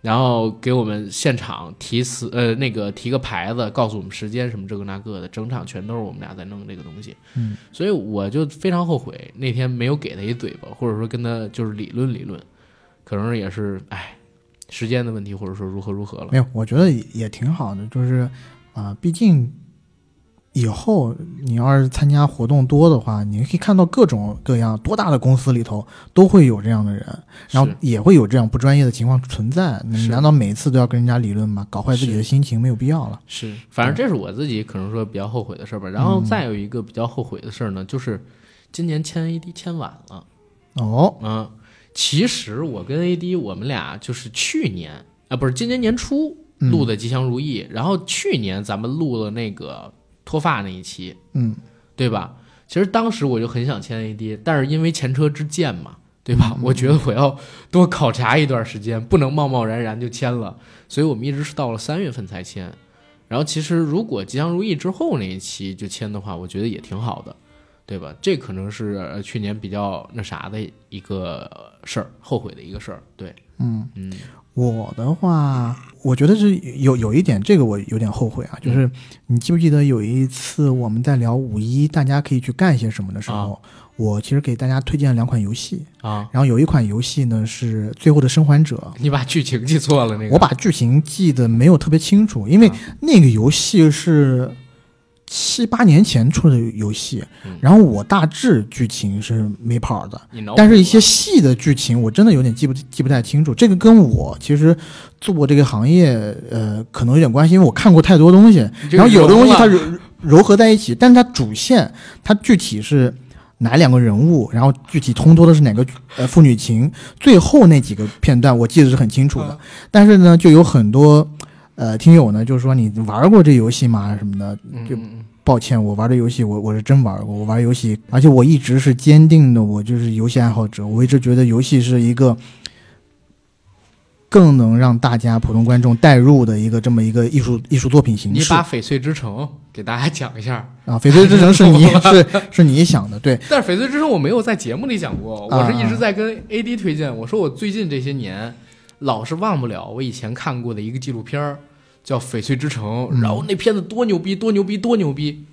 [SPEAKER 3] 然后给我们现场提词呃那个提个牌子，告诉我们时间什么这个那个的，整场全都是我们俩在弄这个东西。
[SPEAKER 1] 嗯，
[SPEAKER 3] 所以我就非常后悔那天没有给他一嘴巴，或者说跟他就是理论理论，可能也是哎时间的问题，或者说如何如何了。
[SPEAKER 1] 没有，我觉得也挺好的，就是啊、毕竟以后你要是参加活动多的话，你可以看到各种各样多大的公司里头都会有这样的人，然后
[SPEAKER 3] 是
[SPEAKER 1] 也会有这样不专业的情况存在。那你
[SPEAKER 3] 是
[SPEAKER 1] 难道每一次都要跟人家理论吗？搞坏自己
[SPEAKER 3] 是
[SPEAKER 1] 的心情没有必要了。
[SPEAKER 3] 是，反正这是我自己可能说比较后悔的事儿吧。然后再有一个比较后悔的事儿呢，就是今年签 AD 签晚了。
[SPEAKER 1] 哦，
[SPEAKER 3] 嗯，其实我跟 AD 我们俩就是去年啊、不是今年年初
[SPEAKER 1] 嗯
[SPEAKER 3] 录的《吉祥如意》然后去年咱们录了那个脱发那一期，
[SPEAKER 1] 嗯，
[SPEAKER 3] 对吧？其实当时我就很想签 AD，但是因为前车之鉴嘛，对吧？
[SPEAKER 1] 嗯
[SPEAKER 3] 我觉得我要多考察一段时间，不能贸贸然然就签了，所以我们一直是到了三月份才签。然后其实如果吉祥如意之后那一期就签的话，我觉得也挺好的，对吧？这可能是呃去年比较那啥的一个呃事儿，后悔的一个事儿。对，
[SPEAKER 1] 嗯
[SPEAKER 3] 嗯，
[SPEAKER 1] 我的话，我觉得是有有一点，这个我有点后悔啊，就是你记不记得有一次我们在聊五一，大家可以去干些什么的时候，我其实给大家推荐了两款游戏，
[SPEAKER 3] 啊，
[SPEAKER 1] 然后有一款游戏呢是《最后的生还者》。
[SPEAKER 3] 你把剧情记错了那个。
[SPEAKER 1] 我把剧情记得没有特别清楚，因为
[SPEAKER 3] 啊
[SPEAKER 1] 那个游戏是七八年前出的游戏
[SPEAKER 3] 嗯，
[SPEAKER 1] 然后我大致剧情是没跑的，
[SPEAKER 3] 你脑补
[SPEAKER 1] 但是一些细的剧情我真的有点记不记不太清楚。这个跟我其实做这个行业，呃，可能有点关系，因为我看过太多东西，
[SPEAKER 3] 你这
[SPEAKER 1] 然
[SPEAKER 3] 个
[SPEAKER 1] 后有的东西它
[SPEAKER 3] 融
[SPEAKER 1] 柔柔合在一起，但是它主线它具体是。哪两个人物，然后具体烘托的是哪个呃父女情，最后那几个片段我记得是很清楚
[SPEAKER 3] 嗯
[SPEAKER 1] 的。但是呢，就有很多呃听友呢，就是说你玩过这游戏吗？什么的，
[SPEAKER 3] 嗯
[SPEAKER 1] 就
[SPEAKER 3] 嗯嗯
[SPEAKER 1] 抱歉，我玩的游戏我我是真玩过，我玩游戏，而且我一直是坚定的，我就是游戏爱好者，我一直觉得游戏是一个更能让大家普通观众代入的一个这么一个艺术艺术作品形
[SPEAKER 3] 你
[SPEAKER 1] 式
[SPEAKER 3] 把翡翠之城给大家讲一下。
[SPEAKER 1] 啊。翡翠之城是你是是你想的，对，
[SPEAKER 3] 但是翡翠之城我没有在节目里讲过，
[SPEAKER 1] 啊
[SPEAKER 3] 我是一直在跟 AD 推荐，我说我最近这些年老是忘不了我以前看过的一个纪录片儿，叫《翡翠之城》，
[SPEAKER 1] 嗯
[SPEAKER 3] 然后那片子多牛逼，多牛逼，多牛逼。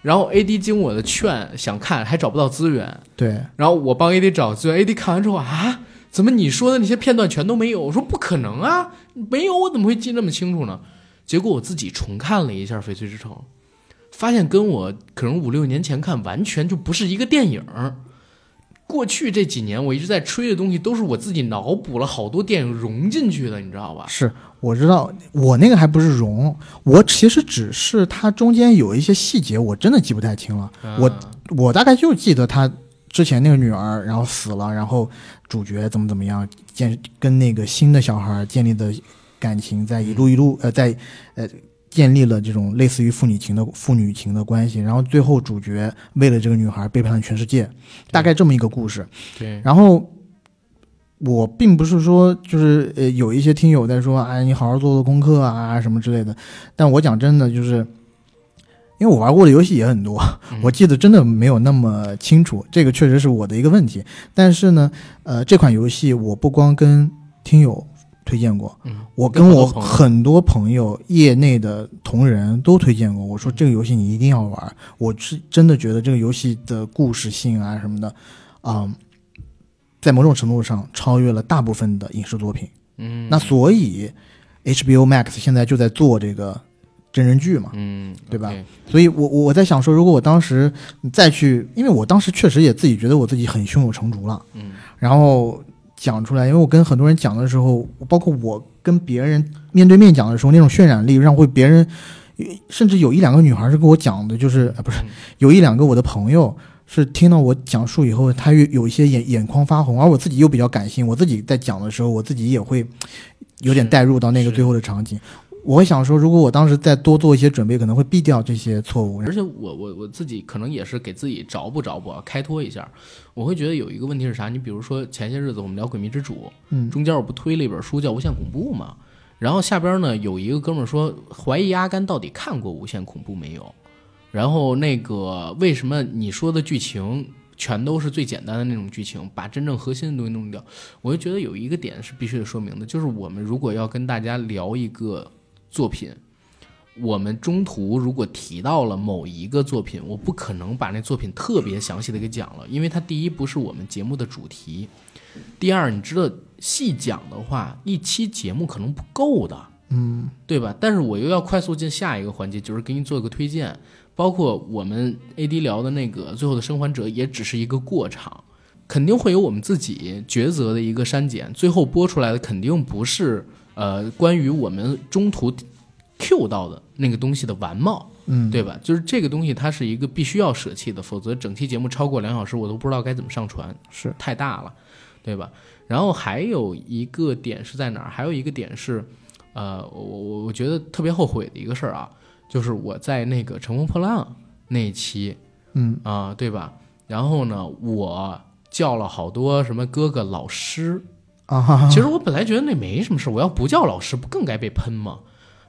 [SPEAKER 3] 然后 AD 经我的劝想看，还找不到资源，
[SPEAKER 1] 对，
[SPEAKER 3] 然后我帮 AD 找资源，AD 看完之后啊，怎么你说的那些片段全都没有？我说不可能啊，没有我怎么会记那么清楚呢？结果我自己重看了一下《翡翠之城》，发现跟我可能五六年前看完全就不是一个电影儿。过去这几年我一直在吹的东西，都是我自己脑补了好多电影融进去的，你知道吧？
[SPEAKER 1] 是我知道，我那个还不是融，我其实只是它中间有一些细节，我真的记不太清了。我
[SPEAKER 3] 嗯
[SPEAKER 1] 我大概就记得他之前那个女儿，然后死了，然后主角怎么怎么样建跟那个新的小孩建立的感情，在一路一路呃在呃建立了这种类似于父女情的父女情的关系，然后最后主角为了这个女孩背叛了全世界，大概这么一个故事。
[SPEAKER 3] 对，
[SPEAKER 1] 然后我并不是说就是呃有一些听友在说，哎，你好好做做功课啊什么之类的。但我讲真的，就是因为我玩过的游戏也很多，
[SPEAKER 3] 嗯
[SPEAKER 1] 我记得真的没有那么清楚，这个确实是我的一个问题。但是呢，呃，这款游戏我不光跟听友。推荐过，
[SPEAKER 3] 嗯，
[SPEAKER 1] 我跟我
[SPEAKER 3] 跟朋友
[SPEAKER 1] 很多朋友、业内的同仁都推荐过。我
[SPEAKER 3] 嗯
[SPEAKER 1] 说这个游戏你一定要玩，我是真的觉得这个游戏的故事性啊什么的，嗯，在某种程度上超越了大部分的影视作品。
[SPEAKER 3] 嗯，
[SPEAKER 1] 那所以 HBO Max 现在就在做这个真人剧嘛，
[SPEAKER 3] 嗯，
[SPEAKER 1] 对吧
[SPEAKER 3] OK？
[SPEAKER 1] 所以我我我在想说，如果我当时再去，因为我当时确实也自己觉得我自己很胸有成竹了，
[SPEAKER 3] 嗯，
[SPEAKER 1] 然后讲出来，因为我跟很多人讲的时候，包括我跟别人面对面讲的时候，那种渲染力让会别人，甚至有一两个女孩是跟我讲的，就是、呃、不是
[SPEAKER 3] 嗯
[SPEAKER 1] 有一两个我的朋友。是听到我讲述以后，她有有一些眼眼眶发红，而我自己又比较感性，我自己在讲的时候，我自己也会有点带入到那个
[SPEAKER 3] 是
[SPEAKER 1] 最后的场景。我会想说，如果我当时再多做一些准备，可能会避掉这些错误。
[SPEAKER 3] 而且我我我自己可能也是给自己着不着不啊开脱一下，我会觉得有一个问题是啥？你比如说前些日子我们聊《鬼迷之主》，
[SPEAKER 1] 嗯
[SPEAKER 3] 中间我不推了一本书叫《无限恐怖》嘛，然后下边呢有一个哥们儿说怀疑阿甘到底看过《无限恐怖》没有，然后那个为什么你说的剧情全都是最简单的那种剧情，把真正核心的东西弄掉？我就觉得有一个点是必须得说明的，就是我们如果要跟大家聊一个作品，我们中途如果提到了某一个作品，我不可能把那作品特别详细的给讲了，因为它第一不是我们节目的主题，第二你知道细讲的话，一期节目可能不够的，嗯，对吧？但是我又要快速进下一个环节，就是给你做一个推荐，包括我们 AD 聊的那个《最后的生还者》也只是一个过场。肯定会有我们自己抉择的一个删减，最后播出来的肯定不是呃关于我们中途 Q 到的那个东西的完貌，
[SPEAKER 1] 嗯，
[SPEAKER 3] 对吧？就是这个东西它是一个必须要舍弃的，否则整期节目超过两小时，我都不知道该怎么上传，
[SPEAKER 1] 是
[SPEAKER 3] 太大了，对吧？然后还有一个点是在哪儿？还有一个点是，呃，我我我觉得特别后悔的一个事儿啊，就是我在那个《乘风破浪》那一期，
[SPEAKER 1] 嗯
[SPEAKER 3] 啊、对吧？然后呢，我叫了好多什么哥哥、老师，
[SPEAKER 1] 啊哈哈，
[SPEAKER 3] 其实我本来觉得那没什么事儿，我要不叫老师，不更该被喷吗？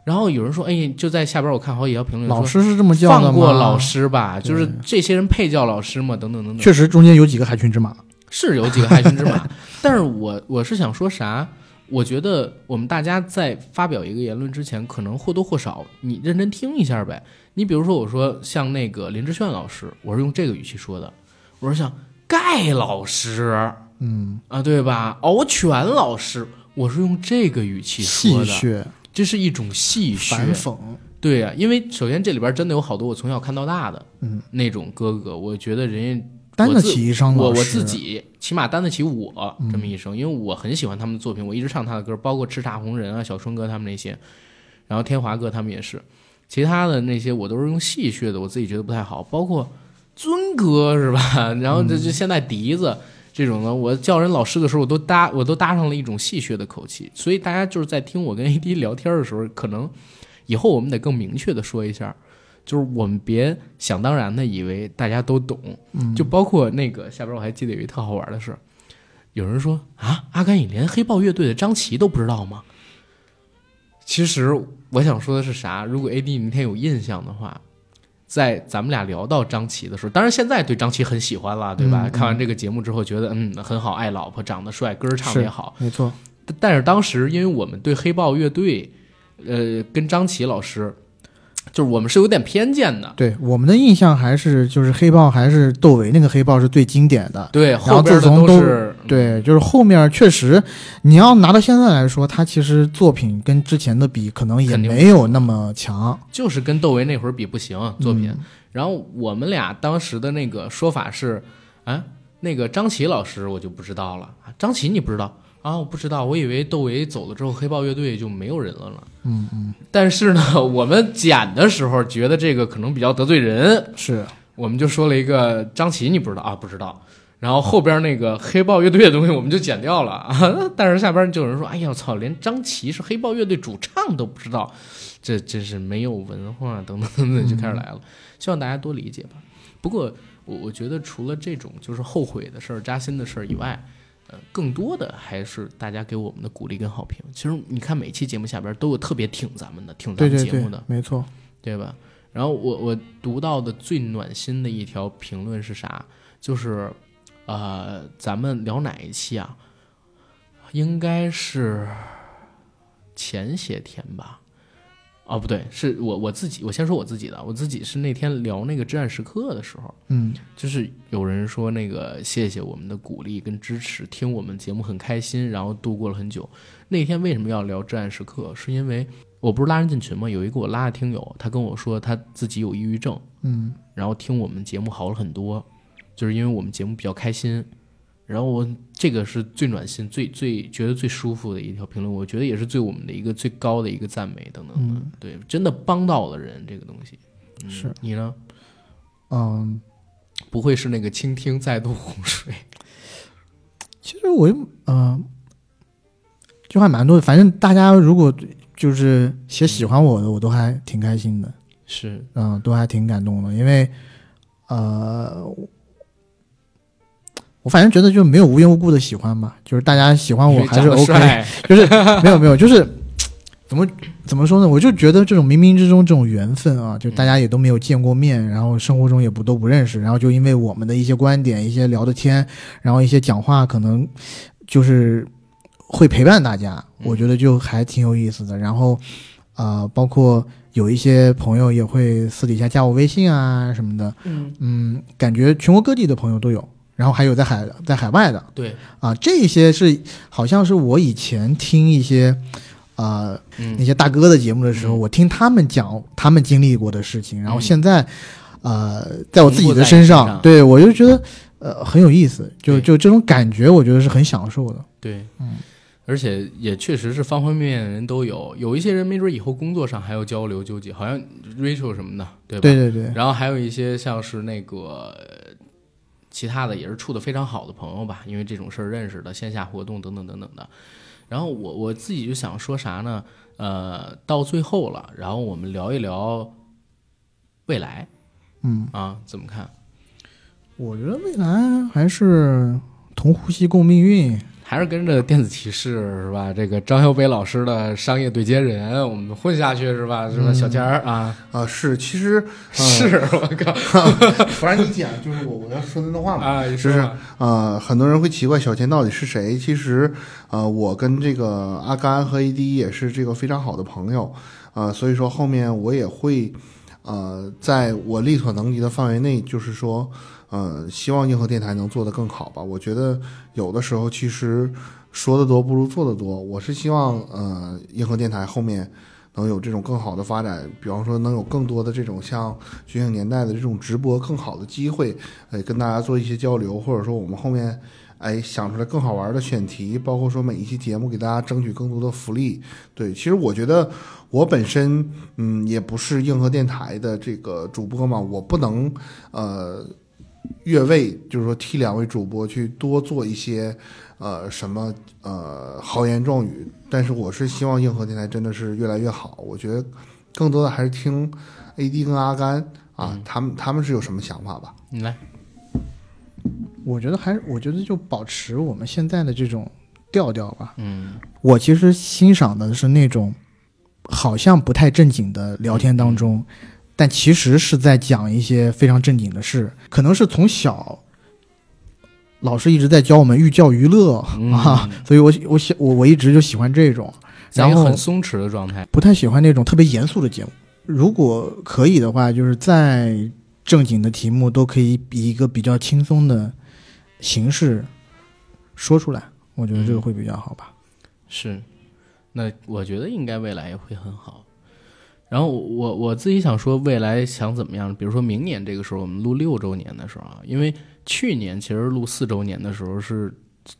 [SPEAKER 3] 然后有人说，哎，就在下边我看好几条评论说，
[SPEAKER 1] 老师是这么叫的吗？
[SPEAKER 3] 放过老，师吧，就是这些人配叫老师吗？等等等等，
[SPEAKER 1] 确实中间有几个害群之马。
[SPEAKER 3] 是有几个害群之马， 但是我我是想说啥？我觉得我们大家在发表一个言论之前，可能或多或少你认真听一下呗。你比如说，我说像那个林志炫老师，我是用这个语气说的，我说像盖老师
[SPEAKER 1] 嗯，
[SPEAKER 3] 啊，对吧？敖犬老师，我是用这个语气
[SPEAKER 1] 戏
[SPEAKER 3] 说的，
[SPEAKER 1] 谑、
[SPEAKER 3] 这是一种戏谑、
[SPEAKER 1] 反讽，
[SPEAKER 3] 对啊呀、因为首先这里边真的有好多我从小看到大的，
[SPEAKER 1] 嗯，
[SPEAKER 3] 那种哥哥，我觉得人家
[SPEAKER 1] 担
[SPEAKER 3] 我
[SPEAKER 1] 得
[SPEAKER 3] 自
[SPEAKER 1] 起一伤
[SPEAKER 3] 我
[SPEAKER 1] 老师。
[SPEAKER 3] 我自己起码担得起我这么一生，因为我很喜欢他们的作品，我一直唱他的歌，包括叱咤红人啊、小春哥他们那些，然后天华哥他们也是，其他的那些我都是用戏谑的，我自己觉得不太好，包括尊哥是吧？ 然后这
[SPEAKER 1] 嗯
[SPEAKER 3] 这现在笛子。这种呢，我叫人老师的时候，我都搭我都搭上了一种戏谑的口气，所以大家就是在听我跟 AD 聊天的时候，可能以后我们得更明确的说一下，就是我们别想当然的以为大家都懂，就包括那个下边我还记得有一特好玩的事，有人说啊，阿甘你连黑豹乐队的张琪都不知道吗？其实我想说的是啥？如果 AD 你那天有印象的话，在咱们俩聊到张琪的时候，当然现在对张琪很喜欢了，对吧？看完这个节目之后，觉得嗯很好，爱老婆，长得帅，歌儿唱的也
[SPEAKER 1] 是
[SPEAKER 3] 好，
[SPEAKER 1] 没错，
[SPEAKER 3] 但但是当时因为我们对黑豹乐队，呃，跟张琪老师，就是我们是有点偏见的。
[SPEAKER 1] 对我们的印象还是就是黑豹还是窦唯那个黑豹是最经典的。
[SPEAKER 3] 对，
[SPEAKER 1] 后
[SPEAKER 3] 后边的
[SPEAKER 1] 自从都
[SPEAKER 3] 是
[SPEAKER 1] 对，就是后面确实，你要拿到现在来说，他其实作品跟之前的比，可能也
[SPEAKER 3] 肯定
[SPEAKER 1] 没有那么强。
[SPEAKER 3] 就是跟窦唯那会儿比不行
[SPEAKER 1] 嗯
[SPEAKER 3] 作品。然后我们俩当时的那个说法是，啊，那个张琪老师我就不知道了，啊张琪你不知道啊？我不知道，我以为窦唯走了之后，黑豹乐队就没有人了呢。嗯嗯。但是呢，我们剪的时候觉得这个可能比较得罪人，
[SPEAKER 1] 是，
[SPEAKER 3] 我们就说了一个张琪，你不知道啊？不知道。然后后边那个黑豹乐队的东西我们就剪掉了 啊，但是下边就有人说：“哎呀，操，连张琪是黑豹乐队主唱都不知道，这真是没有文化，等等等等，就开始来
[SPEAKER 1] 嗯
[SPEAKER 3] 了。希望大家多理解吧。不过我我觉得除了这种就是后悔的事儿、扎心的事儿以外，呃，更多的还是大家给我们的鼓励跟好评。其实你看每期节目下边都有特别挺咱们的、挺
[SPEAKER 1] 对
[SPEAKER 3] 咱们
[SPEAKER 1] 对
[SPEAKER 3] 节
[SPEAKER 1] 对
[SPEAKER 3] 目的，，
[SPEAKER 1] 没错。
[SPEAKER 3] 对吧？然后我我读到的最暖心的一条评论是啥？就是，呃，咱们聊哪一期啊？应该是前些天吧？哦，不对，是我我自己，我先说我自己的，我自己是那天聊那个《至暗时刻》的时候，
[SPEAKER 1] 嗯，
[SPEAKER 3] 就是有人说那个谢谢我们的鼓励跟支持，听我们节目很开心，然后度过了很久。那天为什么要聊《至暗时刻》？是因为我不是拉人进群吗？有一个我拉的听友，他跟我说他自己有抑郁症，
[SPEAKER 1] 嗯，
[SPEAKER 3] 然后听我们节目好了很多，就是因为我们节目比较开心。然后我这个是最暖心、最最觉得最舒服的一条评论，我觉得也是对我们的一个最高的一个赞美等等的。对，真的帮到了人这个东西。嗯
[SPEAKER 1] 嗯是
[SPEAKER 3] 你呢？
[SPEAKER 1] 嗯，
[SPEAKER 3] 不会是那个倾听再度洪水？
[SPEAKER 1] 其实我又，嗯、呃就还蛮多的。反正大家如果就是写喜欢我的，我都还挺开心的，
[SPEAKER 3] 是
[SPEAKER 1] 嗯，都还挺感动的，因为呃，我反正觉得就没有无缘无故的喜欢吧，就是大家喜欢
[SPEAKER 3] 因
[SPEAKER 1] 啊我
[SPEAKER 3] 为
[SPEAKER 1] 还是
[SPEAKER 3] 长得
[SPEAKER 1] OK，
[SPEAKER 3] 帅
[SPEAKER 1] 就是 没有没有，就是怎么怎么说呢？我就觉得这种冥冥之中这种缘分啊，就大家也都没有见过面，然后生活中也不都不认识，然后就因为我们的一些观点、一些聊的天，然后一些讲话，可能就是会陪伴大家，
[SPEAKER 3] 嗯
[SPEAKER 1] 我觉得就还挺有意思的。然后啊、呃包括有一些朋友也会私底下加我微信啊什么的，
[SPEAKER 3] 嗯，
[SPEAKER 1] 嗯，感觉全国各地的朋友都有。然后还有在海在海外的，
[SPEAKER 3] 对，
[SPEAKER 1] 啊，这些是好像是我以前听一些，啊、那
[SPEAKER 3] 嗯
[SPEAKER 1] 些大哥的节目的时候，
[SPEAKER 3] 嗯
[SPEAKER 1] 我听他们讲他们经历过的事情，然后
[SPEAKER 3] 嗯
[SPEAKER 1] 现在，呃，在我自己
[SPEAKER 3] 重复在
[SPEAKER 1] 的
[SPEAKER 3] 你
[SPEAKER 1] 身
[SPEAKER 3] 身
[SPEAKER 1] 上，
[SPEAKER 3] 上
[SPEAKER 1] 对我就觉得，呃，很有意思，就
[SPEAKER 3] 对
[SPEAKER 1] 就这种感觉，我觉得是很享受的。
[SPEAKER 3] 对，
[SPEAKER 1] 嗯，
[SPEAKER 3] 而且也确实是方方面面的人都有，有一些人没准以后工作上还要交流纠结，好像 Rachel 什么的，对吧？
[SPEAKER 1] 对对对，
[SPEAKER 3] 然后还有一些像是那个呃其他的也是处的非常好的朋友吧，因为这种事儿认识的线下活动等等等等的。然后我我自己就想说啥呢？呃，到最后了，然后我们聊一聊未来
[SPEAKER 1] 嗯，
[SPEAKER 3] 啊，怎么看？
[SPEAKER 1] 我觉得未来还是同呼吸共命运，
[SPEAKER 3] 还是跟着电子提示是吧？这个张小北老师的商业对接人，我们混下去是吧？
[SPEAKER 1] 嗯
[SPEAKER 3] 是吧？小天儿啊，
[SPEAKER 2] 啊，是，其实、 呃、
[SPEAKER 3] 是我靠
[SPEAKER 2] 反正你讲就是我我要说那段话嘛。
[SPEAKER 3] 啊，你
[SPEAKER 2] 是
[SPEAKER 3] 说吧
[SPEAKER 2] 呃，很多人会奇怪小天到底是谁。其实，呃，我跟这个阿甘和 AD 也是这个非常好的朋友，呃，所以说后面我也会，呃，在我力所能及的范围内，就是说，呃，希望硬核电台能做得更好吧。我觉得有的时候其实说的多不如做的多。我是希望，呃，硬核电台后面。能有这种更好的发展，比方说能有更多的这种像觉醒年代的这种直播更好的机会，哎，跟大家做一些交流，或者说我们后面哎想出来更好玩的选题，包括说每一期节目给大家争取更多的福利。对，其实我觉得我本身嗯也不是硬核电台的这个主播嘛，我不能呃越位，就是说替两位主播去多做一些呃什么呃豪言壮语，但是我是希望硬核电台真的是越来越好，我觉得更多的还是听 AD 跟阿甘。啊，他们他们是有什么想法吧？
[SPEAKER 3] 你来，
[SPEAKER 1] 我觉得还是我觉得就保持我们现在的这种调调吧。
[SPEAKER 3] 嗯
[SPEAKER 1] 我其实欣赏的是那种好像不太正经的聊天当中，但其实是在讲一些非常正经的事。可能是从小老师一直在教我们寓教于乐、
[SPEAKER 3] 嗯
[SPEAKER 1] 啊，所以我喜我喜我我一直就喜欢这种，
[SPEAKER 3] 在一
[SPEAKER 1] 然
[SPEAKER 3] 个
[SPEAKER 1] 后
[SPEAKER 3] 很松弛的状态，
[SPEAKER 1] 不太喜欢那种特别严肃的节目。如果可以的话，就是再正经的题目都可以以一个比较轻松的形式说出来，我觉得这个会比较好吧。
[SPEAKER 3] 是，那我觉得应该未来也会很好。然后我我我自己想说，未来想怎么样？比如说明年这个时候，我们录六周年的时候啊，因为去年其实录四周年的时候是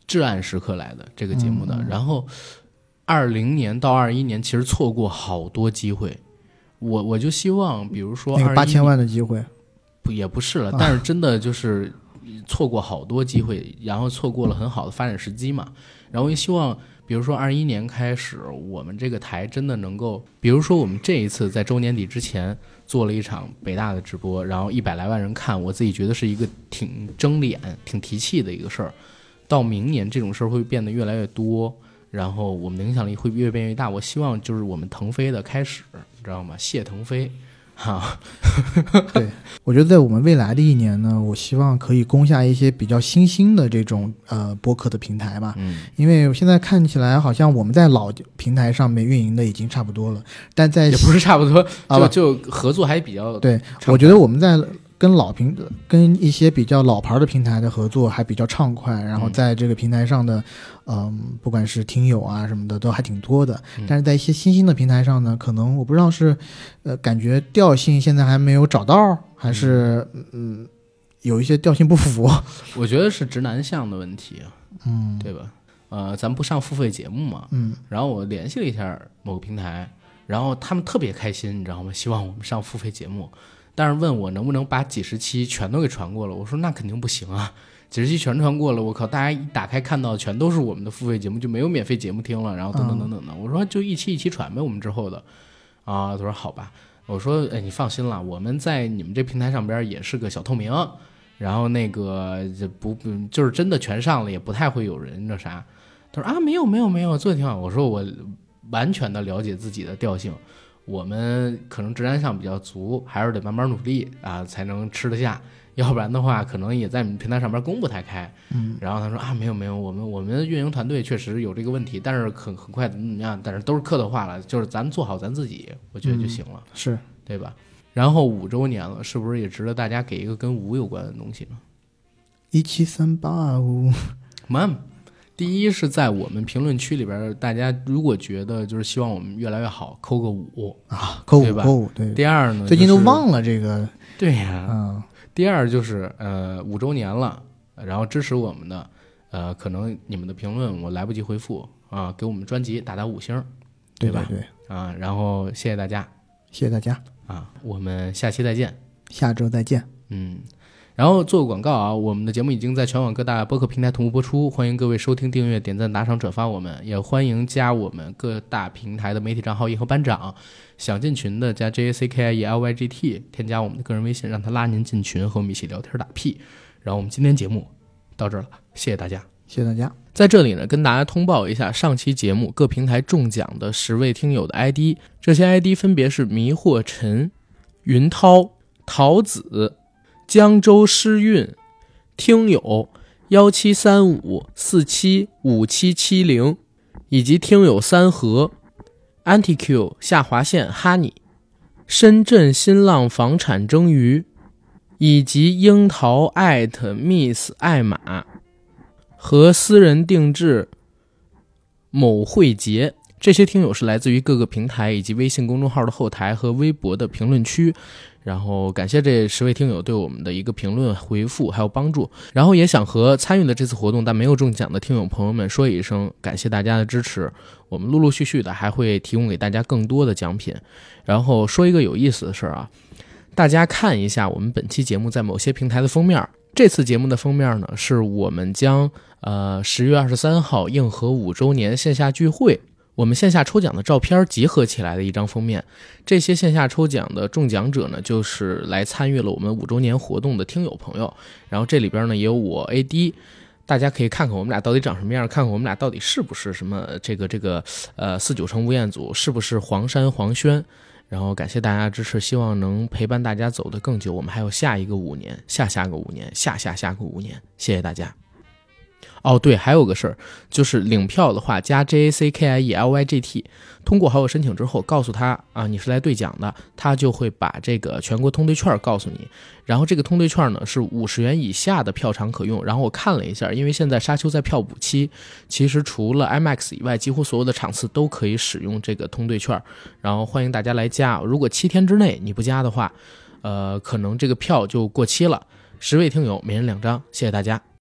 [SPEAKER 3] 至暗时刻来的这个节目
[SPEAKER 1] 嗯
[SPEAKER 3] 的。然后二零年到二一年，其实错过好多机会。我我就希望，比如说
[SPEAKER 1] 那
[SPEAKER 3] 二
[SPEAKER 1] 个八千万的机会，
[SPEAKER 3] 不也不是了
[SPEAKER 1] 啊，
[SPEAKER 3] 但是真的就是错过好多机会，然后错过了很好的发展时机嘛。然后也希望，比如说二一年开始，我们这个台真的能够，比如说我们这一次在周年底之前做了一场北大的直播，然后一百来万人看，我自己觉得是一个挺争脸、挺提气的一个事儿。到明年这种事儿会变得越来越多，然后我们的影响力会越变越大。我希望就是我们腾飞的开始，你知道吗？谢腾飞，哈、
[SPEAKER 1] 我觉得在我们未来的一年呢，我希望可以攻下一些比较新兴的这种呃播客的平台吧。
[SPEAKER 3] 嗯，
[SPEAKER 1] 因为现在看起来好像我们在老平台上面运营的已经差不多了，但在
[SPEAKER 3] 也不是差不多，
[SPEAKER 1] 啊
[SPEAKER 3] 就
[SPEAKER 1] 不
[SPEAKER 3] 就合作还比较
[SPEAKER 1] 对，
[SPEAKER 3] 畅
[SPEAKER 1] 我觉得我们在跟老平跟一些比较老牌的平台的合作还比较畅快，然后
[SPEAKER 3] 嗯
[SPEAKER 1] 在这个平台上的，嗯、不管是听友啊什么的都还挺多的
[SPEAKER 3] 嗯。
[SPEAKER 1] 但是在一些新兴的平台上呢，可能我不知道是，呃，感觉调性现在还没有找到，还是嗯有一些调性不符。
[SPEAKER 3] 我觉得是直男向的问题，啊
[SPEAKER 1] 嗯
[SPEAKER 3] 对吧？呃，咱不上付费节目嘛，
[SPEAKER 1] 嗯，
[SPEAKER 3] 然后我联系了一下某个平台，然后他们特别开心，你知道吗？希望我们上付费节目，但是问我能不能把几十期全都给传过了，我说那肯定不行啊。几十期全穿过了，我靠，大家一打开看到全都是我们的付费节目，就没有免费节目听了，然后等等等等的。我说就一期一期传呗，我们之后的啊，他说好吧。我说，哎，你放心了，我们在你们这平台上边也是个小透明，然后那个就不不就是真的全上了，也不太会有人那啥。他说啊，没有没有没有，做的挺好。我说我完全的了解自己的调性，我们可能直男相比较足，还是得慢慢努力啊，才能吃得下。要不然的话，可能也在你们平台上边公布太开。嗯，然后他说啊，没有没有，我们我们运营团队确实有这个问题，但是很很快怎么怎么样，但是都是客套话了，就是咱做好咱自己，我觉得就行了，
[SPEAKER 1] 是
[SPEAKER 3] 对吧？然后五周年了，是不是也值得大家给一个跟五有关的东西呢？
[SPEAKER 1] 一七三八五，
[SPEAKER 3] 慢。第一是在我们评论区里边儿，大家如果觉得就是希望我们越来越好，扣个五。
[SPEAKER 1] 啊，扣
[SPEAKER 3] 对
[SPEAKER 1] 五
[SPEAKER 3] 吧
[SPEAKER 1] 扣五，对，
[SPEAKER 3] 第二呢，
[SPEAKER 1] 最近都
[SPEAKER 3] 就是
[SPEAKER 1] 忘了这个，
[SPEAKER 3] 对呀、
[SPEAKER 1] 嗯，
[SPEAKER 3] 第二就是呃五周年了，然后支持我们的，呃，可能你们的评论我来不及回复啊、给我们专辑打打五星儿
[SPEAKER 1] 对
[SPEAKER 3] 对吧
[SPEAKER 1] 对对，
[SPEAKER 3] 啊、然后谢谢大家
[SPEAKER 1] 谢谢大家，
[SPEAKER 3] 啊、我们下期再见。
[SPEAKER 1] 下周再见，
[SPEAKER 3] 嗯，然后做个广告啊，我们的节目已经在全网各大播客平台同步播出，欢迎各位收听、订阅、点赞、打赏、转发我们，也欢迎加我们各大平台的媒体账号“硬核班长”，想进群的加 J A C K I E L Y G T，添加我们的个人微信，让他拉您进群，和我们一起聊天打屁。然后我们今天节目到这儿了，谢谢大家。
[SPEAKER 1] 谢谢大家，
[SPEAKER 3] 在这里呢，跟大家通报一下上期节目各平台中奖的十位听友的 ID，这些 ID 分别是迷惑陈、云涛、桃子、江州诗韵、听友幺七三五四七五七七零，以及听友三和、AntiQ 下划线哈尼、深圳新浪房产蒸鱼，以及樱桃艾特 Miss 艾玛。和私人定制某会杰。这些听友是来自于各个平台以及微信公众号的后台和微博的评论区，然后感谢这十位听友对我们的一个评论回复还有帮助，然后也想和参与的这次活动但没有中奖的听友朋友们说一声感谢大家的支持，我们陆陆续续的还会提供给大家更多的奖品。然后说一个有意思的事儿啊，大家看一下我们本期节目在某些平台的封面儿，这次节目的封面儿呢是我们将呃，十月二十三号硬核五周年线下聚会，我们线下抽奖的照片集合起来的一张封面。这些线下抽奖的中奖者呢，就是来参与了我们五周年活动的听友朋友。然后这里边呢也有我 AD。大家可以看看我们俩到底长什么样，看看我们俩到底是不是什么这个这个呃四九城吴彦祖，是不是黄山黄轩。然后感谢大家的支持，希望能陪伴大家走得更久。我们还有下一个五年，下下个五年，下下下个五年，谢谢大家。哦，对，还有个事儿，就是领票的话加 J A C K I E L Y G T，通过好友申请之后，告诉他啊你是来兑奖的，他就会把这个全国通兑券告诉你。然后这个通兑券呢是五十元以下的票场可用。然后我看了一下，因为现在沙丘在票补期，其实除了 IMAX 以外，几乎所有的场次都可以使用这个通兑券。然后欢迎大家来加，如果七天之内你不加的话，呃，可能这个票就过期了。十位听友每人两张，谢谢大家。